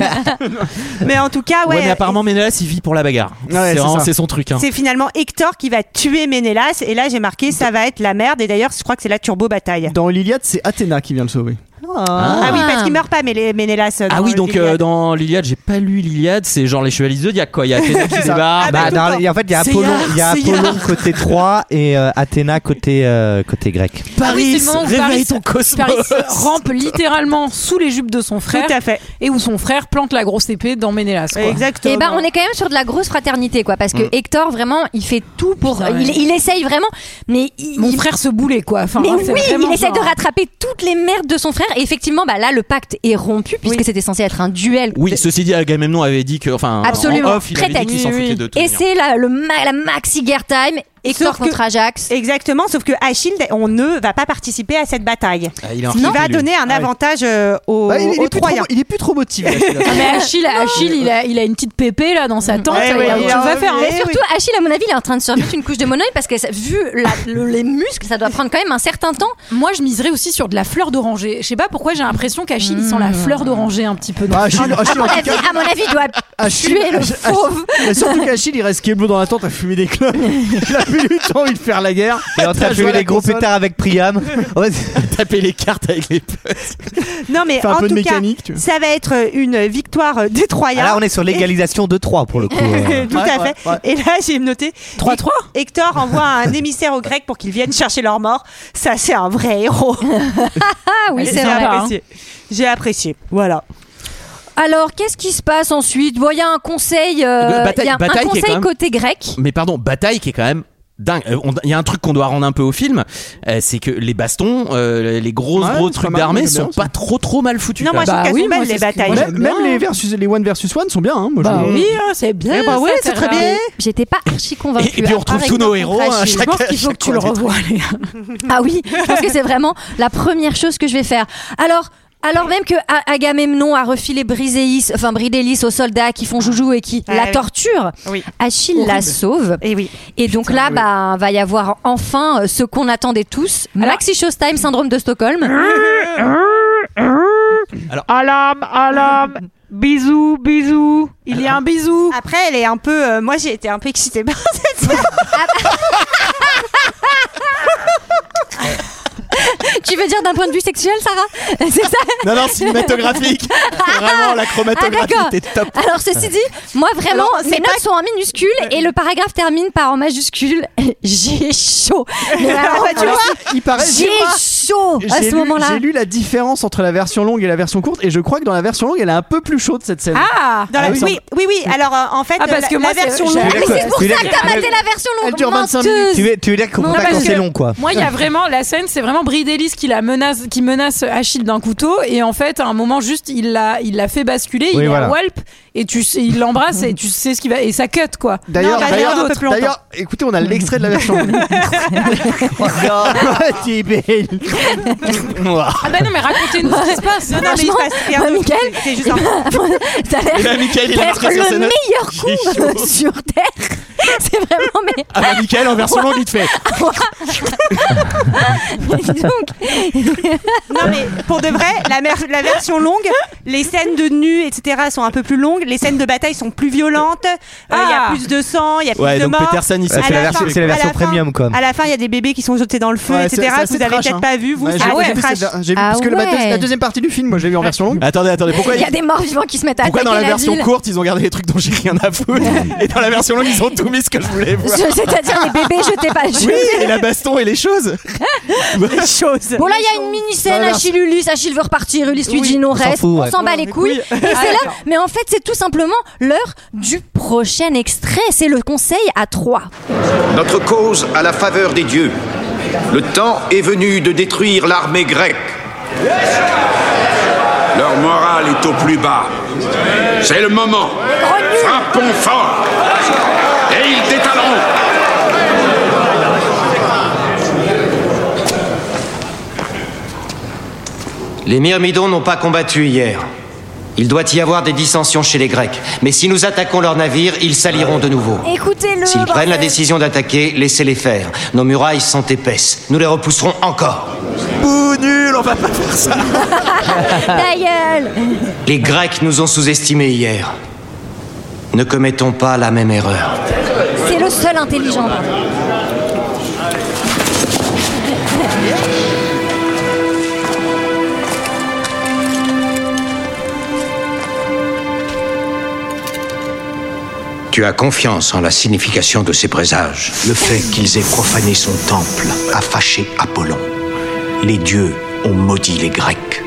[SPEAKER 13] mais en tout cas
[SPEAKER 1] Ah
[SPEAKER 13] ouais,
[SPEAKER 6] Ouais, mais apparemment, Ménélas il vit pour la bagarre. c'est
[SPEAKER 12] c'est
[SPEAKER 6] vraiment
[SPEAKER 12] ça.
[SPEAKER 6] c'est son truc. hein.
[SPEAKER 13] C'est finalement Hector qui va tuer Ménélas et là j'ai marqué ça va être la merde et d'ailleurs je crois que c'est la turbo bataille.
[SPEAKER 12] Dans l'Iliade, c'est Athéna qui vient le sauver.
[SPEAKER 13] Ah. oui parce qu'il meurt pas Mélé- Ménélas.
[SPEAKER 6] Ah
[SPEAKER 13] dans
[SPEAKER 6] oui,
[SPEAKER 13] le
[SPEAKER 6] donc
[SPEAKER 13] Iliade.
[SPEAKER 6] euh, dans l'Iliade, j'ai pas lu l'Iliade, c'est genre les chevaliers du zodiaque quoi. Il y a Athéna qui
[SPEAKER 7] C'est ça.
[SPEAKER 1] Ah,
[SPEAKER 6] débarque.
[SPEAKER 7] Bah, dans- et en fait, il y a
[SPEAKER 6] C'est
[SPEAKER 7] Apollon,
[SPEAKER 6] Iar,
[SPEAKER 7] il y a
[SPEAKER 6] c'est
[SPEAKER 7] Apollon
[SPEAKER 6] Iar.
[SPEAKER 7] côté 3 et euh, Athéna côté, euh, côté grec.
[SPEAKER 11] Oui,
[SPEAKER 6] Paris,
[SPEAKER 11] c'est le moment où
[SPEAKER 6] réveille
[SPEAKER 11] Paris-
[SPEAKER 6] ton cosmos.
[SPEAKER 11] Paris rampe littéralement sous les jupes de son frère.
[SPEAKER 13] Tout à fait.
[SPEAKER 11] Et où son frère plante la grosse épée dans Ménélas. quoi.
[SPEAKER 13] Exactement.
[SPEAKER 1] Et ben on est quand même sur de la grosse fraternité quoi parce que
[SPEAKER 6] Mm.
[SPEAKER 1] Hector vraiment il fait tout pour
[SPEAKER 11] Putain, ouais.
[SPEAKER 1] il, il essaye vraiment mais il,
[SPEAKER 11] Mon
[SPEAKER 1] il-
[SPEAKER 11] frère se boulait, quoi. Enfin,
[SPEAKER 1] mais
[SPEAKER 11] hein,
[SPEAKER 1] oui
[SPEAKER 11] c'est
[SPEAKER 1] il
[SPEAKER 11] vraiment
[SPEAKER 1] essaye de
[SPEAKER 11] genre-
[SPEAKER 1] rattraper toutes les merdes de son frère et effectivement bah là le pacte est rompu puisque c'était censé être un duel
[SPEAKER 6] Oui, ceci dit, Agamemnon avait dit que, enfin, en-
[SPEAKER 1] absolument
[SPEAKER 6] en off, il
[SPEAKER 1] très
[SPEAKER 6] avait dit qu'il
[SPEAKER 1] tactique.
[SPEAKER 6] s'en foutait de tout.
[SPEAKER 1] et
[SPEAKER 6] manière.
[SPEAKER 1] c'est la, le ma- la maxi guerre time Hector
[SPEAKER 13] Sauf que-
[SPEAKER 1] contre Ajax
[SPEAKER 13] Exactement, sauf que Achille, on ne va pas participer à cette bataille.
[SPEAKER 6] Ah, il est en
[SPEAKER 13] il
[SPEAKER 6] retrait,
[SPEAKER 13] va
[SPEAKER 6] lui.
[SPEAKER 13] donner un
[SPEAKER 6] Ah, oui.
[SPEAKER 13] avantage euh, aux,
[SPEAKER 12] Bah, il, il
[SPEAKER 13] aux
[SPEAKER 12] est plus trop,
[SPEAKER 13] Troyens.
[SPEAKER 12] il est plus trop motivé. là, celui-là.
[SPEAKER 11] Ah, mais Achille, Achille il, a, il a une petite pépée là dans sa tente.
[SPEAKER 13] Ouais,
[SPEAKER 11] il
[SPEAKER 13] ouais,
[SPEAKER 11] a
[SPEAKER 13] il
[SPEAKER 11] autre
[SPEAKER 13] a
[SPEAKER 11] chose à
[SPEAKER 13] envie.
[SPEAKER 11] faire. hein.
[SPEAKER 1] et surtout Achille à mon avis il est en train de survivre une couche de monoeil parce que ça- vu la- le- les muscles ça doit prendre quand même un certain temps
[SPEAKER 11] Moi, je miserais aussi sur de la fleur d'oranger. Je sais pas pourquoi j'ai l'impression qu'Achille, il sent la fleur d'oranger un petit peu. dans-
[SPEAKER 12] Ah, Achille,
[SPEAKER 1] Hmm. à
[SPEAKER 12] Achille,
[SPEAKER 1] mon
[SPEAKER 12] en tout
[SPEAKER 1] avis,
[SPEAKER 12] cas,
[SPEAKER 1] à mon avis il doit
[SPEAKER 12] Achille-
[SPEAKER 1] tuer le
[SPEAKER 12] Achille-
[SPEAKER 1] fauve
[SPEAKER 12] Mais surtout qu'Achille il reste keblo dans la tente à fumer des clopes. Il a plus du temps envie de faire la guerre.
[SPEAKER 7] Il est en train de
[SPEAKER 12] Très joué
[SPEAKER 7] jouer
[SPEAKER 12] à la
[SPEAKER 7] des gros
[SPEAKER 12] console.
[SPEAKER 7] pétards avec Priam. Ouais,
[SPEAKER 6] Taper les cartes avec les potes.
[SPEAKER 13] Non, mais
[SPEAKER 12] Fais un
[SPEAKER 13] en
[SPEAKER 12] peu de
[SPEAKER 13] tout cas,
[SPEAKER 12] mécanique, tu vois.
[SPEAKER 13] ça va être une victoire euh, des Troyens.
[SPEAKER 7] Ah Là, on est sur l'égalisation de 3 pour le coup. euh.
[SPEAKER 13] tout
[SPEAKER 12] Ouais,
[SPEAKER 13] à
[SPEAKER 12] ouais,
[SPEAKER 13] fait.
[SPEAKER 12] ouais.
[SPEAKER 13] Et là, j'ai noté
[SPEAKER 11] 3-3
[SPEAKER 13] Hector envoie un émissaire aux Grecs pour qu'ils viennent chercher leur mort. Ça, c'est un vrai héros.
[SPEAKER 1] ah oui
[SPEAKER 13] J'ai
[SPEAKER 1] c'est
[SPEAKER 11] hein.
[SPEAKER 1] vrai
[SPEAKER 13] apprécié. J'ai apprécié. Voilà.
[SPEAKER 1] Alors, qu'est-ce qui se passe ensuite Bon, Il y a un conseil, euh,
[SPEAKER 6] Le bataille-
[SPEAKER 1] il y a un
[SPEAKER 6] bataille qui est
[SPEAKER 1] conseil
[SPEAKER 6] quand même-
[SPEAKER 1] côté grec.
[SPEAKER 6] Mais pardon, bataille qui est quand même dingue. Euh, on- Il y a un truc qu'on doit rendre un peu au film, euh, c'est que les bastons, euh, les grosses
[SPEAKER 12] Ouais,
[SPEAKER 6] gros
[SPEAKER 12] c'est
[SPEAKER 6] trucs
[SPEAKER 12] pas mal,
[SPEAKER 6] d'armée
[SPEAKER 12] c'est bien,
[SPEAKER 6] sont
[SPEAKER 12] ça.
[SPEAKER 6] pas trop trop mal foutus.
[SPEAKER 13] Non,
[SPEAKER 6] quand
[SPEAKER 13] moi, je
[SPEAKER 6] même.
[SPEAKER 11] Bah
[SPEAKER 13] trouve qu'elles
[SPEAKER 11] oui,
[SPEAKER 13] sont
[SPEAKER 11] moi,
[SPEAKER 13] belles,
[SPEAKER 11] c'est
[SPEAKER 13] les
[SPEAKER 11] ce que-
[SPEAKER 13] batailles.
[SPEAKER 11] moi,
[SPEAKER 12] Même,
[SPEAKER 11] j'aime
[SPEAKER 12] même
[SPEAKER 11] bien.
[SPEAKER 12] les versus, les one versus one sont bien. Hein, moi, je-
[SPEAKER 11] Bah oui,
[SPEAKER 6] Mm.
[SPEAKER 11] hein, c'est bien.
[SPEAKER 12] Eh
[SPEAKER 6] ben
[SPEAKER 12] bah ouais, c'est très
[SPEAKER 11] fait rire.
[SPEAKER 12] bien.
[SPEAKER 1] J'étais pas archi convaincue.
[SPEAKER 6] Et- et puis, on retrouve
[SPEAKER 1] Par
[SPEAKER 6] tous nos
[SPEAKER 1] exemple,
[SPEAKER 6] héros,
[SPEAKER 1] contre
[SPEAKER 6] hein,
[SPEAKER 1] Achille.
[SPEAKER 11] Je
[SPEAKER 6] chaque-
[SPEAKER 11] pense qu'il faut que tu le revoies, les gars.
[SPEAKER 1] Ah oui, je pense que c'est vraiment la première chose que je vais faire. Alors. Alors même que A- Agamemnon a refilé Briséis, enfin Bridélis aux soldats qui font joujou et qui
[SPEAKER 13] Ah
[SPEAKER 1] la
[SPEAKER 13] oui.
[SPEAKER 1] torturent,
[SPEAKER 13] Oui.
[SPEAKER 1] Achille la sauve.
[SPEAKER 13] Et oui.
[SPEAKER 1] Et donc là, bah, va y avoir enfin euh, ce qu'on attendait tous, Maxi Showtime syndrome de Stockholm.
[SPEAKER 10] Alarme, alarme, bisous, bisous.
[SPEAKER 11] Il y a un bisou.
[SPEAKER 13] Après, elle est un peu. euh, moi, j'ai été un peu excitée par
[SPEAKER 11] Ah.
[SPEAKER 13] cette scène.
[SPEAKER 1] tu veux dire d'un point de vue sexuel, Sarah C'est ça
[SPEAKER 6] Non, non, cinématographique. Vraiment, la chromatographie
[SPEAKER 1] Ah, d'accord.
[SPEAKER 6] était top.
[SPEAKER 1] Alors, ceci dit, moi vraiment,
[SPEAKER 6] Alors,
[SPEAKER 1] mes
[SPEAKER 6] c'est
[SPEAKER 1] notes
[SPEAKER 6] pas-
[SPEAKER 1] sont en minuscules et le paragraphe termine par en majuscule. J'ai chaud. Mais
[SPEAKER 6] Ah,
[SPEAKER 1] alors,
[SPEAKER 12] Alors,
[SPEAKER 1] Ah, bah, tu vois,
[SPEAKER 12] il paraît
[SPEAKER 1] j'ai chaud à
[SPEAKER 12] J'ai
[SPEAKER 1] ce
[SPEAKER 12] lu-
[SPEAKER 1] moment-là.
[SPEAKER 12] J'ai lu la différence entre la version longue et la version courte, et je crois que dans la version longue, elle est un peu plus chaude cette scène.
[SPEAKER 13] Ah, Dans la-
[SPEAKER 12] il me
[SPEAKER 13] oui,
[SPEAKER 12] semble.
[SPEAKER 13] oui, oui. Alors euh, en fait,
[SPEAKER 11] Ah, parce
[SPEAKER 13] la,
[SPEAKER 11] que
[SPEAKER 13] la
[SPEAKER 11] moi, c'est-
[SPEAKER 13] version
[SPEAKER 11] j'ai-
[SPEAKER 13] longue.
[SPEAKER 11] Mais c'est
[SPEAKER 13] pour ça que t'as
[SPEAKER 1] maté la version longue.
[SPEAKER 12] Elle dure 25 minutes.
[SPEAKER 7] Tu veux, tu veux dire qu'on
[SPEAKER 11] Non,
[SPEAKER 7] comprend pas
[SPEAKER 11] parce
[SPEAKER 7] quand c'est
[SPEAKER 11] que
[SPEAKER 7] long, quoi.
[SPEAKER 11] Moi, il y a vraiment la scène, c'est vraiment Bridelis qui la menace, qui menace Achille d'un couteau, et en fait, à un moment juste, il l'a, il l'a fait basculer, il
[SPEAKER 12] Oui,
[SPEAKER 11] est à
[SPEAKER 12] voilà.
[SPEAKER 11] Walp, et tu, sais- il l'embrasse, et tu sais ce qui va, et ça cut quoi.
[SPEAKER 12] D'ailleurs,
[SPEAKER 11] Non, bah,
[SPEAKER 12] d'ailleurs,
[SPEAKER 11] rien d'autre.
[SPEAKER 12] d'ailleurs, écoutez, on a l'extrait de la version longue. Oh, tu es belle.
[SPEAKER 11] Ah bah non, mais racontez-nous ce qui se passe.
[SPEAKER 13] Non, non, mais il se passe rien.
[SPEAKER 1] Bah, Mickaël,
[SPEAKER 13] C'est juste un.
[SPEAKER 1] T'as l'air
[SPEAKER 6] Et là, Mickaël, il est
[SPEAKER 1] d'être
[SPEAKER 6] rentré sur
[SPEAKER 1] le
[SPEAKER 6] sa note.
[SPEAKER 1] meilleur
[SPEAKER 6] J'ai
[SPEAKER 1] coup
[SPEAKER 6] chaud.
[SPEAKER 1] sur Terre. C'est vraiment mais.
[SPEAKER 6] Ah bah, Michael, en version longue, il te fait.
[SPEAKER 1] Ah,
[SPEAKER 13] Non mais pour de vrai, la, mer- la version longue, les scènes de nu, etc. sont un peu plus longues. Les scènes de bataille sont plus violentes. Euh, Il y
[SPEAKER 1] Ah.
[SPEAKER 13] a plus de sang, il y a plus
[SPEAKER 7] Ouais,
[SPEAKER 13] de
[SPEAKER 7] donc
[SPEAKER 13] morts.
[SPEAKER 7] Peterson, il s'est
[SPEAKER 13] À
[SPEAKER 7] fait la version-
[SPEAKER 13] fin-
[SPEAKER 7] c'est la
[SPEAKER 13] à
[SPEAKER 7] version
[SPEAKER 13] fin-
[SPEAKER 7] premium, quoi.
[SPEAKER 13] À la fin, il y a des bébés qui sont jetés dans le feu,
[SPEAKER 12] Ouais, c'est- c'est
[SPEAKER 13] etc. Que vous
[SPEAKER 12] assez
[SPEAKER 13] avez
[SPEAKER 12] trash,
[SPEAKER 13] peut-être
[SPEAKER 12] hein.
[SPEAKER 13] pas vu vous.
[SPEAKER 12] Ouais, j'ai
[SPEAKER 13] c'est
[SPEAKER 12] vu,
[SPEAKER 13] assez
[SPEAKER 12] j'ai vu,
[SPEAKER 13] trash.
[SPEAKER 12] c'est- j'ai vu, parce
[SPEAKER 1] Ah
[SPEAKER 12] que la, bataille-
[SPEAKER 1] ouais.
[SPEAKER 12] la deuxième partie du film, moi, j'ai vu en version longue.
[SPEAKER 6] Attendez, attendez, pourquoi
[SPEAKER 1] Il y a des morts vivants qui se mettent à
[SPEAKER 6] Pourquoi dans la
[SPEAKER 1] attaquer
[SPEAKER 6] version
[SPEAKER 1] ville.
[SPEAKER 6] courte ils ont gardé les trucs dont j'ai rien à foutre et dans la version longue ils ont tout mis ce que je voulais
[SPEAKER 1] Je-
[SPEAKER 6] voir
[SPEAKER 1] C'est-à-dire les bébés jetés pas
[SPEAKER 6] Oui, et la baston et les choses.
[SPEAKER 13] les choses.
[SPEAKER 1] Bon là il y a une mini scène,
[SPEAKER 6] Voilà.
[SPEAKER 1] Achille Ulysse, Achille veut repartir, Ulysse lui
[SPEAKER 6] Oui.
[SPEAKER 1] dit non
[SPEAKER 6] On s'en
[SPEAKER 1] reste,
[SPEAKER 6] fout, ouais.
[SPEAKER 1] on s'en bat les
[SPEAKER 6] Oui.
[SPEAKER 1] couilles. Et c'est
[SPEAKER 6] Ah,
[SPEAKER 1] là,
[SPEAKER 6] d'accord.
[SPEAKER 1] mais en fait c'est tout simplement l'heure du prochain extrait, c'est le conseil à trois.
[SPEAKER 15] Notre cause à la faveur des dieux. Le temps est venu de détruire l'armée grecque.
[SPEAKER 16] Leur morale est au plus bas. C'est le moment. Frappons fort. Et ils détaleront.
[SPEAKER 10] Les Myrmidons n'ont pas combattu hier. Il doit y avoir des dissensions chez les Grecs. Mais si nous attaquons leur navire, ils s'allieront de nouveau.
[SPEAKER 1] Écoutez-le.
[SPEAKER 10] S'ils prennent la décision d'attaquer, laissez-les faire. Nos murailles sont épaisses. Nous les repousserons encore.
[SPEAKER 6] Bouh, nul, on va pas faire ça.
[SPEAKER 1] Ta gueule
[SPEAKER 10] Les Grecs nous ont sous-estimés hier. Ne commettons pas la même erreur.
[SPEAKER 1] C'est le seul intelligent.
[SPEAKER 14] Tu as confiance en la signification de ces présages.
[SPEAKER 9] Le fait qu'ils aient profané son temple a fâché Apollon. Les dieux ont maudit les Grecs.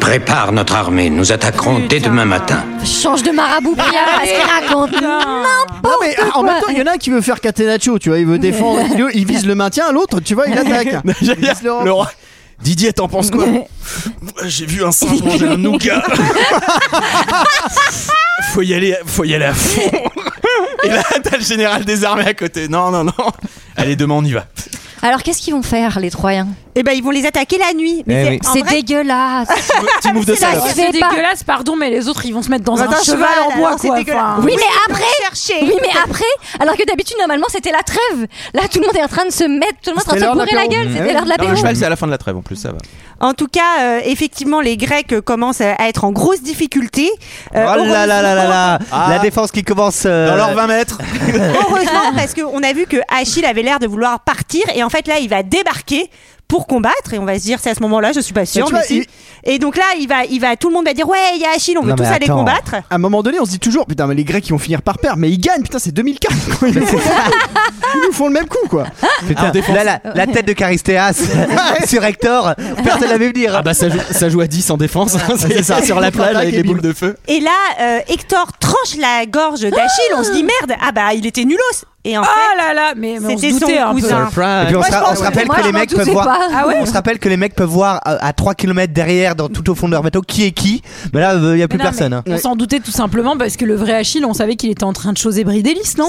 [SPEAKER 14] Prépare notre armée. Nous attaquerons dès demain matin.
[SPEAKER 1] Change de marabout, Priya, parce qu'il raconte
[SPEAKER 12] Non, mais
[SPEAKER 1] n'importe
[SPEAKER 12] ah, en
[SPEAKER 1] quoi.
[SPEAKER 12] même temps, il y en a un qui veut faire Catenaccio, tu vois, il veut défendre, il, il vise le maintien, l'autre, tu vois, il attaque.
[SPEAKER 6] J'allais dire, le roi. Didier, t'en penses quoi J'ai vu un singe manger un nougat. faut y aller, faut y aller à fond. Et là, t'as le général des armées à côté. Non, non, non. Allez, demain on y va.
[SPEAKER 1] Alors qu'est-ce qu'ils vont faire les Troyens
[SPEAKER 13] Eh ben ils vont les attaquer la nuit.
[SPEAKER 6] Mais Eh c'est- oui. en
[SPEAKER 1] C'est
[SPEAKER 6] vrai-
[SPEAKER 1] dégueulasse.
[SPEAKER 6] Petit move de
[SPEAKER 1] Ça
[SPEAKER 6] salope.
[SPEAKER 1] se fait
[SPEAKER 11] C'est
[SPEAKER 1] pas.
[SPEAKER 11] dégueulasse, pardon, mais les autres ils vont se mettre dans
[SPEAKER 1] Dans
[SPEAKER 11] un,
[SPEAKER 1] un
[SPEAKER 11] cheval,
[SPEAKER 1] cheval,
[SPEAKER 11] en bois
[SPEAKER 1] alors, c'est
[SPEAKER 11] quoi.
[SPEAKER 1] dégueulasse.
[SPEAKER 11] Enfin,
[SPEAKER 1] Oui, mais après, oui, mais après, alors que d'habitude normalement c'était la trêve. Là, tout le monde est en train de se mettre, tout le monde est en train de se bourrer la gueule. C'était l'heure de l'apéro.
[SPEAKER 6] Non, le cheval, c'est à la fin de la trêve en plus, ça va.
[SPEAKER 13] En tout cas, euh, effectivement, les Grecs euh, commencent à à être en grosse difficulté.
[SPEAKER 7] Oh
[SPEAKER 13] Euh,
[SPEAKER 7] là là là là là
[SPEAKER 13] Ah.
[SPEAKER 7] La défense qui commence. euh,
[SPEAKER 6] Dans leurs 20 mètres.
[SPEAKER 13] Heureusement, parce qu'on a vu que Achille avait l'air de vouloir partir, et en fait là, il va débarquer pour combattre, et on va se dire, c'est à ce moment-là, je suis pas sûr.
[SPEAKER 12] Mais tu vois,
[SPEAKER 13] Et donc là, il va, il va, tout le monde va dire, ouais, il y a Achille, on veut tous aller combattre.
[SPEAKER 12] À un moment donné, on se dit toujours, putain, mais les Grecs ils vont finir par perdre, mais ils gagnent, putain, c'est 2004. Ils nous font, ils nous font le même coup, quoi.
[SPEAKER 7] Putain, là, la, la tête de Charistéas sur Hector, personne l'avait vu dire.
[SPEAKER 6] Ah bah ça joue, ça joue à 10 en défense, hein, c'est ça, sur la plage avec les boules de feu.
[SPEAKER 13] Et là, euh, Hector tranche la gorge d'Achille, on se dit, merde, ah bah, il était nulos. Et en fait,
[SPEAKER 11] Oh là là, mais on se
[SPEAKER 13] c'était son
[SPEAKER 11] doutait
[SPEAKER 6] hein,
[SPEAKER 11] un peu.
[SPEAKER 13] cousin.
[SPEAKER 7] Et puis on,
[SPEAKER 13] Moi,
[SPEAKER 7] se,
[SPEAKER 13] je
[SPEAKER 7] ra-
[SPEAKER 13] pense-
[SPEAKER 7] on se rappelle
[SPEAKER 13] moi,
[SPEAKER 7] que
[SPEAKER 13] je
[SPEAKER 7] les
[SPEAKER 13] m'en
[SPEAKER 7] mecs peuvent
[SPEAKER 13] doutais
[SPEAKER 7] voir.
[SPEAKER 13] pas. Ah ouais
[SPEAKER 7] on se rappelle que les mecs peuvent voir euh, à, à 3 km derrière, dans tout au fond de leur bateau, qui est qui. Mais là, il n'y a plus
[SPEAKER 11] Mais non,
[SPEAKER 7] personne.
[SPEAKER 11] mais
[SPEAKER 7] hein.
[SPEAKER 11] On s'en doutait tout simplement parce que le vrai Achille, on savait qu'il était en train de choser Bridelis, non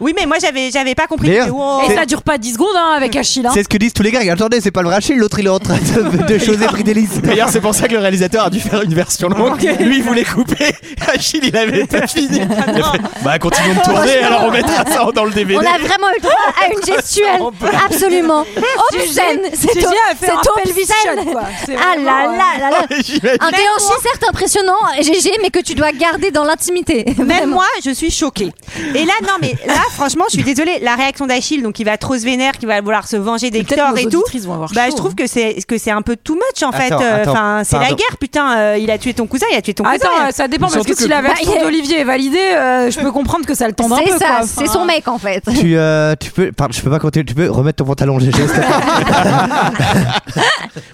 [SPEAKER 13] Oui, mais moi j'avais j'avais pas compris. oh.
[SPEAKER 7] D'ailleurs, Wow.
[SPEAKER 11] Et
[SPEAKER 7] c'est-
[SPEAKER 11] ça dure pas 10 secondes hein, avec Achille. hein.
[SPEAKER 7] C'est ce que disent tous les gars. Attendez, c'est pas le Rachel, l'autre il est en train de, de choser Bridelis.
[SPEAKER 6] D'ailleurs, c'est pour ça que le réalisateur a dû faire une version longue. Lui, il voulait couper. Achille, il avait tout fini. Il a fait, bah, continuons de tourner, alors on mettra ça dans le DVD.
[SPEAKER 1] On a vraiment eu le droit à une gestuelle absolument obscène.
[SPEAKER 11] Gigi-
[SPEAKER 1] C'est
[SPEAKER 11] Gigi a fait
[SPEAKER 1] c'est
[SPEAKER 11] un pelvis
[SPEAKER 1] obscène.
[SPEAKER 11] shot, quoi. C'est
[SPEAKER 1] Ah
[SPEAKER 11] vraiment,
[SPEAKER 1] là
[SPEAKER 11] euh,
[SPEAKER 1] là là là.
[SPEAKER 11] Oh, mais j'imagine.
[SPEAKER 1] Un
[SPEAKER 11] Même
[SPEAKER 1] déhanché
[SPEAKER 11] moi.
[SPEAKER 1] certes impressionnant, GG, mais que tu dois garder dans l'intimité.
[SPEAKER 13] Même moi, je suis choquée. Et là, non, mais là, franchement, je suis désolée. La réaction d'Achille, donc il va trop se vénère, qu'il va vouloir se venger
[SPEAKER 11] peut-être
[SPEAKER 13] d'Hector
[SPEAKER 11] nos
[SPEAKER 13] et tout.
[SPEAKER 11] auditrices vont avoir
[SPEAKER 13] bah,
[SPEAKER 11] chaud, hein.
[SPEAKER 13] je trouve que c'est que c'est un peu too much en
[SPEAKER 11] Attends,
[SPEAKER 13] fait. Euh,
[SPEAKER 11] attends,
[SPEAKER 13] Enfin, c'est la
[SPEAKER 11] pardon.
[SPEAKER 13] guerre, putain. euh, il a tué ton cousin, il a tué
[SPEAKER 1] Ah
[SPEAKER 13] ton cousin. Bah,
[SPEAKER 11] Attends, euh, ça dépend parce que si la
[SPEAKER 1] Bah,
[SPEAKER 11] version d'Olivier est validée, euh, je peux comprendre que ça le tende un peu.
[SPEAKER 1] C'est ça,
[SPEAKER 11] quoi.
[SPEAKER 1] c'est son mec en fait.
[SPEAKER 7] Tu, euh, tu peux. Pardon, je peux pas continuer. Tu peux remettre ton pantalon, GG. s'il te plaît.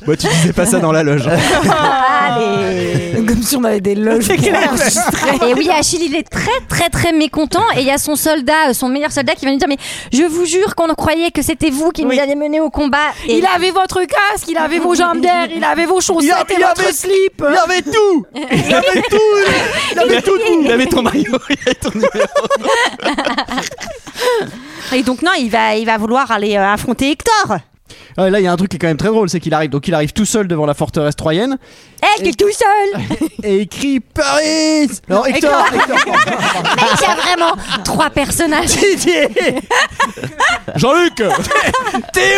[SPEAKER 6] Moi, tu disais pas ça dans la loge.
[SPEAKER 7] Oh.
[SPEAKER 11] Allez. Comme si on avait des loges.
[SPEAKER 13] C'est clair.
[SPEAKER 11] enregistrer.
[SPEAKER 1] Et Eh oui, Achille, il est très, très, très mécontent. Et il y a son soldat, euh, son meilleur soldat, qui va lui dire Mais je vous jure qu'on croyait que c'était vous qui nous alliez mener au combat. Et
[SPEAKER 11] Il avait votre casque, il avait vos jambes d'air, il avait vos chaussettes et votre slip.
[SPEAKER 6] Il avait tout Il avait tout Il avait tout Il avait ton maillot, il avait ton
[SPEAKER 13] Et donc non, il va il va vouloir aller euh, affronter Hector.
[SPEAKER 12] Ah, là, il y a un truc qui est quand même très drôle, c'est qu'il arrive. Donc, il arrive tout seul devant la forteresse troyenne.
[SPEAKER 1] Eh, qui est tout seul
[SPEAKER 12] Et il crie Paris Non, Hector, Hector.
[SPEAKER 1] Mec, il y a vraiment trois personnages.
[SPEAKER 6] Jean-Luc
[SPEAKER 12] T'es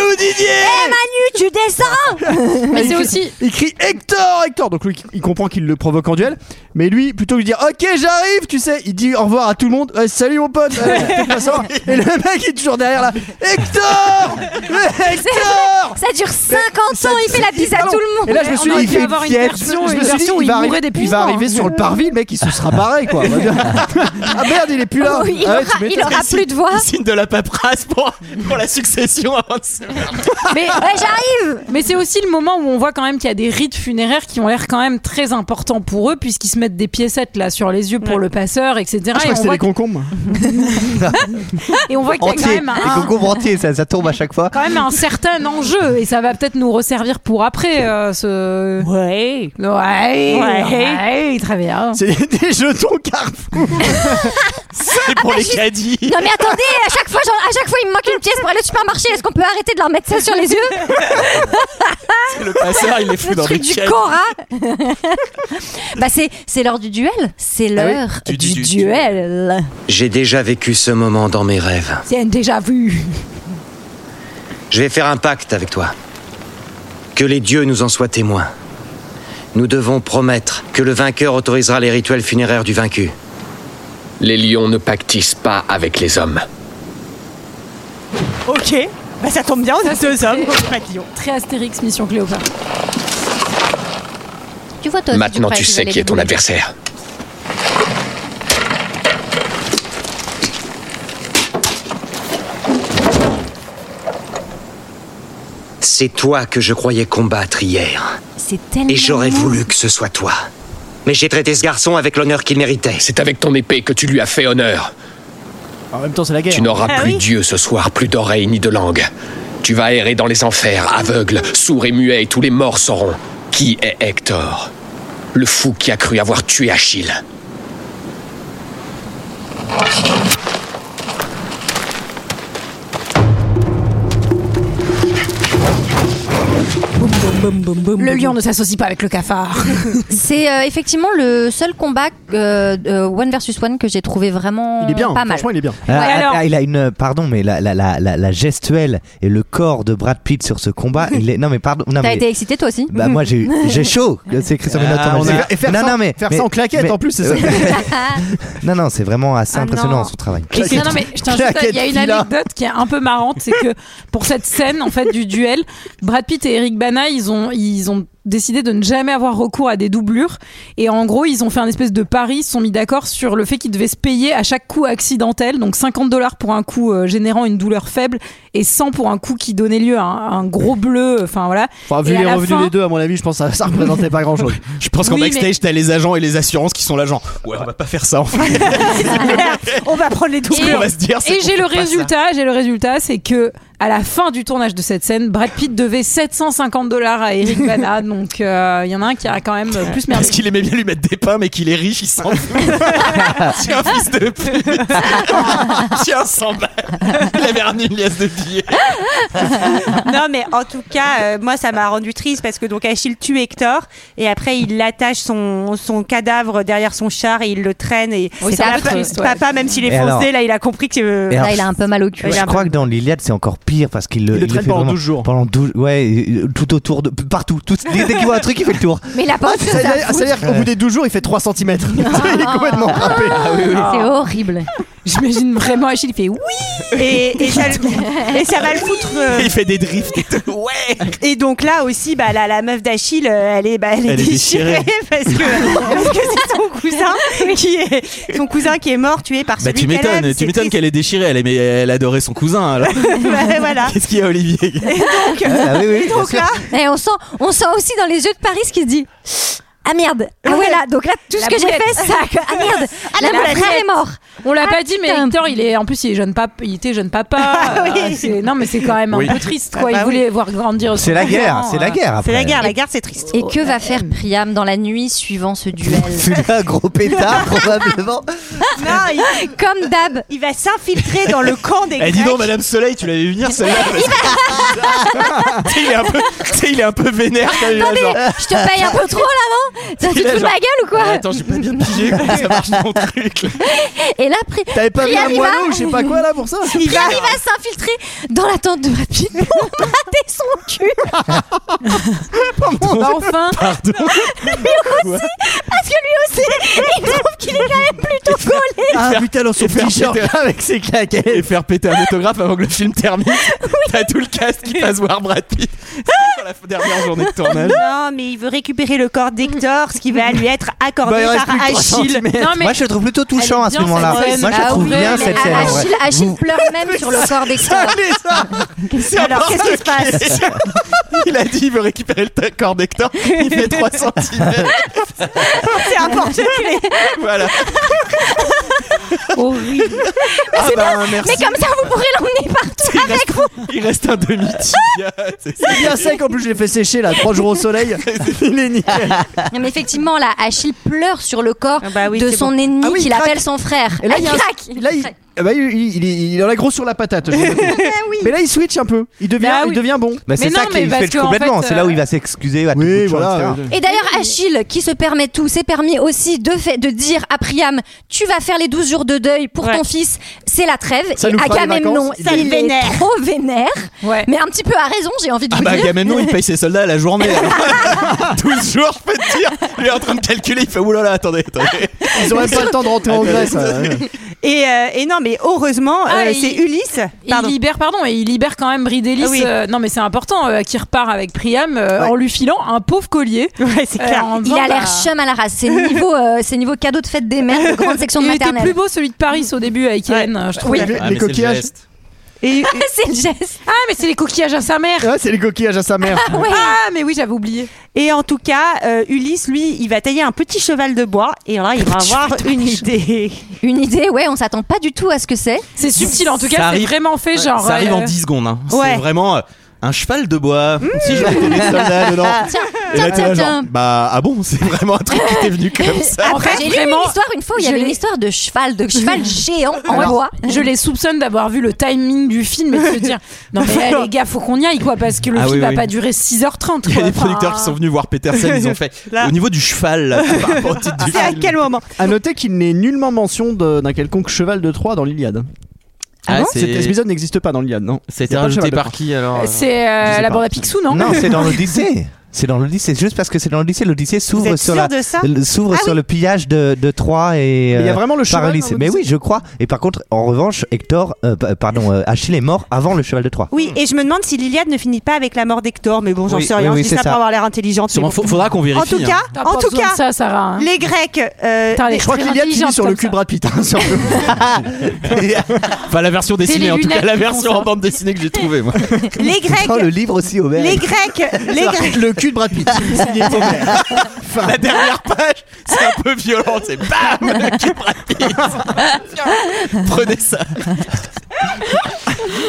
[SPEAKER 12] où, Didier Ah,
[SPEAKER 1] Eh Manu, tu descends
[SPEAKER 12] Il crie- Il crie Hector, Hector Donc lui, il comprend qu'il le provoque en duel. Mais lui, plutôt que de dire Ok, j'arrive, tu sais, il dit au revoir à tout le monde. Ouais, salut mon pote euh, faites pas ça. Et le mec il est toujours derrière là. Hector Mais Hector
[SPEAKER 1] Ça dure 50 ans, il fait la bise à
[SPEAKER 12] Pardon.
[SPEAKER 1] tout le monde.
[SPEAKER 12] Et là, je me suis dit, il fait une fièvre. Je me suis dit, il va arriver- il va arriver sur le parvis, le mec, il se sera barré, quoi. ah merde, il est plus là.
[SPEAKER 1] Oui, il
[SPEAKER 12] Ah ouais,
[SPEAKER 1] aura-
[SPEAKER 12] tu m'étonnes.
[SPEAKER 1] il aura plus de voix.
[SPEAKER 6] Il signe de la paperasse pour, pour la succession avant de se
[SPEAKER 11] Mais
[SPEAKER 1] Ouais, j'arrive.
[SPEAKER 11] Mais c'est aussi le moment où on voit quand même qu'il y a des rites funéraires qui ont l'air quand même très importants pour eux puisqu'ils se mettent des piécettes là sur les yeux pour le passeur, etc.
[SPEAKER 12] Ah, je crois
[SPEAKER 11] et,
[SPEAKER 12] que
[SPEAKER 11] on
[SPEAKER 12] c'était
[SPEAKER 11] voit
[SPEAKER 12] les concombres.
[SPEAKER 11] que- et on voit qu'il y a quand
[SPEAKER 7] Entier.
[SPEAKER 11] même
[SPEAKER 7] Les
[SPEAKER 11] un,
[SPEAKER 7] concombres entiers, ça, ça tombe à chaque fois.
[SPEAKER 11] quand même un certain enjeu et ça va peut-être nous resservir pour après euh, ce.
[SPEAKER 13] Ouais.
[SPEAKER 11] Ouais.
[SPEAKER 13] Ouais.
[SPEAKER 11] Ouais, Très bien.
[SPEAKER 12] C'est des jetons Carrefour.
[SPEAKER 6] C'est pour
[SPEAKER 13] Ah,
[SPEAKER 6] les caddies.
[SPEAKER 1] Non mais attendez, à chaque fois, j'en- à chaque fois, il me manque une pièce pour aller au supermarché. Est-ce qu'on peut arrêter de leur mettre ça sur les yeux
[SPEAKER 6] Le passeur, il les fout
[SPEAKER 1] Le
[SPEAKER 6] dans les
[SPEAKER 1] truc du Cora. bah c'est c'est l'heure du duel.
[SPEAKER 12] Ah
[SPEAKER 1] C'est l'heure
[SPEAKER 10] Du-
[SPEAKER 1] du,
[SPEAKER 10] du- du-
[SPEAKER 1] duel.
[SPEAKER 10] J'ai déjà vécu ce moment dans mes rêves.
[SPEAKER 11] C'est déjà vu.
[SPEAKER 10] Je vais faire un pacte avec toi. Que les dieux nous en soient témoins. Nous devons promettre que le vainqueur autorisera les rituels funéraires du vaincu.
[SPEAKER 14] Les lions ne pactisent pas avec les hommes.
[SPEAKER 13] Ok. Bah ça tombe bien, on a deux hommes. Bah,
[SPEAKER 11] Très Astérix, Mission Cléopâtre.
[SPEAKER 1] Tu vois toi. aussi,
[SPEAKER 14] Maintenant,
[SPEAKER 1] crois
[SPEAKER 14] tu
[SPEAKER 1] qu'ils
[SPEAKER 14] sais
[SPEAKER 1] allaient
[SPEAKER 14] qui est ton
[SPEAKER 1] débrouiller.
[SPEAKER 14] adversaire.
[SPEAKER 10] C'est toi que je croyais combattre hier.
[SPEAKER 1] C'est tellement.
[SPEAKER 10] Et j'aurais voulu que ce soit toi. Mais j'ai traité ce garçon avec l'honneur qu'il méritait.
[SPEAKER 14] C'est avec ton épée que tu lui as fait honneur.
[SPEAKER 12] En même temps, c'est la guerre.
[SPEAKER 14] Tu n'auras
[SPEAKER 12] Ah
[SPEAKER 14] plus
[SPEAKER 12] oui.
[SPEAKER 14] Dieu ce soir, plus d'oreilles ni de langue. Tu vas errer dans les enfers, aveugle, sourd et muet, et tous les morts sauront. Qui est Hector Le fou qui a cru avoir tué Achille.
[SPEAKER 11] Le lion ne s'associe pas avec le cafard.
[SPEAKER 1] C'est euh, effectivement le seul combat euh, euh, one versus one que j'ai trouvé vraiment
[SPEAKER 12] Il est bien,
[SPEAKER 1] pas mal.
[SPEAKER 12] franchement, il est bien.
[SPEAKER 7] Ah,
[SPEAKER 1] Ouais,
[SPEAKER 7] ah,
[SPEAKER 1] alors-
[SPEAKER 7] ah, il a une pardon mais la, la, la, la, la gestuelle et le corps de Brad Pitt sur ce combat il est non mais pardon non
[SPEAKER 1] T'as
[SPEAKER 7] mais
[SPEAKER 1] été excité toi aussi
[SPEAKER 7] bah moi j'ai eu- j'ai chaud c'est Christophe
[SPEAKER 12] Ah,
[SPEAKER 7] Minotaur,
[SPEAKER 12] on
[SPEAKER 7] mais
[SPEAKER 12] a-
[SPEAKER 7] j'ai-
[SPEAKER 12] et faire
[SPEAKER 7] non
[SPEAKER 12] ça-
[SPEAKER 7] non mais
[SPEAKER 12] faire
[SPEAKER 7] mais-
[SPEAKER 12] ça en claquette,
[SPEAKER 1] Ah,
[SPEAKER 7] mais-
[SPEAKER 12] en plus, c'est ça.
[SPEAKER 7] non non c'est vraiment assez
[SPEAKER 11] Ah,
[SPEAKER 7] impressionnant
[SPEAKER 11] non.
[SPEAKER 7] son travail
[SPEAKER 11] Non, non, mais je tiens juste à- il y a une
[SPEAKER 7] Claquette,
[SPEAKER 11] anecdote qui est un peu marrante, c'est que pour cette scène en fait du duel, Brad Pitt et Eric Bana, ils ont ils ont décidé de ne jamais avoir recours à des doublures et en gros ils ont fait un espèce de pari, ils se sont mis d'accord sur le fait qu'ils devaient se payer à chaque coup accidentel, donc 50 dollars pour un coup euh, générant une douleur faible et 100 pour un coup qui donnait lieu à un, un gros bleu, enfin voilà.
[SPEAKER 12] Enfin, vu
[SPEAKER 11] Et à
[SPEAKER 12] les
[SPEAKER 11] la
[SPEAKER 12] revenus
[SPEAKER 11] fin-
[SPEAKER 12] des deux, à mon avis, je pense que ça, ça représentait pas grand chose.
[SPEAKER 6] Je pense qu'en
[SPEAKER 11] Oui,
[SPEAKER 6] backstage,
[SPEAKER 11] mais-
[SPEAKER 6] t'as les agents et les assurances qui sont là, genre, ouais, on va pas faire ça en fait.
[SPEAKER 13] on va prendre les
[SPEAKER 6] Ce qu'on va se dire, c'est
[SPEAKER 11] Et
[SPEAKER 6] qu'on
[SPEAKER 11] j'ai
[SPEAKER 6] fait
[SPEAKER 11] le
[SPEAKER 6] pas ça.
[SPEAKER 11] résultat, j'ai le résultat, c'est que à la fin du tournage de cette scène, Brad Pitt devait 750 dollars à Eric Bana. donc euh, il y en a un qui a quand même euh, plus merdé.
[SPEAKER 6] Parce qu'il aimait bien lui mettre des pains, mais qu'il est riche, il s'en fout. C'est un fils de pute. Tiens, 100 balles. Il avait ramené une liasse de billets.
[SPEAKER 13] non, mais en tout cas, euh, moi, ça m'a rendu triste parce que donc Achille tue Hector et après il attache son, son cadavre derrière son char et il le traîne et
[SPEAKER 1] Oui,
[SPEAKER 13] et
[SPEAKER 1] c'est un
[SPEAKER 13] papa,
[SPEAKER 1] peu triste, ouais.
[SPEAKER 13] papa, même s'il est
[SPEAKER 7] Et
[SPEAKER 13] foncé,
[SPEAKER 7] alors
[SPEAKER 13] là, il a compris que euh,
[SPEAKER 7] Et alors- Là, il a un
[SPEAKER 1] peu mal au cul.
[SPEAKER 7] Je crois que dans l'Iliade, c'est encore pire parce qu'il le,
[SPEAKER 13] le traîne
[SPEAKER 7] fait
[SPEAKER 13] pendant
[SPEAKER 7] vraiment
[SPEAKER 13] 12 jours.
[SPEAKER 7] Pendant 12 ouais, euh, tout autour de partout, tout, dès dès qu'il voit un truc, il fait le tour.
[SPEAKER 1] Mais il a pas
[SPEAKER 12] Ah,
[SPEAKER 1] autre chose à
[SPEAKER 12] C'est-à-dire
[SPEAKER 1] foutre.
[SPEAKER 12] c'est-à-dire qu'au bout des 12 jours, il fait 3 cm. il est complètement râpé.
[SPEAKER 1] C'est horrible.
[SPEAKER 11] J'imagine vraiment Achille, il fait oui
[SPEAKER 13] et, et ça, et ça va le foutre. euh,
[SPEAKER 6] Il fait des drifts et tout.
[SPEAKER 13] Et donc là aussi, bah, la, la meuf d'Achille, euh, elle est, bah, elle est
[SPEAKER 6] Elle est
[SPEAKER 13] déchirée,
[SPEAKER 6] déchirée.
[SPEAKER 13] parce que parce que c'est son cousin qui est son cousin qui est mort tué par
[SPEAKER 6] Bah
[SPEAKER 13] Ah, celui
[SPEAKER 6] tu
[SPEAKER 13] qu'elle aime,
[SPEAKER 6] m'étonnes,
[SPEAKER 13] c'est
[SPEAKER 6] tu m'étonnes qu'elle est déchirée, elle, aimait- elle adorait son cousin alors.
[SPEAKER 13] Ouais, voilà.
[SPEAKER 6] Qu'est-ce qu'il y a Olivier
[SPEAKER 13] Et donc,
[SPEAKER 6] Ah, oui, oui,
[SPEAKER 13] et donc
[SPEAKER 6] bien
[SPEAKER 13] là,
[SPEAKER 1] Et on sent, on sent aussi dans les yeux de Paris ce qui se dit. Ah merde Ah ouais là, donc là tout ce
[SPEAKER 11] La
[SPEAKER 1] que j'ai
[SPEAKER 11] boulette.
[SPEAKER 1] fait c'est ça que- Ah merde Ah là
[SPEAKER 11] La
[SPEAKER 1] mon
[SPEAKER 11] boulette.
[SPEAKER 1] frère est mort
[SPEAKER 11] On l'a
[SPEAKER 1] Ah,
[SPEAKER 11] pas dit, mais
[SPEAKER 1] putain.
[SPEAKER 11] Hector, il est en plus, il est jeune papa, il était jeune papa. Euh, c'est- Non, mais c'est quand même
[SPEAKER 7] Oui.
[SPEAKER 11] un peu triste, quoi.
[SPEAKER 7] Ah bah
[SPEAKER 11] il voulait voir grandir.
[SPEAKER 7] C'est
[SPEAKER 11] son
[SPEAKER 7] la
[SPEAKER 11] enfant,
[SPEAKER 7] guerre,
[SPEAKER 11] euh.
[SPEAKER 7] c'est la guerre après.
[SPEAKER 13] guerre c'est triste.
[SPEAKER 1] Et que va faire Priam dans la nuit suivant ce duel
[SPEAKER 7] C'est un gros pétard probablement.
[SPEAKER 13] non, il-
[SPEAKER 1] Comme d'hab
[SPEAKER 13] il va s'infiltrer dans le camp des
[SPEAKER 6] Eh dis
[SPEAKER 13] Grecs.
[SPEAKER 6] donc Madame Soleil, tu l'avais vu venir celle-là parce que- il, est un peu, tu sais, il est un peu vénère quand il est là,
[SPEAKER 1] Attendez,
[SPEAKER 6] genre-
[SPEAKER 1] je te paye un peu trop Oh, là non Tu
[SPEAKER 6] Il
[SPEAKER 1] te
[SPEAKER 6] est là,
[SPEAKER 1] fous de
[SPEAKER 6] genre,
[SPEAKER 1] ma gueule ou quoi
[SPEAKER 6] Ah, Attends, j'ai pas bien pigé comment ça marche mon truc. là.
[SPEAKER 1] Et là, Pri-
[SPEAKER 6] T'avais pas vu
[SPEAKER 1] Priam,
[SPEAKER 6] un
[SPEAKER 1] il va-
[SPEAKER 6] moineau ou je sais pas quoi, là, pour ça
[SPEAKER 1] Priam, il va, s'infiltrer dans la tente de Brad Pitt pour gratter son cul.
[SPEAKER 11] Bah, enfin,
[SPEAKER 1] lui aussi, parce que lui aussi, il trouve qu'il est quand même plutôt collé.
[SPEAKER 12] Ah putain, dans son
[SPEAKER 6] Et faire
[SPEAKER 12] t-shirt
[SPEAKER 6] péter-
[SPEAKER 12] avec ses claquettes.
[SPEAKER 6] Et faire péter un autographe avant que le film termine. T'as tout le cast qui passe voir Brad Pitt.
[SPEAKER 11] Ah.
[SPEAKER 6] C'est pour la dernière journée de tournage.
[SPEAKER 13] Non, mais il veut récupérer le corps d'Hector, ce qui va lui être
[SPEAKER 7] Bah,
[SPEAKER 13] accordé par Achille.
[SPEAKER 7] Moi je le trouve plutôt touchant à ce
[SPEAKER 13] bien,
[SPEAKER 7] moment-là.
[SPEAKER 13] cette
[SPEAKER 7] Moi
[SPEAKER 13] scène.
[SPEAKER 7] je
[SPEAKER 13] Ah
[SPEAKER 7] trouve
[SPEAKER 13] oui,
[SPEAKER 7] bien
[SPEAKER 13] mais
[SPEAKER 7] cette
[SPEAKER 13] à-
[SPEAKER 7] scène. ouais.
[SPEAKER 1] Achille, Achille
[SPEAKER 7] Vous-
[SPEAKER 1] pleure même sur le corps d'Hector.
[SPEAKER 12] Allez, ça
[SPEAKER 1] Qu'est-ce
[SPEAKER 13] Alors, qu'est-ce qui se passe
[SPEAKER 6] Il a dit il veut récupérer le t- corps d'Hector. Il fait 3 cm.
[SPEAKER 13] C'est un porte-clés.
[SPEAKER 6] Voilà.
[SPEAKER 11] horrible.
[SPEAKER 1] Mais
[SPEAKER 6] Ah
[SPEAKER 1] c'est
[SPEAKER 6] bah,
[SPEAKER 1] bien,
[SPEAKER 6] merci.
[SPEAKER 1] mais comme ça vous pourrez l'emmener partout avec vous.
[SPEAKER 6] Il reste un demi-tibia. C'est
[SPEAKER 12] C'est bien sec, en plus, je l'ai fait sécher là, 3 jours au soleil. Il est nickel. Ah
[SPEAKER 1] Non, Mais effectivement, là, Achille pleure sur le corps
[SPEAKER 13] bah oui,
[SPEAKER 1] de
[SPEAKER 13] c'est
[SPEAKER 1] son
[SPEAKER 13] bon.
[SPEAKER 1] ennemi
[SPEAKER 12] Ah oui, il
[SPEAKER 1] qu'il
[SPEAKER 12] craque.
[SPEAKER 1] appelle son frère.
[SPEAKER 12] Et là,
[SPEAKER 1] Ah,
[SPEAKER 12] il y a un-
[SPEAKER 1] craque.
[SPEAKER 12] là, il- Ah bah, il, il- il- il en a gros sur la patate. je veux dire. Mais là, il switch un peu. Il devient,
[SPEAKER 11] Bah
[SPEAKER 12] il
[SPEAKER 11] oui.
[SPEAKER 12] devient bon.
[SPEAKER 7] Bah, c'est
[SPEAKER 11] Mais
[SPEAKER 7] ça
[SPEAKER 11] non,
[SPEAKER 7] qui
[SPEAKER 11] mais
[SPEAKER 7] fait
[SPEAKER 11] parce
[SPEAKER 7] le
[SPEAKER 11] qu'en
[SPEAKER 7] complètement.
[SPEAKER 11] fait,
[SPEAKER 7] C'est là où
[SPEAKER 11] euh,
[SPEAKER 7] il va s'excuser. à tout bout
[SPEAKER 12] Oui,
[SPEAKER 7] de champ,
[SPEAKER 12] voilà.
[SPEAKER 7] etc.
[SPEAKER 1] Et d'ailleurs, Achille, qui se permet tout, s'est permis aussi de, fait, de dire à Priam Tu vas faire les 12 jours de deuil pour ton fils, c'est la trêve.
[SPEAKER 12] Ça
[SPEAKER 1] et
[SPEAKER 12] nous fera les
[SPEAKER 1] Agamemnon,
[SPEAKER 12] vacances.
[SPEAKER 1] il
[SPEAKER 13] Ça le
[SPEAKER 1] est
[SPEAKER 13] vénère.
[SPEAKER 1] trop vénère.
[SPEAKER 11] Ouais.
[SPEAKER 1] Mais un petit peu à raison, j'ai envie de
[SPEAKER 6] Ah
[SPEAKER 1] vous
[SPEAKER 6] bah,
[SPEAKER 1] dire.
[SPEAKER 6] Agamemnon, il paye ses soldats à la journée. alors. 12 jours, je peux te dire. Il est en train de calculer. Il fait oulala, attendez, attendez.
[SPEAKER 12] Ils auraient pas le temps de rentrer en Grèce.
[SPEAKER 13] Et, euh, et non, mais heureusement,
[SPEAKER 11] Ah,
[SPEAKER 13] euh,
[SPEAKER 11] il-
[SPEAKER 13] c'est Ulysse.
[SPEAKER 11] Et
[SPEAKER 13] Pardon.
[SPEAKER 11] il libère, pardon, et il libère quand même Bridelis.
[SPEAKER 13] Ah oui.
[SPEAKER 11] euh, non, mais c'est important, euh, qui repart avec Priam euh, en lui filant un pauvre collier.
[SPEAKER 13] Ouais, c'est
[SPEAKER 11] Euh,
[SPEAKER 13] clair.
[SPEAKER 11] en
[SPEAKER 1] Il
[SPEAKER 11] disant,
[SPEAKER 1] a l'air
[SPEAKER 11] bah,
[SPEAKER 1] chum à la race. C'est niveau, euh, c'est niveau cadeau de fête des mères de grande section de
[SPEAKER 11] Il était
[SPEAKER 1] maternelle.
[SPEAKER 11] plus beau celui de Paris au début avec Hélène, euh, je trouve.
[SPEAKER 12] Oui, les- les coquillages.
[SPEAKER 13] Et, et-
[SPEAKER 1] c'est le geste.
[SPEAKER 11] Ah, mais c'est les coquillages à sa mère.
[SPEAKER 12] Ouais, Ah, c'est les coquillages à sa mère.
[SPEAKER 1] Ouais.
[SPEAKER 11] Ah, mais oui, j'avais oublié.
[SPEAKER 13] et en tout cas, euh, Ulysse, lui, il va tailler un petit cheval de bois et là, il va avoir une idée.
[SPEAKER 1] Une idée, ouais, on s'attend pas du tout à ce que c'est.
[SPEAKER 11] C'est subtil en tout
[SPEAKER 6] Ça
[SPEAKER 11] cas, c'est
[SPEAKER 6] arrive-
[SPEAKER 11] vraiment fait genre.
[SPEAKER 6] Ça arrive en
[SPEAKER 11] euh, Mmh.
[SPEAKER 6] 10 secondes. hein.
[SPEAKER 13] ouais.
[SPEAKER 6] C'est vraiment euh, un cheval de bois. Si je mettais des soldats dedans.
[SPEAKER 1] Tiens,
[SPEAKER 6] Et là,
[SPEAKER 1] tiens,
[SPEAKER 6] t'es
[SPEAKER 1] tiens,
[SPEAKER 6] là, genre,
[SPEAKER 1] tiens.
[SPEAKER 6] bah ah bon, c'est vraiment un truc qui t'est venu comme ça.
[SPEAKER 11] En
[SPEAKER 1] Après,
[SPEAKER 11] fait,
[SPEAKER 1] j'ai lu
[SPEAKER 11] vraiment,
[SPEAKER 1] une histoire une fois où il y
[SPEAKER 11] je
[SPEAKER 1] avait une
[SPEAKER 11] l'ai-
[SPEAKER 1] histoire de cheval, de cheval géant en
[SPEAKER 11] Alors,
[SPEAKER 1] bois.
[SPEAKER 11] Je les soupçonne d'avoir vu le timing du film et de se dire non mais là, les gars faut qu'on y aille quoi parce que le
[SPEAKER 6] Ah
[SPEAKER 11] film
[SPEAKER 6] oui,
[SPEAKER 11] va
[SPEAKER 6] oui.
[SPEAKER 11] pas durer 6h30
[SPEAKER 6] Il y a des producteurs qui sont venus voir Peterson, ils ont fait
[SPEAKER 13] euh, Là.
[SPEAKER 6] au niveau du cheval là, par rapport au titre du
[SPEAKER 13] C'est à
[SPEAKER 6] film.
[SPEAKER 13] quel moment
[SPEAKER 12] À noter qu'il n'est nullement mention de- d'un quelconque cheval de Troie dans l'Iliade.
[SPEAKER 6] Ah, c'est-
[SPEAKER 12] Cet épisode n'existe pas dans l'Iliade, non.
[SPEAKER 6] C'était
[SPEAKER 12] Il y a pas de cheval
[SPEAKER 6] rajouté
[SPEAKER 12] de
[SPEAKER 6] par
[SPEAKER 12] Troie.
[SPEAKER 6] qui alors euh
[SPEAKER 11] C'est euh,
[SPEAKER 12] Je sais
[SPEAKER 11] la
[SPEAKER 12] pas.
[SPEAKER 11] bande à Picsou non
[SPEAKER 7] Non, c'est dans l'Odyssée. C'est dans l'Odyssée, juste parce que c'est dans l'Odyssée. L'Odyssée
[SPEAKER 13] Vous
[SPEAKER 7] s'ouvre
[SPEAKER 13] êtes
[SPEAKER 7] sur,
[SPEAKER 13] sûr
[SPEAKER 7] la,
[SPEAKER 13] de ça
[SPEAKER 7] le- s'ouvre
[SPEAKER 13] Ah
[SPEAKER 7] sur
[SPEAKER 13] oui.
[SPEAKER 7] le pillage de, de Troie et.
[SPEAKER 12] Mais il y a
[SPEAKER 7] euh,
[SPEAKER 12] vraiment le
[SPEAKER 7] par
[SPEAKER 12] cheval dans
[SPEAKER 7] Ulysse. Mais
[SPEAKER 12] l'Odyssée
[SPEAKER 7] oui, je crois. Et par contre, en revanche, Hector, euh, pa- pardon, euh, Achille est mort avant le cheval de Troie.
[SPEAKER 13] Oui, et je me demande si l'Iliade ne finit pas avec la mort d'Hector, mais bon, j'en
[SPEAKER 7] Hmm. Oui,
[SPEAKER 13] sais rien,
[SPEAKER 7] oui, oui,
[SPEAKER 13] je dis
[SPEAKER 7] c'est
[SPEAKER 13] ça,
[SPEAKER 7] ça.
[SPEAKER 13] pour avoir l'air intelligente. mais
[SPEAKER 6] Sûrement,
[SPEAKER 13] bon.
[SPEAKER 6] faut- faudra qu'on
[SPEAKER 13] En
[SPEAKER 6] vérifie.
[SPEAKER 13] tout cas,
[SPEAKER 6] hein.
[SPEAKER 11] T'as pas
[SPEAKER 13] en tout
[SPEAKER 11] besoin
[SPEAKER 13] cas,
[SPEAKER 11] de ça Sarah. hein.
[SPEAKER 13] les Grecs, euh,
[SPEAKER 11] Putain, les
[SPEAKER 12] Je crois que
[SPEAKER 11] très
[SPEAKER 12] l'Iliade finit
[SPEAKER 11] intelligente
[SPEAKER 12] sur le
[SPEAKER 11] comme
[SPEAKER 12] cul
[SPEAKER 11] ça.
[SPEAKER 12] de Brad Pitt. hein, sur le-
[SPEAKER 6] Enfin la version dessinée
[SPEAKER 11] les
[SPEAKER 6] en tout cas,
[SPEAKER 11] lunettes
[SPEAKER 6] la
[SPEAKER 11] qui font
[SPEAKER 6] version
[SPEAKER 11] ça.
[SPEAKER 6] en bande dessinée que j'ai trouvée moi.
[SPEAKER 13] les
[SPEAKER 7] Oh, le
[SPEAKER 13] Grecs,
[SPEAKER 7] livre aussi, Aubert.
[SPEAKER 13] les Grecs, les Grecs,
[SPEAKER 12] le cul de Brad Pitt. Signé Aubert.
[SPEAKER 6] la dernière page, c'est un peu violent, c'est bam, le cul rapide. Prenez ça.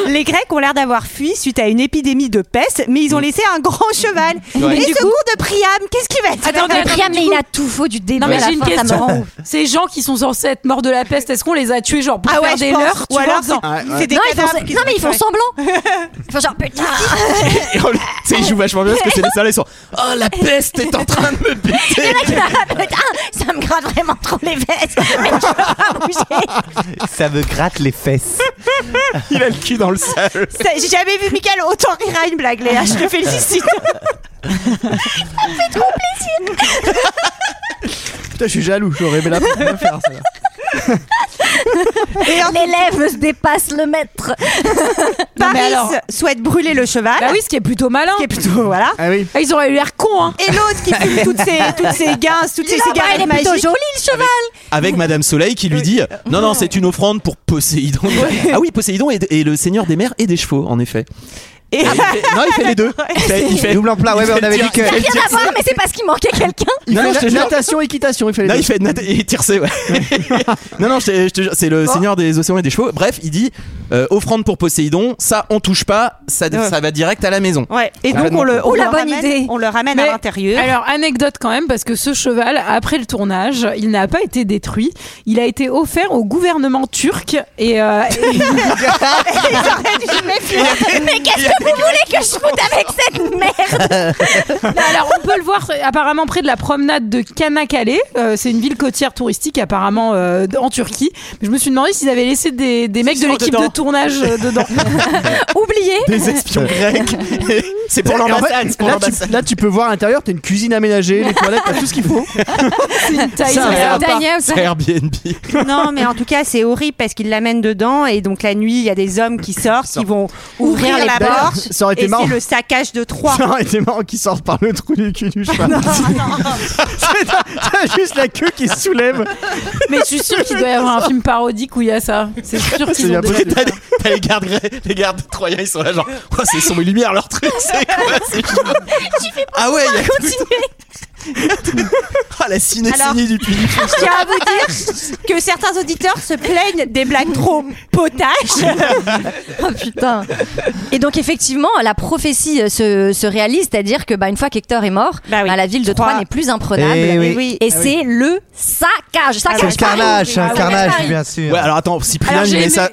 [SPEAKER 13] les Grecs ont l'air d'avoir fui suite à une épidémie de peste,
[SPEAKER 11] Mm.
[SPEAKER 13] mais ils ont laissé un grand cheval.
[SPEAKER 1] Ouais.
[SPEAKER 13] Et
[SPEAKER 1] Du
[SPEAKER 13] ce
[SPEAKER 1] coup-
[SPEAKER 13] cours de Priam, qu'est-ce qu'il va être
[SPEAKER 11] Attendez, attendez,
[SPEAKER 1] Priam,
[SPEAKER 11] du
[SPEAKER 1] mais il
[SPEAKER 11] coup-
[SPEAKER 1] a tout faux du début
[SPEAKER 11] Non mais
[SPEAKER 1] à la
[SPEAKER 11] j'ai une
[SPEAKER 1] fin, ça me
[SPEAKER 11] question.
[SPEAKER 1] rend ouf.
[SPEAKER 11] Ces gens qui sont censés être morts de la peste, est-ce qu'on les a tués genre pour
[SPEAKER 13] Ah ouais,
[SPEAKER 11] faire
[SPEAKER 13] je
[SPEAKER 11] des
[SPEAKER 13] pense.
[SPEAKER 11] leurs tu
[SPEAKER 13] Ou
[SPEAKER 11] vois,
[SPEAKER 13] alors,
[SPEAKER 11] en
[SPEAKER 6] Ah,
[SPEAKER 11] disant-
[SPEAKER 13] c'est-
[SPEAKER 1] c'est des Non, ils font cadavres se- qui non, sont mais ils font tués.
[SPEAKER 13] semblant.
[SPEAKER 1] Ils font genre putain.
[SPEAKER 6] Et on le- tu sais, ils jouent vachement bien parce que c'est les salles, ils sont Oh la peste est en train de me
[SPEAKER 1] Il y
[SPEAKER 6] buter
[SPEAKER 1] en a qui font, Ah, putain, ça me gratte vraiment trop les vestes. Mais je peux
[SPEAKER 13] Ah,
[SPEAKER 1] pas bouger.
[SPEAKER 7] Ça me gratte les fesses.
[SPEAKER 6] Il a le cul dans le sable.
[SPEAKER 13] Ça, J'ai jamais vu Michael autant rire à une blague, Léa. Je te félicite.
[SPEAKER 1] Ça me fait trop plaisir.
[SPEAKER 12] Putain, je suis jaloux, j'aurais aimé la faire ça.
[SPEAKER 1] L'élève se dépasse le maître.
[SPEAKER 13] Paris souhaite brûler le cheval.
[SPEAKER 11] Bah oui, ce qui est plutôt malin.
[SPEAKER 13] Qui est plutôt voilà.
[SPEAKER 12] Ah oui.
[SPEAKER 11] ils auraient eu l'air cons. Hein.
[SPEAKER 13] Et l'autre qui fume toutes ses toutes ses gaz, toutes ses
[SPEAKER 1] Non, bah,
[SPEAKER 13] cigarettes
[SPEAKER 1] il est plutôt
[SPEAKER 13] magiques.
[SPEAKER 1] joli le cheval.
[SPEAKER 6] Avec Madame Soleil qui lui dit Non, non, c'est une offrande pour Poséidon. Ah oui, Poséidon est, est le seigneur des mers et des chevaux, en effet.
[SPEAKER 13] Et-
[SPEAKER 6] Ah, il fait- non, il fait les deux. Il fait, il fait-
[SPEAKER 7] Double emploi, ouais,
[SPEAKER 6] il
[SPEAKER 7] mais
[SPEAKER 6] fait
[SPEAKER 7] on avait
[SPEAKER 6] le
[SPEAKER 7] dit
[SPEAKER 6] tir-
[SPEAKER 7] que-
[SPEAKER 6] il fait le
[SPEAKER 1] Rien
[SPEAKER 6] tir-
[SPEAKER 1] à voir, mais c'est parce qu'il manquait quelqu'un.
[SPEAKER 6] Non, non, je te jure.
[SPEAKER 12] Natation, équitation, il fait les
[SPEAKER 6] Non,
[SPEAKER 12] deux.
[SPEAKER 6] il fait nat- et tir C, ouais. non, non, je te- je te jure, c'est le seigneur des océans et des chevaux. Bref, il dit euh, offrande pour Poséidon, ça on touche pas, ça,
[SPEAKER 13] Ouais.
[SPEAKER 6] ça va direct à la maison.
[SPEAKER 13] Ouais. Et
[SPEAKER 6] Ça va
[SPEAKER 13] donc
[SPEAKER 6] de
[SPEAKER 13] on
[SPEAKER 6] mon
[SPEAKER 13] le
[SPEAKER 6] côté.
[SPEAKER 13] on
[SPEAKER 11] Oh, la
[SPEAKER 13] le
[SPEAKER 11] bonne
[SPEAKER 13] ramène-
[SPEAKER 11] idée.
[SPEAKER 13] On le ramène à
[SPEAKER 11] Mais-
[SPEAKER 13] l'intérieur.
[SPEAKER 11] Alors, anecdote quand même, parce que ce cheval, après le tournage, il n'a pas été détruit. Il a été offert au gouvernement turc. Et, euh, et-
[SPEAKER 1] Mais qu'est-ce que vous voulez que je foute avec cette merde
[SPEAKER 11] Non, alors, on peut le voir euh, apparemment près de la promenade de Kanakalé. Euh, c'est une ville côtière touristique, apparemment, euh, en Turquie. Mais je me suis demandé s'ils avaient laissé des, des mecs de
[SPEAKER 6] sont
[SPEAKER 11] l'équipe
[SPEAKER 6] dedans.
[SPEAKER 11] de tournage euh, dedans. Oublié.
[SPEAKER 6] Des espions grecs. c'est pour
[SPEAKER 12] Et en fait,
[SPEAKER 6] l'ambassade. c'est pour
[SPEAKER 12] là, tu-
[SPEAKER 6] l'ambassade.
[SPEAKER 12] là, tu peux voir à l'intérieur, t'as une cuisine aménagée, les toilettes, t'as tout ce qu'il faut.
[SPEAKER 11] C'est une taille.
[SPEAKER 12] C'est un
[SPEAKER 11] c'est un
[SPEAKER 12] appart.
[SPEAKER 11] Daniel, ça.
[SPEAKER 6] C'est Airbnb.
[SPEAKER 13] Non, mais en tout cas, c'est horrible parce qu'ils l'amènent dedans et donc la nuit, il y a des hommes qui sortent, qui vont ouvrir
[SPEAKER 12] Ouvrir
[SPEAKER 13] la
[SPEAKER 12] les portes.
[SPEAKER 13] porte.
[SPEAKER 12] Ça aurait été
[SPEAKER 13] et
[SPEAKER 12] marrant.
[SPEAKER 13] c'est le saccage de trois.
[SPEAKER 12] Ça aurait été marrant qu'ils sortent par le trou du cul du cheval. C'est- T'as juste la queue qui se soulève.
[SPEAKER 11] Mais je suis sûre qu'il doit y avoir un film parodique où il y a ça. C'est sûr
[SPEAKER 12] C'est
[SPEAKER 11] qu'ils ont
[SPEAKER 12] bien possible.
[SPEAKER 6] T'as, t'as les gardes grecs- les gardes troyens, ils sont là genre oh, c'est son et lumière leur truc, c'est quoi c'est chaud. Ah ouais, il y a Ah la ciné-ciné
[SPEAKER 13] Alors-
[SPEAKER 6] du pays.
[SPEAKER 13] Je tiens à vous dire que certains auditeurs se plaignent des blagues trop potaches.
[SPEAKER 1] Oh putain. Et donc effectivement, la prophétie euh, se, se réalise, c'est-à-dire que bah, une fois qu'Hector est mort, bah, la ville de Troie n'est plus imprenable.
[SPEAKER 7] Eh oui. Eh
[SPEAKER 13] oui.
[SPEAKER 11] Ah
[SPEAKER 1] Et c'est le saccage.
[SPEAKER 7] C'est un
[SPEAKER 1] saccage Paris.
[SPEAKER 7] carnage, c'est
[SPEAKER 1] Ah
[SPEAKER 7] un
[SPEAKER 1] ouais,
[SPEAKER 7] carnage,
[SPEAKER 1] Paris.
[SPEAKER 7] bien sûr.
[SPEAKER 6] Ouais, alors attends, Cyprien,
[SPEAKER 11] Alors,
[SPEAKER 6] il
[SPEAKER 11] j'ai
[SPEAKER 6] met
[SPEAKER 11] aimé-
[SPEAKER 6] ça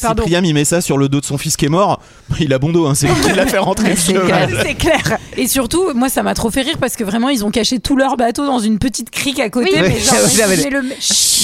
[SPEAKER 11] Pardon.
[SPEAKER 6] Cyprien, il met ça sur le dos de son fils qui est mort. Il a bon dos hein, c'est lui qui l'a fait rentrer le cheval.
[SPEAKER 11] C'est clair. Et surtout, moi, ça m'a trop fait rire parce que vraiment, ils ont caché tout leur bateau dans une petite crique à côté.
[SPEAKER 1] Oui,
[SPEAKER 11] mais
[SPEAKER 7] mais
[SPEAKER 11] genre,
[SPEAKER 7] j'avais- j'avais-
[SPEAKER 11] mais le-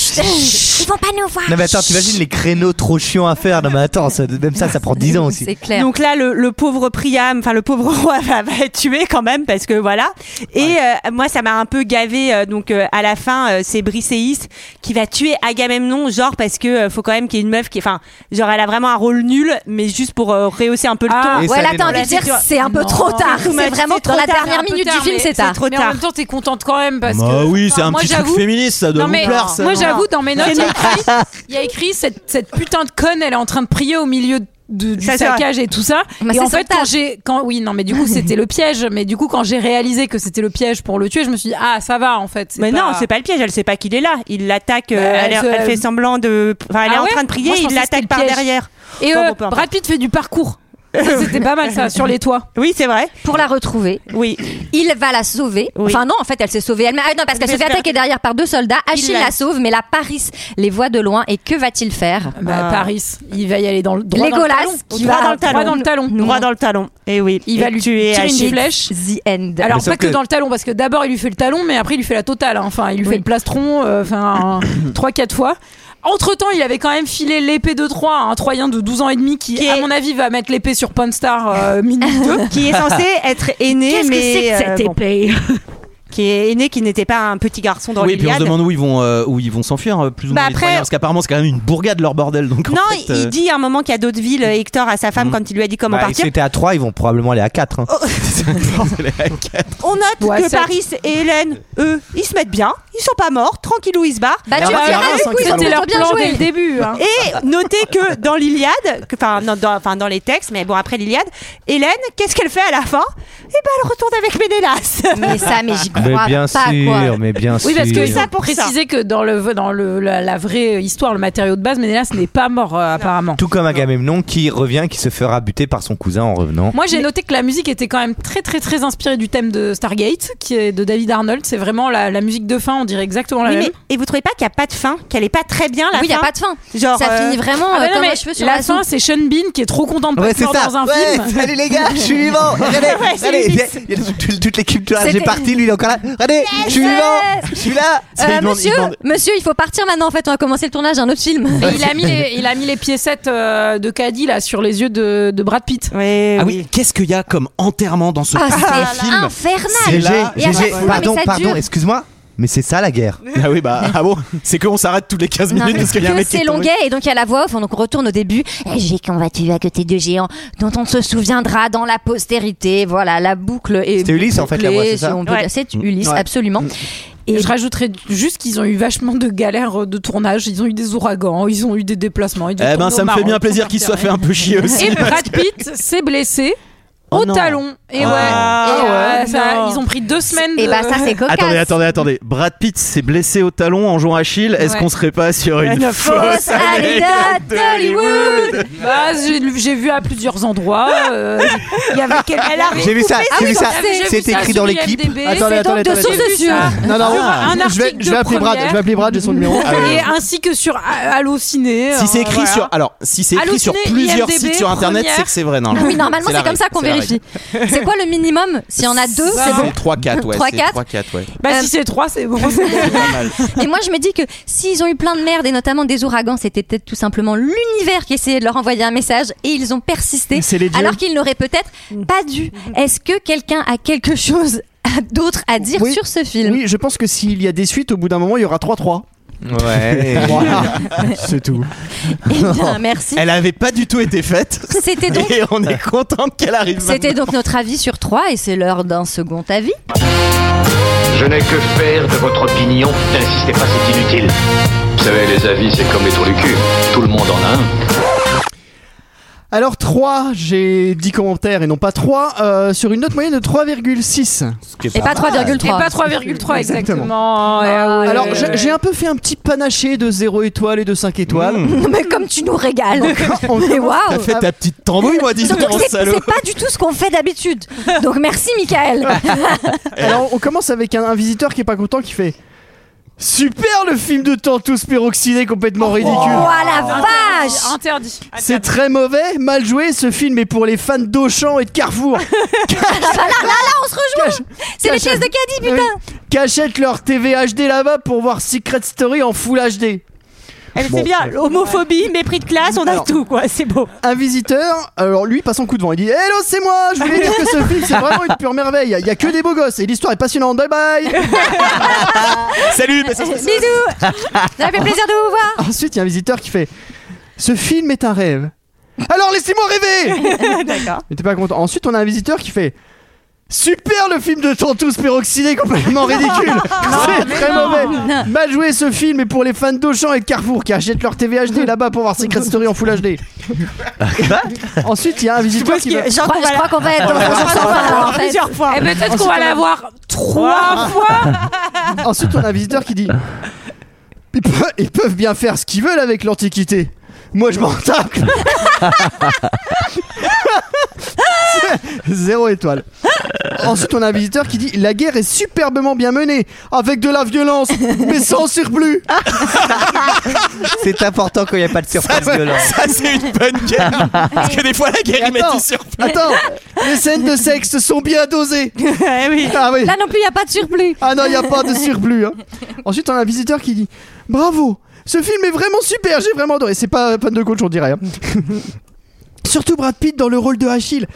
[SPEAKER 1] Chut, Ils vont pas nous voir.
[SPEAKER 7] Non mais attends, t'imagines les créneaux trop chiants à faire. Non mais attends, ça- même ça, ça prend 10 ans aussi.
[SPEAKER 1] C'est clair.
[SPEAKER 13] Donc là, le, le pauvre Priam, enfin le pauvre roi va, va être tué quand même parce que voilà. Et euh, moi, ça m'a un peu gavé. euh, donc euh, à la fin, euh, c'est Briseis qui va tuer Agamemnon, genre parce que euh, faut quand même qu'il y ait une meuf qui, enfin, genre elle a vraiment un rôle nul, mais juste pour euh, rehausser un peu le
[SPEAKER 11] Ah,
[SPEAKER 13] ton.
[SPEAKER 7] Et ça
[SPEAKER 1] ouais, là t'as
[SPEAKER 7] dénonce.
[SPEAKER 1] envie de dire
[SPEAKER 13] Non.
[SPEAKER 1] c'est un peu trop tard.
[SPEAKER 13] tout m'a
[SPEAKER 1] C'est
[SPEAKER 13] dit,
[SPEAKER 1] vraiment
[SPEAKER 13] c'est
[SPEAKER 1] dans
[SPEAKER 13] trop
[SPEAKER 1] la
[SPEAKER 13] tard, c'est
[SPEAKER 1] dernière
[SPEAKER 13] un peu
[SPEAKER 1] minute
[SPEAKER 11] tard,
[SPEAKER 1] du film,
[SPEAKER 11] mais
[SPEAKER 1] c'est tard.
[SPEAKER 13] trop
[SPEAKER 11] mais en
[SPEAKER 13] tard.
[SPEAKER 11] même temps, t'es contente quand même parce
[SPEAKER 6] Bah
[SPEAKER 11] que.
[SPEAKER 6] oui, c'est
[SPEAKER 11] Enfin,
[SPEAKER 6] un
[SPEAKER 11] moi,
[SPEAKER 6] petit truc
[SPEAKER 11] j'avoue-
[SPEAKER 6] féministe, ça doit
[SPEAKER 11] Non,
[SPEAKER 6] vous
[SPEAKER 11] mais
[SPEAKER 6] plaire, ça,
[SPEAKER 11] moi
[SPEAKER 6] non
[SPEAKER 11] j'avoue dans mes notes il y, a écrit, il y a écrit cette, cette putain de conne elle est en train de prier au milieu de, du
[SPEAKER 13] Ça, c'est vrai.
[SPEAKER 11] saccage et tout ça
[SPEAKER 1] Bah,
[SPEAKER 11] et
[SPEAKER 1] c'est
[SPEAKER 11] en
[SPEAKER 1] son
[SPEAKER 11] fait
[SPEAKER 1] taf.
[SPEAKER 11] quand j'ai quand oui non mais du coup c'était le piège mais du coup quand j'ai réalisé que c'était le piège pour le tuer je me suis dit ah ça va en fait
[SPEAKER 13] Mais non, c'est pas le piège. Elle sait pas qu'il est là. Il l'attaque. euh,
[SPEAKER 11] Bah,
[SPEAKER 13] elle,
[SPEAKER 11] elle se-
[SPEAKER 13] elle fait semblant de. Enfin, elle est
[SPEAKER 11] Ah
[SPEAKER 13] en
[SPEAKER 11] ouais
[SPEAKER 13] train de prier.
[SPEAKER 11] Moi, je
[SPEAKER 13] il
[SPEAKER 11] pensais que
[SPEAKER 13] l'attaque
[SPEAKER 11] c'était
[SPEAKER 13] par
[SPEAKER 11] le piège.
[SPEAKER 13] derrière.
[SPEAKER 11] et
[SPEAKER 13] Bon,
[SPEAKER 11] euh,
[SPEAKER 13] bon, peu importe.
[SPEAKER 11] Brad Pitt fait du parcours Ça, c'était pas mal ça sur les toits
[SPEAKER 13] Oui, c'est vrai.
[SPEAKER 1] Pour la retrouver,
[SPEAKER 13] Oui.
[SPEAKER 1] il va la sauver.
[SPEAKER 13] Oui.
[SPEAKER 1] Enfin non, en fait, elle s'est sauvée elle-même. Ah non, parce qu'elle se fait attaquer derrière par deux soldats. Achille
[SPEAKER 13] l'a-
[SPEAKER 1] la sauve, mais la Paris les voit de loin. Et que va-t-il faire
[SPEAKER 11] bah,
[SPEAKER 13] Ah.
[SPEAKER 11] Paris il va y aller dans le droit dans le
[SPEAKER 1] Légolas,
[SPEAKER 11] talon.
[SPEAKER 1] qui
[SPEAKER 11] Droit
[SPEAKER 1] va-
[SPEAKER 11] dans le talon
[SPEAKER 1] droit
[SPEAKER 11] dans le talon
[SPEAKER 13] Droit dans le talon. Et oui.
[SPEAKER 11] il
[SPEAKER 13] Et
[SPEAKER 11] va lui
[SPEAKER 13] tuer
[SPEAKER 11] tirer
[SPEAKER 13] Achille.
[SPEAKER 11] une flèche
[SPEAKER 1] The end.
[SPEAKER 11] Alors
[SPEAKER 7] Mais sauf
[SPEAKER 11] pas que,
[SPEAKER 7] que-
[SPEAKER 11] dans le talon parce que d'abord il lui fait le talon mais après il lui fait la totale hein. enfin il lui fait le plastron euh, enfin 3 4 fois. Entre-temps, il avait quand même filé l'épée de Troie à un Troyen de 12 ans et demi qui,
[SPEAKER 13] Qui
[SPEAKER 11] à
[SPEAKER 13] est-
[SPEAKER 11] mon avis, va mettre l'épée sur Pawn Star euh, minute 2.
[SPEAKER 13] qui est censé être aîné,
[SPEAKER 1] Qu'est-ce que
[SPEAKER 13] mais
[SPEAKER 1] c'est que cette
[SPEAKER 13] euh, bon,
[SPEAKER 1] épée
[SPEAKER 13] qui est aîné, qui n'était pas un petit garçon dans
[SPEAKER 6] Oui, puis on se
[SPEAKER 13] l'Iliade.
[SPEAKER 6] demande où ils vont euh, où ils vont s'enfuir euh, plus ou
[SPEAKER 13] Bah
[SPEAKER 6] moins les
[SPEAKER 13] après-
[SPEAKER 6] Troyens, parce qu'apparemment c'est quand même une bourgade leur bordel donc en
[SPEAKER 13] Non,
[SPEAKER 6] fait, euh, Mm.
[SPEAKER 13] il dit à un moment qu'il y a d'autres villes. euh, Hector à sa femme quand il lui a dit comment
[SPEAKER 7] Bah,
[SPEAKER 13] partir.
[SPEAKER 7] C'était à 3, ils vont probablement aller à hein. 4.
[SPEAKER 13] On note
[SPEAKER 11] Ouais,
[SPEAKER 13] que
[SPEAKER 11] sept.
[SPEAKER 13] Paris et Hélène, eux, ils se mettent bien, ils ils sont pas morts, tranquillou, ils se barrent.
[SPEAKER 11] Bah, tu Ah, vois, c'est Reims, oui, hein, qui c'était parle. leur
[SPEAKER 13] Bien
[SPEAKER 11] plan
[SPEAKER 13] joué.
[SPEAKER 11] dès le début, hein.
[SPEAKER 13] Et notez que dans l'Iliade, que- enfin non, dans, enfin, dans les textes, mais bon, après l'Iliade, Hélène, qu'est-ce qu'elle fait à la fin Eh ben, elle retourne avec Ménélas.
[SPEAKER 1] Mais ça, mais j'y
[SPEAKER 7] Mais bien sûr, mais bien sûr.
[SPEAKER 11] oui, parce que ça pour préciser que dans, le, dans le, la, la vraie histoire, le matériau de base, Ménélas n'est pas mort euh, apparemment.
[SPEAKER 7] Tout comme Agamemnon qui revient, qui se fera buter par son cousin en revenant.
[SPEAKER 11] Moi, j'ai noté que la musique était quand même très, très, très inspirée du thème de Stargate, qui est de David Arnold. C'est vraiment la, la musique de fin, on dirait exactement la
[SPEAKER 13] Oui,
[SPEAKER 11] même.
[SPEAKER 13] mais- et vous trouvez pas qu'il n'y a pas de fin, qu'elle est pas très bien la
[SPEAKER 1] Oui,
[SPEAKER 13] fin
[SPEAKER 1] y a pas de fin.
[SPEAKER 13] Genre,
[SPEAKER 1] Ça
[SPEAKER 13] euh,
[SPEAKER 1] finit vraiment,
[SPEAKER 11] Ah
[SPEAKER 1] euh,
[SPEAKER 11] bah non,
[SPEAKER 1] comme
[SPEAKER 11] mais
[SPEAKER 1] un cheveu sur
[SPEAKER 11] la
[SPEAKER 1] la
[SPEAKER 11] fin,
[SPEAKER 1] soupe.
[SPEAKER 11] c'est Sean Bean qui est trop content de pas
[SPEAKER 7] Ouais,
[SPEAKER 11] être
[SPEAKER 7] c'est
[SPEAKER 11] mort
[SPEAKER 7] ça.
[SPEAKER 11] dans un
[SPEAKER 7] Ouais,
[SPEAKER 11] film.
[SPEAKER 7] salut les gars, je suis vivant. Regardez,
[SPEAKER 11] Ouais, c'est
[SPEAKER 7] regardez, il
[SPEAKER 11] lui.
[SPEAKER 7] y a- il y a toute- toute l'équipe de là, j'ai
[SPEAKER 1] C'était-
[SPEAKER 7] parti, lui il est encore là. Regardez, je suis vivant, je suis là.
[SPEAKER 1] Euh, monsieur, monsieur, il faut partir
[SPEAKER 11] Ah
[SPEAKER 1] maintenant. En fait, on va commencer le tournage d'un autre film.
[SPEAKER 11] Et il a mis les, il a mis les piécettes euh, de Caddy là sur les yeux de, de Brad Pitt.
[SPEAKER 6] Ah oui, qu'est-ce qu'il y a comme enterrement dans ce
[SPEAKER 11] euh, Ah,
[SPEAKER 6] putain de
[SPEAKER 11] c'est
[SPEAKER 6] film
[SPEAKER 11] infernal.
[SPEAKER 6] C'est
[SPEAKER 7] GG,
[SPEAKER 6] là-
[SPEAKER 7] GG, pardon, pardon, excuse-moi, mais c'est ça la guerre.
[SPEAKER 6] Ah oui, bah, ah bon, c'est qu'on s'arrête toutes les 15
[SPEAKER 1] Non,
[SPEAKER 6] minutes parce qu'il y a un
[SPEAKER 1] que
[SPEAKER 6] mec qui
[SPEAKER 1] c'est
[SPEAKER 6] est tombé.
[SPEAKER 1] longuet et donc il y a la voix off, donc on retourne au début. Et J'ai combattu à côté de géants dont on se souviendra dans la postérité. Voilà, la boucle est.
[SPEAKER 7] C'était Ulysse, en fait, la voix,
[SPEAKER 1] bouclée,
[SPEAKER 7] c'est ça
[SPEAKER 1] si on peut
[SPEAKER 7] Ouais.
[SPEAKER 1] dire. C'est Ulysse,
[SPEAKER 11] Ouais.
[SPEAKER 1] absolument.
[SPEAKER 11] Et je rajouterais juste qu'ils ont eu vachement de galères euh, de tournage. Ils ont eu des ouragans, ils ont eu des déplacements. ils ont
[SPEAKER 6] Eh ben,
[SPEAKER 11] tourné
[SPEAKER 6] ça
[SPEAKER 11] au
[SPEAKER 6] me fait
[SPEAKER 11] Maroc,
[SPEAKER 6] bien
[SPEAKER 11] ils
[SPEAKER 6] plaisir
[SPEAKER 11] sont
[SPEAKER 6] qu'il soit
[SPEAKER 11] partis
[SPEAKER 6] fait un peu chier
[SPEAKER 11] en-
[SPEAKER 6] aussi.
[SPEAKER 11] Et Brad Pitt s'est blessé. au
[SPEAKER 6] non.
[SPEAKER 11] talon et
[SPEAKER 6] Ah.
[SPEAKER 11] ouais, Eh et,
[SPEAKER 6] Ah
[SPEAKER 11] euh,
[SPEAKER 6] ouais,
[SPEAKER 11] ça-
[SPEAKER 6] non.
[SPEAKER 11] ils ont pris deux semaines
[SPEAKER 1] Et
[SPEAKER 11] de-
[SPEAKER 1] bah, ça, c'est cocasse.
[SPEAKER 6] Attendez, attendez, attendez. Brad Pitt s'est blessé au talon en jouant Achille. Est-ce
[SPEAKER 11] Ouais.
[SPEAKER 6] qu'on serait pas sur une,
[SPEAKER 11] Une
[SPEAKER 6] fausse
[SPEAKER 11] fausse
[SPEAKER 6] anecdote
[SPEAKER 11] anecdote d'Hollywood Bah, j'ai- J'ai vu à plusieurs endroits. euh, Il y avait quelqu'un.
[SPEAKER 13] Elle a
[SPEAKER 7] J'ai vu ça,
[SPEAKER 11] recoupé
[SPEAKER 7] j'ai vu
[SPEAKER 11] ses
[SPEAKER 7] ça,
[SPEAKER 11] pensées.
[SPEAKER 7] c'est
[SPEAKER 11] J'ai vu ça
[SPEAKER 7] écrit
[SPEAKER 11] sur
[SPEAKER 7] dans l'équipe.
[SPEAKER 11] IMDb.
[SPEAKER 7] Attendez,
[SPEAKER 11] C'est donc
[SPEAKER 7] attendez,
[SPEAKER 11] de
[SPEAKER 7] attendez.
[SPEAKER 11] sources
[SPEAKER 7] J'ai vu
[SPEAKER 11] sûres.
[SPEAKER 7] ça. Non, non,
[SPEAKER 11] Sur un
[SPEAKER 12] je vais-
[SPEAKER 11] article
[SPEAKER 12] je vais
[SPEAKER 11] de
[SPEAKER 12] appeler Brad,
[SPEAKER 11] première.
[SPEAKER 12] je vais appeler Brad, j'ai son numéro. Ah oui.
[SPEAKER 11] Et ainsi que sur A- Allociné.
[SPEAKER 6] Si c'est
[SPEAKER 11] euh,
[SPEAKER 6] écrit
[SPEAKER 11] voilà.
[SPEAKER 6] sur, alors si c'est écrit sur
[SPEAKER 11] Allociné,
[SPEAKER 6] plusieurs
[SPEAKER 11] IMDb,
[SPEAKER 6] sites sur internet,
[SPEAKER 11] première.
[SPEAKER 6] c'est que c'est vrai. Non,
[SPEAKER 1] Ah oui, normalement, c'est comme ça qu'on vérifie. C'est quoi le minimum Si on a deux, c'est bon.
[SPEAKER 6] 3, 4, ouais.
[SPEAKER 1] Trois,
[SPEAKER 6] c'est
[SPEAKER 1] quatre.
[SPEAKER 6] 3, 4, ouais.
[SPEAKER 11] Bah, si c'est 3, c'est bon.
[SPEAKER 1] Euh, Et moi, je me dis que s'ils ont eu plein de merde, et notamment des ouragans, c'était peut-être tout simplement l'univers qui essayait de leur envoyer un message, et ils ont persisté,
[SPEAKER 11] C'est les dieux.
[SPEAKER 1] alors qu'ils n'auraient peut-être pas dû. Est-ce que quelqu'un a quelque chose à- d'autre à dire sur ce film
[SPEAKER 12] Oui, je pense que s'il y a des suites, au bout d'un moment, il y aura 3-3.
[SPEAKER 7] Ouais.
[SPEAKER 12] Voilà. C'est tout.
[SPEAKER 1] Eh bien, merci.
[SPEAKER 6] Elle avait pas du tout été faite.
[SPEAKER 1] C'était donc-
[SPEAKER 6] Et on est contente qu'elle arrive.
[SPEAKER 1] C'était donc notre avis sur 3, et c'est l'heure d'un second avis.
[SPEAKER 2] Je n'ai que faire de votre opinion. N'insistez pas, c'est inutile. Vous savez, les avis, c'est comme les trous du cul. Tout le monde en a un.
[SPEAKER 12] Alors 3, j'ai 10 commentaires et non pas 3, euh, sur une note moyenne de 3,6.
[SPEAKER 11] Et pas 3,3. Et pas 3,3, exactement.
[SPEAKER 1] Ah,
[SPEAKER 11] Ouais, ouais,
[SPEAKER 12] Alors
[SPEAKER 11] ouais,
[SPEAKER 12] j'ai-
[SPEAKER 11] ouais.
[SPEAKER 12] j'ai un peu fait un petit panaché de 0 étoiles et de 5 étoiles.
[SPEAKER 1] Mais comme tu nous régales
[SPEAKER 12] On
[SPEAKER 1] Mais
[SPEAKER 12] commence-
[SPEAKER 1] waouh
[SPEAKER 12] t'as fait ta
[SPEAKER 6] petite tambouille, moi, dis
[SPEAKER 1] Surtout
[SPEAKER 6] donc,
[SPEAKER 1] que c'est
[SPEAKER 6] salaud.
[SPEAKER 1] c'est pas du tout ce qu'on fait d'habitude. Donc merci, Michael.
[SPEAKER 12] Alors on commence avec un, un visiteur qui est pas content qui fait Super le film de temps tous peroxydé complètement
[SPEAKER 1] Oh,
[SPEAKER 12] ridicule.
[SPEAKER 11] oh, vache Interdit.
[SPEAKER 1] Ah,
[SPEAKER 12] C'est très mauvais, mal joué, ce film est pour les fans d'Auchan et de Carrefour.
[SPEAKER 1] là, là, là, on se rejoint. C'est les
[SPEAKER 12] pièces
[SPEAKER 1] pièces de Caddy, putain.
[SPEAKER 12] Ah Cachette leur TV HD là-bas pour voir Secret Story en full HD.
[SPEAKER 1] Eh,
[SPEAKER 13] Elle fait bien, homophobie, mépris de classe, on a tout quoi, c'est beau.
[SPEAKER 12] Un visiteur, alors lui passe son coup de vent, il dit Hello c'est moi, je voulais dire que ce film c'est vraiment une pure merveille, il y a que des beaux gosses et l'histoire est passionnante, bye bye
[SPEAKER 6] Salut
[SPEAKER 1] Bisous Ça fait plaisir de vous voir
[SPEAKER 12] Ensuite il y a un visiteur qui fait Ce film est un rêve. Alors laissez-moi rêver
[SPEAKER 13] D'accord.
[SPEAKER 12] Mais t'es pas content. Ensuite on a un visiteur qui fait Super le film de Tantous peroxydé complètement ridicule C'est
[SPEAKER 13] mais
[SPEAKER 12] très
[SPEAKER 13] non.
[SPEAKER 12] mauvais Mal joué ce film et pour les fans d'Auchan et de Carrefour qui achètent leur TV HD là-bas pour voir Secret Story en full HD. Ensuite il y a un visiteur qui va-
[SPEAKER 1] Je crois, je crois qu'on va être dans un
[SPEAKER 12] On va
[SPEAKER 1] sens
[SPEAKER 12] la voir
[SPEAKER 1] en fait. Eh ben,
[SPEAKER 13] plusieurs fois.
[SPEAKER 11] Et peut-être qu'on
[SPEAKER 12] Ensuite,
[SPEAKER 11] va
[SPEAKER 12] on a-
[SPEAKER 11] la voir trois fois.
[SPEAKER 12] Ensuite, on a un visiteur qui dit ils, peu- ils peuvent bien faire ce qu'ils veulent avec l'Antiquité. Moi, je m'en tape. Zéro étoile. Ensuite, on a un visiteur qui dit La guerre est superbement bien menée, avec de la violence, mais sans surplus.
[SPEAKER 7] C'est important qu'il n'y ait pas de surprise
[SPEAKER 6] Ça,
[SPEAKER 7] violente.
[SPEAKER 6] ça, c'est une bonne guerre. Parce que des fois, la guerre, ils mettent
[SPEAKER 12] Attends,
[SPEAKER 6] du surplus.
[SPEAKER 12] attends, les scènes de sexe sont bien dosées.
[SPEAKER 13] Ah oui.
[SPEAKER 12] Ah oui.
[SPEAKER 1] Eh Là non plus, il n'y a pas de surplus.
[SPEAKER 12] Ah non, il n'y a pas de surplus. hein. Ensuite, on a un visiteur qui dit Bravo, ce film est vraiment super, j'ai vraiment adoré. C'est pas fan de coach, on dirait. hein. Surtout Brad Pitt dans le rôle de Achille.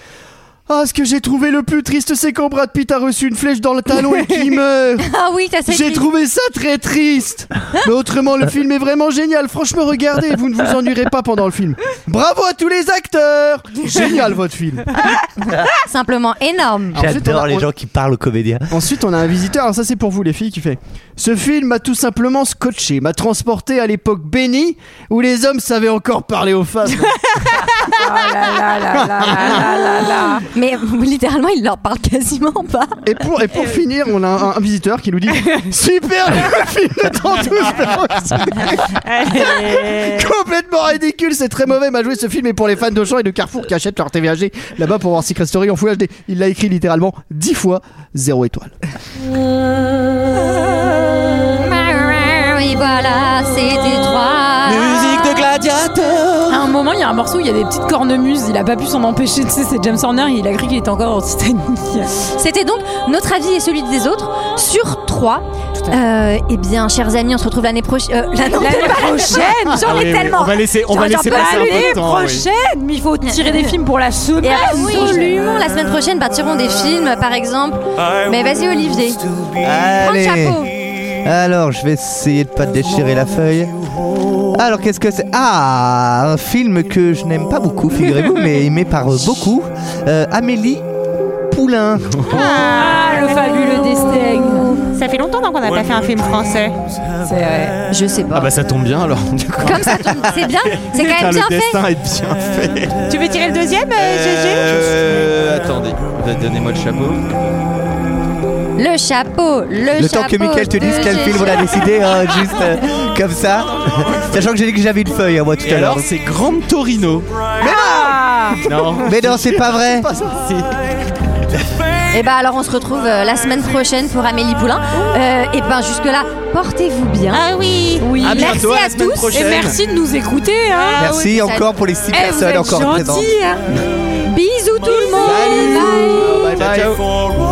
[SPEAKER 12] Ah, ce que j'ai trouvé le plus triste, c'est quand Brad Pitt a reçu une flèche dans le talon et qu'il meurt.
[SPEAKER 1] Ah oui, t'as cette
[SPEAKER 12] J'ai
[SPEAKER 1] ligne.
[SPEAKER 12] trouvé ça très triste. Mais autrement, le film est vraiment génial. Franchement, regardez, vous ne vous ennuierez pas pendant le film. Bravo à tous les acteurs. Génial votre film.
[SPEAKER 1] Simplement énorme.
[SPEAKER 7] J'adore les gens qui parlent aux comédiens.
[SPEAKER 12] Ensuite, on a un visiteur, alors ça c'est pour vous les filles, qui fait Ce film m'a tout simplement scotché, m'a transporté à l'époque bénie où les hommes savaient encore parler aux femmes.
[SPEAKER 11] Ah
[SPEAKER 1] Mais littéralement, il leur parle quasiment pas.
[SPEAKER 12] Et pour, et pour finir, on a un, un visiteur qui nous dit Super le film de Tantous Complètement ridicule, c'est très mauvais, m'a joué ce film est pour les fans de chant et de Carrefour qui achètent leur TVHD là-bas pour voir Secret Story en Full HD. Il l'a écrit littéralement 10 fois, 0 étoile.
[SPEAKER 1] Oui, voilà, c'était trois.
[SPEAKER 11] Musique
[SPEAKER 6] de gladiateur.
[SPEAKER 11] À un moment, il y a un morceau où il y a des petites cornemuses. Il a pas pu s'en empêcher. Tu sais, c'est James Horner. Il a cru qu'il était encore en Titanic.
[SPEAKER 1] C'était donc notre avis et celui des autres sur 3. eh bien, chers amis, on se retrouve l'année prochaine.
[SPEAKER 11] L'année prochaine, j'en ai Ah oui, oui, tellement. on va laisser- on va J'en laisser peux passer un peu de plus. temps, oui. prochaine,
[SPEAKER 1] mais il faut
[SPEAKER 11] tirer des films pour la semaine.
[SPEAKER 1] Absolument, la semaine prochaine, bah, tirons des films, par exemple. Mais vas-y, Olivier. Prends le
[SPEAKER 7] Allez.
[SPEAKER 1] chapeau.
[SPEAKER 7] Alors, je vais essayer de pas te déchirer la feuille. Alors, qu'est-ce que c'est Ah, un film que je n'aime pas beaucoup, figurez-vous, mais aimé par euh, beaucoup. Euh, Amélie Poulain.
[SPEAKER 13] Ah,
[SPEAKER 11] le fabuleux
[SPEAKER 13] destin. Ça fait longtemps donc, qu'on n'a pas fait un film français.
[SPEAKER 1] C'est vrai. Je sais pas.
[SPEAKER 6] Ah bah ça tombe bien alors. du coup.
[SPEAKER 1] Comme ça tombe, c'est bien, c'est quand
[SPEAKER 6] Putain,
[SPEAKER 1] même bien
[SPEAKER 6] le
[SPEAKER 1] fait.
[SPEAKER 6] destin est bien fait.
[SPEAKER 13] Tu veux tirer le deuxième, euh, Gégé
[SPEAKER 17] Euh, attendez, donnez-moi le chapeau.
[SPEAKER 1] Le chapeau, le,
[SPEAKER 7] Le
[SPEAKER 1] chapeau.
[SPEAKER 7] temps que Mickaël te dise
[SPEAKER 1] de
[SPEAKER 7] quel film on a
[SPEAKER 1] Gégé.
[SPEAKER 7] décidé, hein, juste euh, comme ça. Sachant que j'ai dit que j'avais une feuille, hein, moi, tout
[SPEAKER 6] Et
[SPEAKER 7] à l'heure.
[SPEAKER 6] alors c'est Grande Torino.
[SPEAKER 1] Ah
[SPEAKER 6] Mais non
[SPEAKER 7] Mais non, c'est pas vrai.
[SPEAKER 1] Et bah alors on se retrouve euh, la semaine prochaine pour Amélie Poulain. Euh, et ben jusque là, portez-vous bien. Ah
[SPEAKER 13] oui.
[SPEAKER 1] Oui.
[SPEAKER 7] À
[SPEAKER 1] merci
[SPEAKER 7] bientôt, à la
[SPEAKER 1] à,
[SPEAKER 7] semaine
[SPEAKER 1] tous
[SPEAKER 7] prochaine. Et merci
[SPEAKER 11] de nous écouter. hein.
[SPEAKER 7] Merci encore pour les six
[SPEAKER 1] Eh, vous
[SPEAKER 7] personnes
[SPEAKER 1] êtes hein.
[SPEAKER 7] encore
[SPEAKER 1] gentils,
[SPEAKER 7] présentes.
[SPEAKER 1] hein. Bisous tout le monde. Bye.
[SPEAKER 7] Bye bye.
[SPEAKER 1] Ciao, ciao.